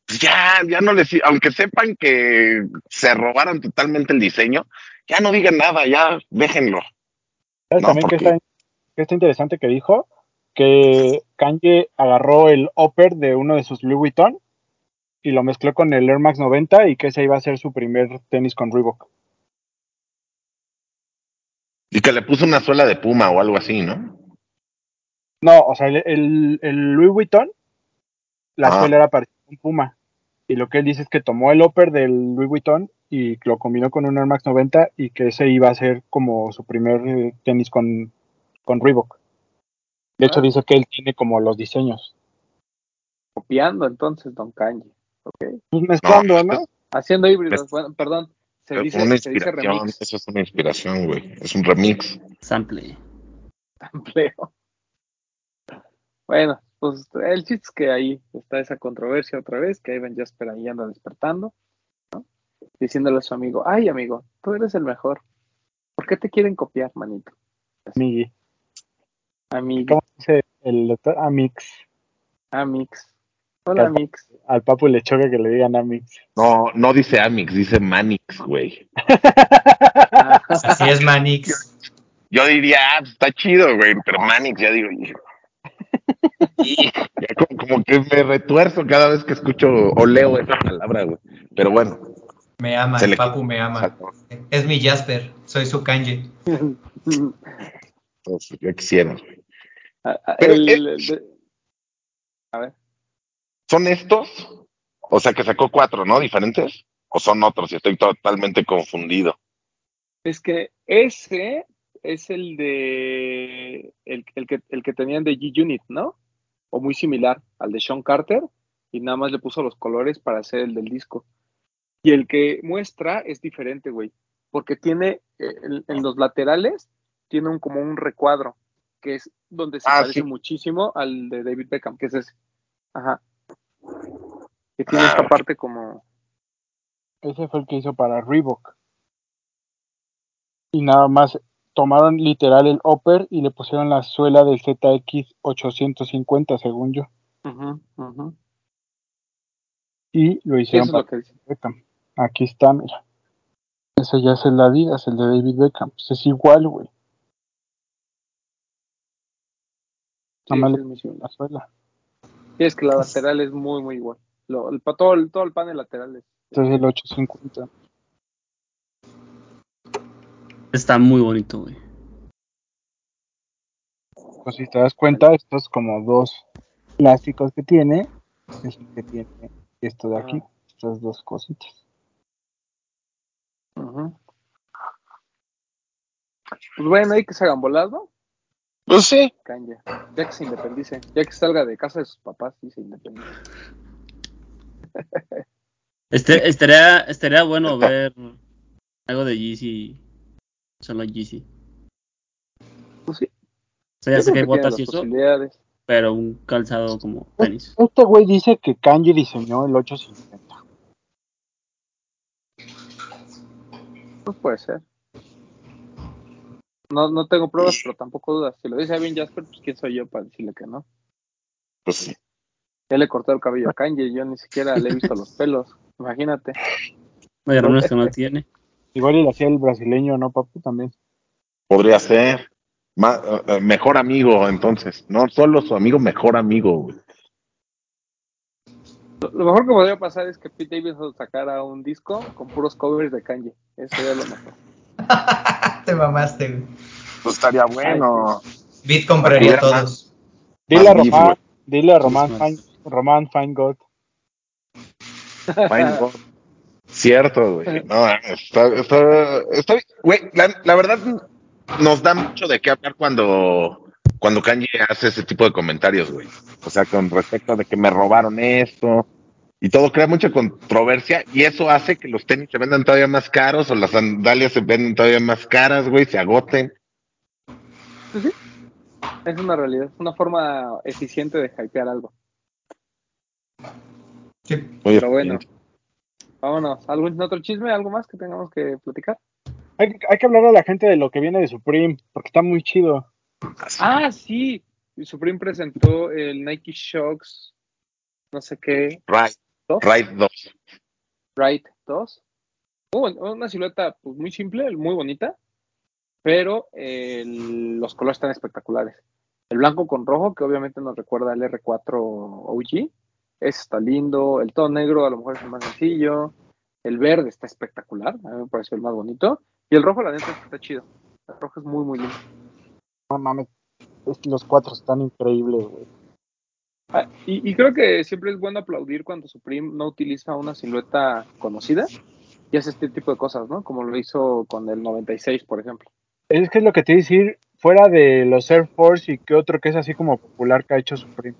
[SPEAKER 5] pues ya, ya no les, aunque sepan que se robaron totalmente el diseño, ya no digan nada, ya déjenlo.
[SPEAKER 6] ¿Sabes
[SPEAKER 5] No,
[SPEAKER 6] también que
[SPEAKER 5] porque-
[SPEAKER 6] está, que está interesante que dijo? Que Kanye agarró el upper de uno de sus Louis Vuitton y lo mezcló con el Air Max 90 y que ese iba a ser su primer tenis con Reebok.
[SPEAKER 5] Y que le puso una suela de puma o algo así, ¿no?
[SPEAKER 6] No, o sea, el, el- el Louis Vuitton, la
[SPEAKER 5] Ah.
[SPEAKER 6] suela era parecida a un Puma. Y lo que él dice es que tomó el upper del Louis Vuitton y lo combinó con un Air Max 90 y que ese iba a ser como su primer eh, tenis con, con Reebok. De hecho,
[SPEAKER 2] Ah.
[SPEAKER 6] dice que él tiene como los diseños.
[SPEAKER 2] Copiando entonces Don Kanye.
[SPEAKER 6] Pues mezclando, ¿no?
[SPEAKER 2] Haciendo híbridos.
[SPEAKER 5] Pues-
[SPEAKER 2] bueno, perdón. Se dice,
[SPEAKER 5] una
[SPEAKER 2] se dice
[SPEAKER 5] inspiración,
[SPEAKER 2] remix.
[SPEAKER 5] eso es una inspiración, güey. Es un remix.
[SPEAKER 3] Sample.
[SPEAKER 2] empleo. Bueno, pues el chiste es que ahí está esa controversia otra vez, que Ivan Jasper ahí anda despertando, ¿no? diciéndole a su amigo, ay amigo, tú eres el mejor, ¿por qué te quieren copiar, manito?
[SPEAKER 6] Miggy.
[SPEAKER 2] Amigo,
[SPEAKER 6] Dice el doctor Amix.
[SPEAKER 2] Amix, hola
[SPEAKER 6] Claro.
[SPEAKER 2] Amix,
[SPEAKER 6] Al papu le choca que le digan Amix.
[SPEAKER 5] No, no dice Amix, dice Manix, güey.
[SPEAKER 2] Ah,
[SPEAKER 4] Así es, Manix.
[SPEAKER 5] Yo diría, ah, está chido, güey, pero Manix, ya digo, hijo. Y ya como, como que me retuerzo cada vez que escucho o leo esa palabra, güey. Pero bueno,
[SPEAKER 4] Me ama,
[SPEAKER 5] Se
[SPEAKER 4] el
[SPEAKER 5] le-
[SPEAKER 4] papu me ama. Es mi Jasper, soy su Kanye.
[SPEAKER 5] entonces, yo quisiera. güey.
[SPEAKER 2] ah, ah,
[SPEAKER 5] Pero,
[SPEAKER 2] el-
[SPEAKER 5] eh,
[SPEAKER 2] el de-
[SPEAKER 5] ¿Son estos? O sea, que sacó cuatro, ¿no? ¿Diferentes? ¿O son otros? Y estoy totalmente confundido.
[SPEAKER 2] es que ese es el de el, el que, el que tenían de G-Unit, ¿no? O muy similar al de Sean Carter, y nada más le puso los colores para hacer el del disco. Y el que muestra es diferente, güey, porque tiene eh, el- en los laterales, tiene un, como un recuadro, que es donde se
[SPEAKER 5] Ah,
[SPEAKER 2] parece
[SPEAKER 5] sí.
[SPEAKER 2] muchísimo al de David Beckham, que es ese. Ajá. Que tiene
[SPEAKER 5] Ah,
[SPEAKER 2] esta
[SPEAKER 5] ok.
[SPEAKER 2] parte como...
[SPEAKER 6] Ese fue el que hizo para Reebok. Y nada más tomaron literal el upper y le pusieron la suela del ZX850, según yo.
[SPEAKER 2] ujú, ujú.
[SPEAKER 6] Y lo
[SPEAKER 2] Sí, eso
[SPEAKER 6] hicieron
[SPEAKER 2] es lo
[SPEAKER 6] para
[SPEAKER 2] que dice.
[SPEAKER 6] Beckham. Aquí está, mira. Ese ya es el de Adidas, el de David Beckham. Pues es igual, güey.
[SPEAKER 2] Sí,
[SPEAKER 6] Nada más
[SPEAKER 2] sí,
[SPEAKER 6] le
[SPEAKER 2] es muy similar.
[SPEAKER 6] la suela.
[SPEAKER 2] Sí, es que la
[SPEAKER 5] Pues
[SPEAKER 2] lateral es muy, muy igual. Lo- el, pa- todo, el, todo el panel lateral es.
[SPEAKER 6] Este es el 850.
[SPEAKER 3] Está muy bonito, güey.
[SPEAKER 6] Pues si te das cuenta, estos como dos plásticos que tiene, es lo que tiene esto de aquí,
[SPEAKER 2] Ah.
[SPEAKER 6] estas dos cositas.
[SPEAKER 2] Ujú. Pues bueno, ahí que se hagan bolas, ¿no?
[SPEAKER 5] Pues sí.
[SPEAKER 2] Kanye. Ya que se independice. Ya que salga de casa de sus papás y se independice.
[SPEAKER 3] Este, estaría, estaría bueno ver algo de Yeezy. Solo Yeezy.
[SPEAKER 2] Pues sí.
[SPEAKER 3] O sea, ya
[SPEAKER 2] yo creo
[SPEAKER 3] sé que hay
[SPEAKER 2] tiene
[SPEAKER 3] botas
[SPEAKER 2] las
[SPEAKER 3] y eso,
[SPEAKER 2] posibilidades.
[SPEAKER 3] pero un calzado como tenis.
[SPEAKER 6] Este güey dice que Kanye diseñó el 850.
[SPEAKER 2] Pues puede ser. No, no tengo pruebas, pero tampoco dudas. Si lo dice bien Jasper, pues quién soy yo para decirle que no.
[SPEAKER 5] Pues sí.
[SPEAKER 2] Ya le corté el cabello a Kanye, yo ni siquiera le he visto los pelos. Imagínate.
[SPEAKER 3] Hay algunos que este no tiene.
[SPEAKER 6] Igual y lo hacía el brasileño, ¿no, papu? También.
[SPEAKER 5] Podría ser. Ma- eh, mejor amigo, entonces. No solo su amigo, mejor amigo. güey.
[SPEAKER 2] Lo- Lo mejor que podría pasar es que Pete Davidson sacara un disco con puros covers de Kanye. Eso sería lo mejor.
[SPEAKER 4] Te mamaste, güey.
[SPEAKER 5] Pues estaría bueno.
[SPEAKER 4] Beat compraría
[SPEAKER 5] Hubiera más.
[SPEAKER 4] todos.
[SPEAKER 6] Dile a
[SPEAKER 5] Más beef,
[SPEAKER 6] Román,
[SPEAKER 5] güey.
[SPEAKER 6] dile a Román,
[SPEAKER 3] Es
[SPEAKER 6] Fein-
[SPEAKER 3] más.
[SPEAKER 6] Román Feingold.
[SPEAKER 5] Fine, güey. Cierto, güey. No, está, está, está bien. Güey, la, la verdad nos da mucho de qué hablar cuando, cuando Kanye hace ese tipo de comentarios, güey. O sea, con respecto de que me robaron esto y todo crea mucha controversia y eso hace que los tenis se vendan todavía más caros o las sandalias se venden todavía más caras, güey, se agoten.
[SPEAKER 2] Es una realidad, es una forma eficiente de hypear algo.
[SPEAKER 4] Sí.
[SPEAKER 5] Muy
[SPEAKER 2] Pero bueno.
[SPEAKER 5] eficiente.
[SPEAKER 2] Vámonos. ¿Algún otro chisme? ¿Algo más que tengamos que platicar?
[SPEAKER 6] Hay, que- hay que hablar a la gente de lo que viene de Supreme, porque está muy chido.
[SPEAKER 2] Ah, sí. Supreme presentó el Nike Shocks, no sé qué,
[SPEAKER 5] Right,
[SPEAKER 2] ¿no?
[SPEAKER 5] right 2.
[SPEAKER 2] Right 2. Oh, una silueta pues, muy simple, muy bonita, pero eh, el- los colores están espectaculares. El blanco con rojo, que obviamente nos recuerda al R4 OG, ese está lindo. El tono negro a lo mejor es el más sencillo. El verde está espectacular, a mí me pareció el más bonito. Y el rojo, la neta, está chido. El rojo es muy, muy lindo.
[SPEAKER 6] No mames, es que los cuatro están increíbles, güey.
[SPEAKER 2] Ah, y, y creo que siempre es bueno aplaudir cuando Supreme no utiliza una silueta conocida y hace este tipo de cosas, ¿no? Como lo hizo con el 96, por ejemplo.
[SPEAKER 6] Es que es lo que te iba a decir, fuera de los Air Force y que otro que es así como popular que ha hecho Supreme.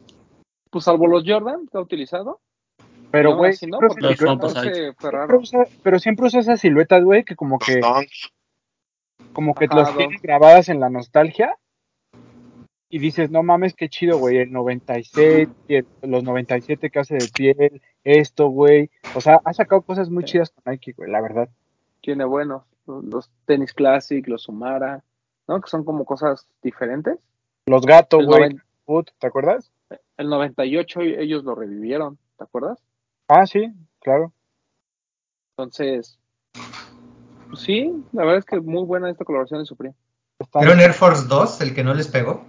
[SPEAKER 2] Pues salvo los Jordan, que ha utilizado. y
[SPEAKER 6] Pero,
[SPEAKER 2] aún
[SPEAKER 6] güey,
[SPEAKER 2] así no,
[SPEAKER 6] siempre
[SPEAKER 2] porque
[SPEAKER 6] usa
[SPEAKER 3] Los
[SPEAKER 6] siluetas-
[SPEAKER 3] Juan Posay.
[SPEAKER 2] entonces fue
[SPEAKER 6] siempre
[SPEAKER 2] raro.
[SPEAKER 6] usa- pero siempre usa esas siluetas, güey, que como que, como que
[SPEAKER 2] Ajá,
[SPEAKER 6] las
[SPEAKER 2] dos.
[SPEAKER 6] tienes grabadas en la nostalgia. Y dices, no mames, qué chido, güey, el 96, y el- los 97 que hace de piel, esto, güey. O sea, ha sacado cosas muy
[SPEAKER 2] Sí.
[SPEAKER 6] chidas con Nike, güey, la verdad.
[SPEAKER 2] Tiene buenos, los tenis Classic, los Sumara, ¿no? Que son como cosas diferentes.
[SPEAKER 6] Los gatos,
[SPEAKER 2] El,
[SPEAKER 6] Oh, güey,
[SPEAKER 2] noven-
[SPEAKER 6] Foot, ¿te acuerdas?
[SPEAKER 2] el 98 e-, ellos lo revivieron, ¿te acuerdas?
[SPEAKER 6] Ah, sí, claro.
[SPEAKER 2] Entonces, pues sí, la verdad es que muy buena esta colaboración de Supreme.
[SPEAKER 6] Están-
[SPEAKER 4] ¿Era un Air Force 2 el que no les pegó?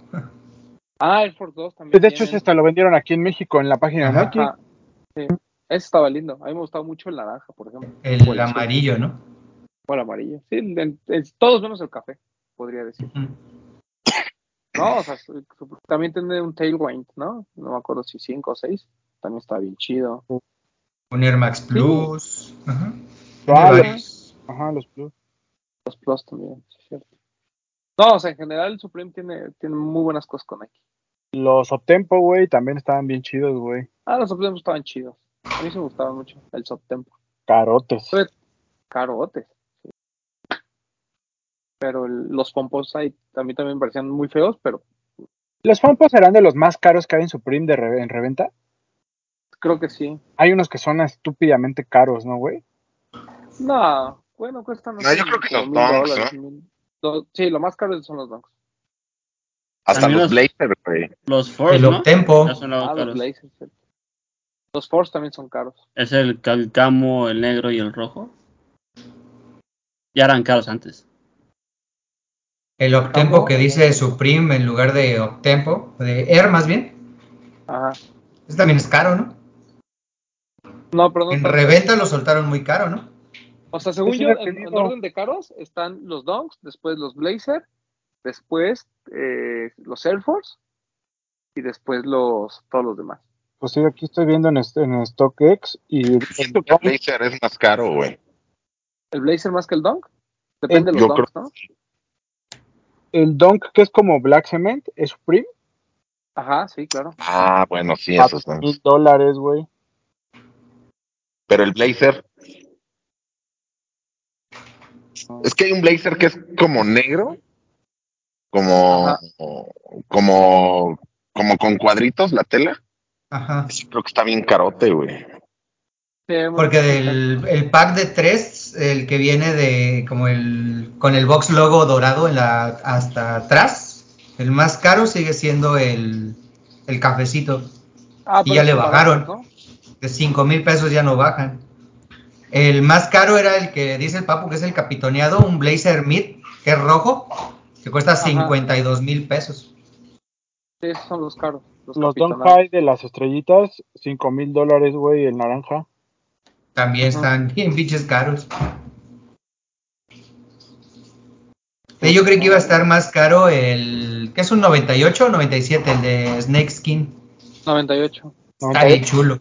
[SPEAKER 2] Ah, el Force 2 también.
[SPEAKER 6] de hecho, ese
[SPEAKER 2] tienen.
[SPEAKER 6] hasta lo vendieron aquí en México, en la página de
[SPEAKER 4] Ajá.
[SPEAKER 6] Nike.
[SPEAKER 2] Ajá, sí. Ese estaba lindo. A mí me gustaba mucho el naranja, por ejemplo.
[SPEAKER 4] El
[SPEAKER 2] O azul,
[SPEAKER 4] amarillo, ¿no?
[SPEAKER 2] O el amarillo. Sí, el- el- el- todos menos el café, podría decir.
[SPEAKER 4] Ujú.
[SPEAKER 2] No, o sea, su- su- también tiene un tailwind, ¿no? No me acuerdo si 5 o 6. También está bien chido.
[SPEAKER 4] Un Air Max Plus. Ajá. Tiene
[SPEAKER 6] Ah, los,
[SPEAKER 4] varios.
[SPEAKER 6] ajá, los Blue.
[SPEAKER 2] Los plus también, sí, es cierto. No, o sea, en general el Supreme tiene, tiene muy buenas cosas con Nike.
[SPEAKER 6] Los Optempo, güey, también estaban bien chidos, güey.
[SPEAKER 2] Ah, los Supreme estaban chidos. A mí sí me gustaban mucho. El Subtempo.
[SPEAKER 6] Carotes.
[SPEAKER 2] Pero- Carotes. sí. Pero el- los pompos ahí a mí también me parecían muy feos, pero
[SPEAKER 6] ¿Los Fampos serán de los más caros que hay en Supreme de re- en reventa?
[SPEAKER 2] creo que sí.
[SPEAKER 6] Hay unos que son estúpidamente caros, ¿no, güey?
[SPEAKER 2] No, bueno, cuestan.
[SPEAKER 5] No, Ah, yo creo que los Dunks,
[SPEAKER 2] sí, lo más caro son los donks.
[SPEAKER 5] Hasta
[SPEAKER 3] También
[SPEAKER 5] los
[SPEAKER 3] los-
[SPEAKER 5] Blazers, güey.
[SPEAKER 3] Los Force,
[SPEAKER 4] El
[SPEAKER 3] ¿no?
[SPEAKER 4] Octempo.
[SPEAKER 3] Ya son los
[SPEAKER 2] Ah, los
[SPEAKER 3] caros.
[SPEAKER 2] Blazers. sí. Los Force también son caros.
[SPEAKER 3] Es el calcamo, el negro y el rojo. Ya eran caros antes.
[SPEAKER 4] El Octempo que dice Supreme en lugar de Octempo, de Air más bien.
[SPEAKER 2] Ajá.
[SPEAKER 4] Eso también es caro, ¿no?
[SPEAKER 2] No, pero no.
[SPEAKER 4] En
[SPEAKER 2] tanto.
[SPEAKER 4] reventa lo soltaron muy caro, ¿no?
[SPEAKER 2] O sea, según
[SPEAKER 6] Ese
[SPEAKER 2] yo,
[SPEAKER 6] era el
[SPEAKER 2] en, en
[SPEAKER 6] pedido.
[SPEAKER 2] orden de caros están los Dunks, después los Blazers, después eh, los Air Force y después los todos los demás.
[SPEAKER 6] Pues sí, aquí estoy viendo en, est- en StockX y
[SPEAKER 5] Siento que el Blazer es más caro, güey.
[SPEAKER 2] ¿El Blazer más que el Dunk? Depende de
[SPEAKER 5] Yo
[SPEAKER 2] los Dunks, ¿no?
[SPEAKER 6] el Dunk, que es como Black Cement, es Supreme,
[SPEAKER 2] Ajá, sí, claro.
[SPEAKER 5] Ah, bueno, sí,
[SPEAKER 6] a
[SPEAKER 5] esos son.
[SPEAKER 6] mil dólares, güey.
[SPEAKER 5] Pero el blazer. Es que hay un blazer que es como negro, como,
[SPEAKER 2] Ajá.
[SPEAKER 5] como, como con cuadritos la tela.
[SPEAKER 4] Ajá.
[SPEAKER 5] Sí, creo que está bien carote, güey.
[SPEAKER 2] Sí, hay muchos
[SPEAKER 4] Porque
[SPEAKER 2] que están-
[SPEAKER 4] del, el pack de tres, el que viene de como el con el box logo dorado en la hasta atrás, el más caro sigue siendo el, el cafecito.
[SPEAKER 2] Ah,
[SPEAKER 4] y
[SPEAKER 2] pero
[SPEAKER 4] ya le
[SPEAKER 2] son
[SPEAKER 4] bajaron.
[SPEAKER 2] baratos, ¿no?
[SPEAKER 4] De 5 mil pesos ya no bajan. El más caro era el que dice el Papu, que es el capitoneado, un Blazer Mid, que es rojo, que cuesta
[SPEAKER 2] Ajá.
[SPEAKER 4] 52 mil pesos.
[SPEAKER 2] Esos son los caros. Los,
[SPEAKER 6] Los Don
[SPEAKER 2] capitonados.
[SPEAKER 6] High de las estrellitas, 5 mil dólares, güey, el naranja.
[SPEAKER 4] También
[SPEAKER 2] Ajá.
[SPEAKER 4] están bien pinches caros. Eh, yo creí que iba a estar más caro el... que es un 98 o 97? El de Snake Skin.
[SPEAKER 2] 98.
[SPEAKER 4] Está bien chulo.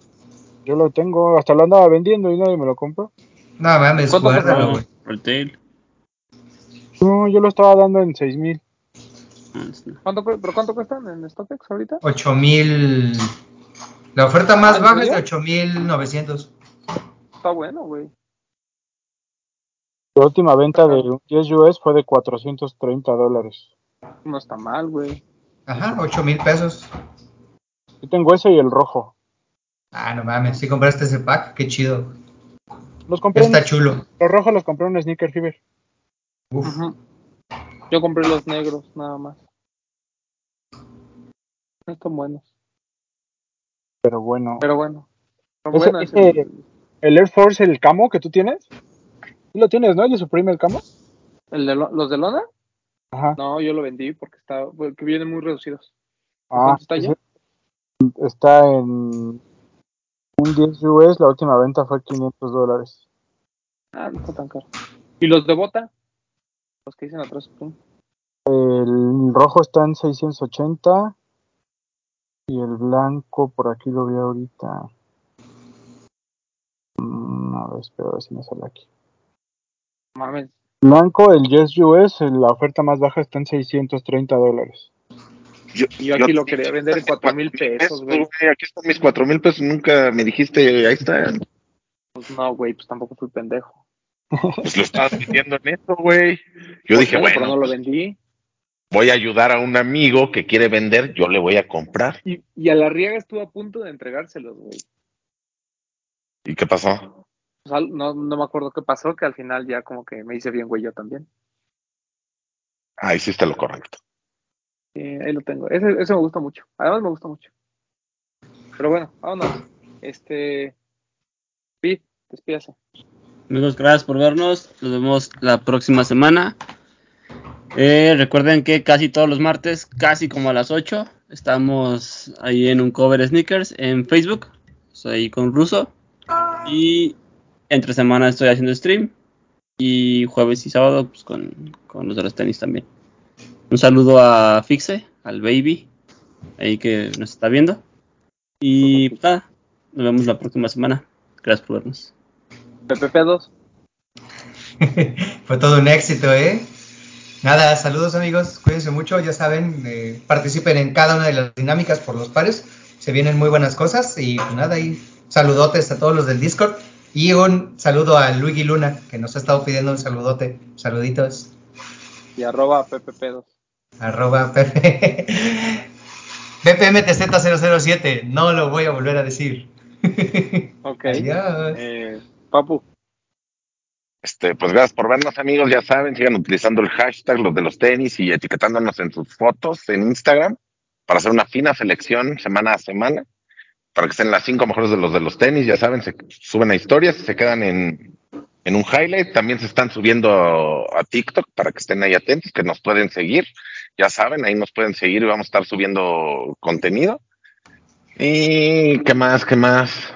[SPEAKER 6] Yo lo tengo, hasta lo andaba vendiendo y nadie me lo compró.
[SPEAKER 4] No mames,
[SPEAKER 2] ¿Cuánto cuesta?
[SPEAKER 4] guárdalo,
[SPEAKER 2] No.
[SPEAKER 4] güey.
[SPEAKER 3] Retail.
[SPEAKER 6] No, yo lo estaba dando en 6 mil.
[SPEAKER 3] Ah, es- no.
[SPEAKER 2] ¿Cuánto, cu- ¿Pero cuánto cuestan en StockX ahorita?
[SPEAKER 4] 8 mil... La oferta más
[SPEAKER 2] ¿En
[SPEAKER 4] baja es de
[SPEAKER 2] serio?
[SPEAKER 4] 8,900.
[SPEAKER 2] Está bueno, güey.
[SPEAKER 6] La última venta de 10 US fue de 430 dólares.
[SPEAKER 2] No está mal, güey.
[SPEAKER 4] Ajá, 8 mil pesos.
[SPEAKER 6] Yo tengo ese y el rojo.
[SPEAKER 4] Ah, no mames, si compraste ese pack, qué chido.
[SPEAKER 6] Los compré. en-
[SPEAKER 4] Está chulo.
[SPEAKER 6] los rojos los compré en Sneaker Fever.
[SPEAKER 4] Uf.
[SPEAKER 2] Ujú. Yo compré los negros, nada más. No están buenos.
[SPEAKER 6] Pero bueno.
[SPEAKER 2] Pero bueno. Pero
[SPEAKER 6] Ese-
[SPEAKER 2] bueno, es
[SPEAKER 6] ese-
[SPEAKER 2] el,
[SPEAKER 6] ¿El Air Force, el camo que tú tienes? ¿Sí lo tienes, no? ¿El de Supreme, el camo?
[SPEAKER 2] el de lo- ¿Los de lona?
[SPEAKER 6] Ajá.
[SPEAKER 2] No, yo lo vendí porque está porque vienen muy reducidos.
[SPEAKER 6] Ah,
[SPEAKER 2] ¿Cuánto está ya?
[SPEAKER 6] ese- está en un 10 US, la última venta fue 500 dólares.
[SPEAKER 2] Ah, no está tan caro. ¿Y los de bota? Los que dicen atrás. pum.
[SPEAKER 6] El rojo está en 680 y el blanco por aquí lo vi ahorita. Mm, a ver, espera a ver si me sale aquí.
[SPEAKER 2] Mames.
[SPEAKER 6] Blanco, el Yes US, la oferta más baja está en 630 dólares.
[SPEAKER 2] Yo aquí lo quería vender en 4 mil pesos, güey.
[SPEAKER 5] Aquí están mis 4 mil pesos, nunca me dijiste, ahí está.
[SPEAKER 2] Pues no, güey, pues tampoco fui pendejo.
[SPEAKER 5] Pues lo estabas vendiendo en eso, güey. Yo
[SPEAKER 2] Pues
[SPEAKER 5] dije,
[SPEAKER 2] bueno,
[SPEAKER 5] bueno,
[SPEAKER 2] Pero no lo vendí.
[SPEAKER 5] voy a ayudar a un amigo que quiere vender, yo le voy a comprar.
[SPEAKER 2] Y, y a la riega estuvo a punto de entregárselos, güey.
[SPEAKER 5] ¿Y qué pasó?
[SPEAKER 2] O sea, no, no me acuerdo qué pasó, que al final ya como que me hice bien, güey, yo también.
[SPEAKER 5] Ah, hiciste lo correcto.
[SPEAKER 2] Eh, ahí lo tengo. Ese, ese me gusta mucho. Además me gusta mucho. Pero bueno, vámonos. Este. Pete, despídase.
[SPEAKER 3] Amigos, gracias por vernos. Nos vemos la próxima semana. Eh, recuerden que casi todos los martes, casi como a las 8, estamos ahí en un cover sneakers en Facebook. Soy con Ruso. Y entre semana estoy haciendo stream. Y jueves y sábado pues, con, con los de los tenis también. Un saludo a Fixe, al Baby, ahí que nos está viendo. Y pues, nada, nos vemos la próxima semana. Gracias por vernos.
[SPEAKER 2] PPP2.
[SPEAKER 4] Fue todo un éxito, ¿eh? Nada, saludos amigos, cuídense mucho, ya saben, eh, participen en cada una de las dinámicas por los pares, se vienen muy buenas cosas y pues, nada, y saludotes a todos los del Discord y un saludo a Luigi Luna, que nos ha estado pidiendo un saludote, saluditos,
[SPEAKER 2] y arroba PPP2.
[SPEAKER 4] arroba PP. BPMTZ007, no lo voy a volver a decir.
[SPEAKER 2] Ok.
[SPEAKER 4] Adiós.
[SPEAKER 2] Eh, papu,
[SPEAKER 5] Este, pues gracias por vernos, amigos. Ya saben, sigan utilizando el hashtag los de los tenis y etiquetándonos en sus fotos en Instagram para hacer una fina selección semana a semana. Para que estén las cinco mejores de los de los tenis, ya saben, se suben a historias, se quedan en, en un highlight. También se están subiendo a TikTok para que estén ahí atentos, que nos pueden seguir. Ya saben, ahí nos pueden seguir y vamos a estar subiendo contenido. Y qué más, qué más.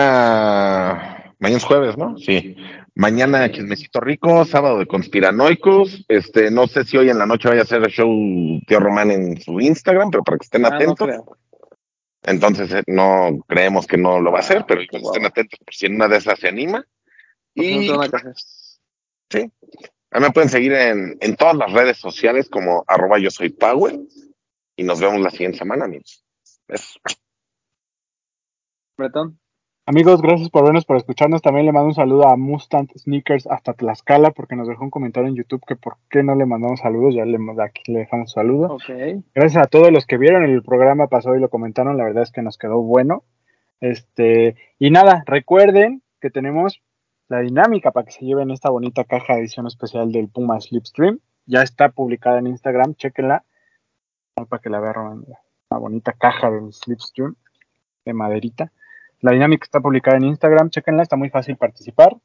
[SPEAKER 5] Mañana, mañana es jueves, ¿no? Sí. Mañana Chismecito Rico, sábado de Conspiranoicos. Este, no sé si hoy en la noche vaya a hacer el show Tío Román en su Instagram, pero para que estén
[SPEAKER 2] ah, no
[SPEAKER 5] atentos.
[SPEAKER 2] creo.
[SPEAKER 5] Entonces eh, no creemos que no lo va a hacer, pero igual estén atentos por si en una de esas se anima.
[SPEAKER 2] Porque no
[SPEAKER 5] Y
[SPEAKER 2] tengo nada que hacer.
[SPEAKER 5] sí, a mí me pueden seguir en, en todas las redes sociales como arroba yo soy Power y nos vemos la siguiente semana, amigos. Besos.
[SPEAKER 2] Bretón.
[SPEAKER 6] Amigos, gracias por vernos, por escucharnos. También le mando un saludo a Mustang Sneakers hasta Tlaxcala, porque nos dejó un comentario en YouTube que por qué no le mandamos saludos. Ya le, de aquí le dejamos saludos.
[SPEAKER 2] Ok.
[SPEAKER 6] Gracias a todos los que vieron el programa pasado y lo comentaron. La verdad es que nos quedó bueno. Este, y nada, recuerden que tenemos la dinámica para que se lleven esta bonita caja de edición especial del Puma Slipstream. Ya está publicada en Instagram, chequenla. Para que la vean, la bonita caja del Slipstream de maderita. La dinámica está publicada en Instagram, chequenla, está muy fácil participar.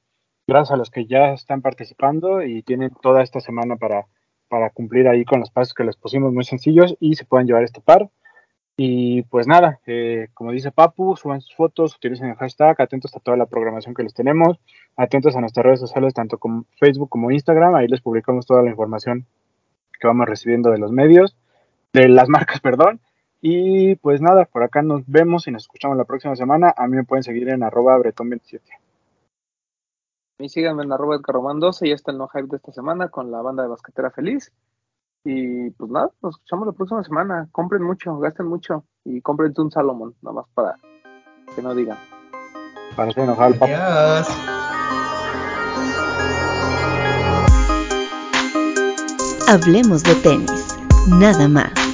[SPEAKER 6] Gracias a los que ya están participando y tienen toda esta semana para, para cumplir ahí con los pasos que les pusimos muy sencillos y se pueden llevar este par. Y pues nada, eh, como dice Papu, suban sus fotos, utilicen el hashtag, atentos a toda la programación que les tenemos, atentos a nuestras redes sociales, tanto como Facebook como Instagram, ahí les publicamos toda la información que vamos recibiendo de los medios, de las marcas, perdón. Y pues nada, por acá nos vemos y nos escuchamos la próxima semana. A mí me pueden seguir en arroba bretón27.
[SPEAKER 2] Y síganme en arroba edgarroman 12 y está el no hype de esta semana con la banda de basquetera feliz. Y pues nada, nos escuchamos la próxima semana. Compren mucho, gasten mucho y compren un Salomón, nada más para que no digan.
[SPEAKER 6] Para hacer enojar al Papu.
[SPEAKER 4] Adiós.
[SPEAKER 1] Hablemos de tenis, nada más.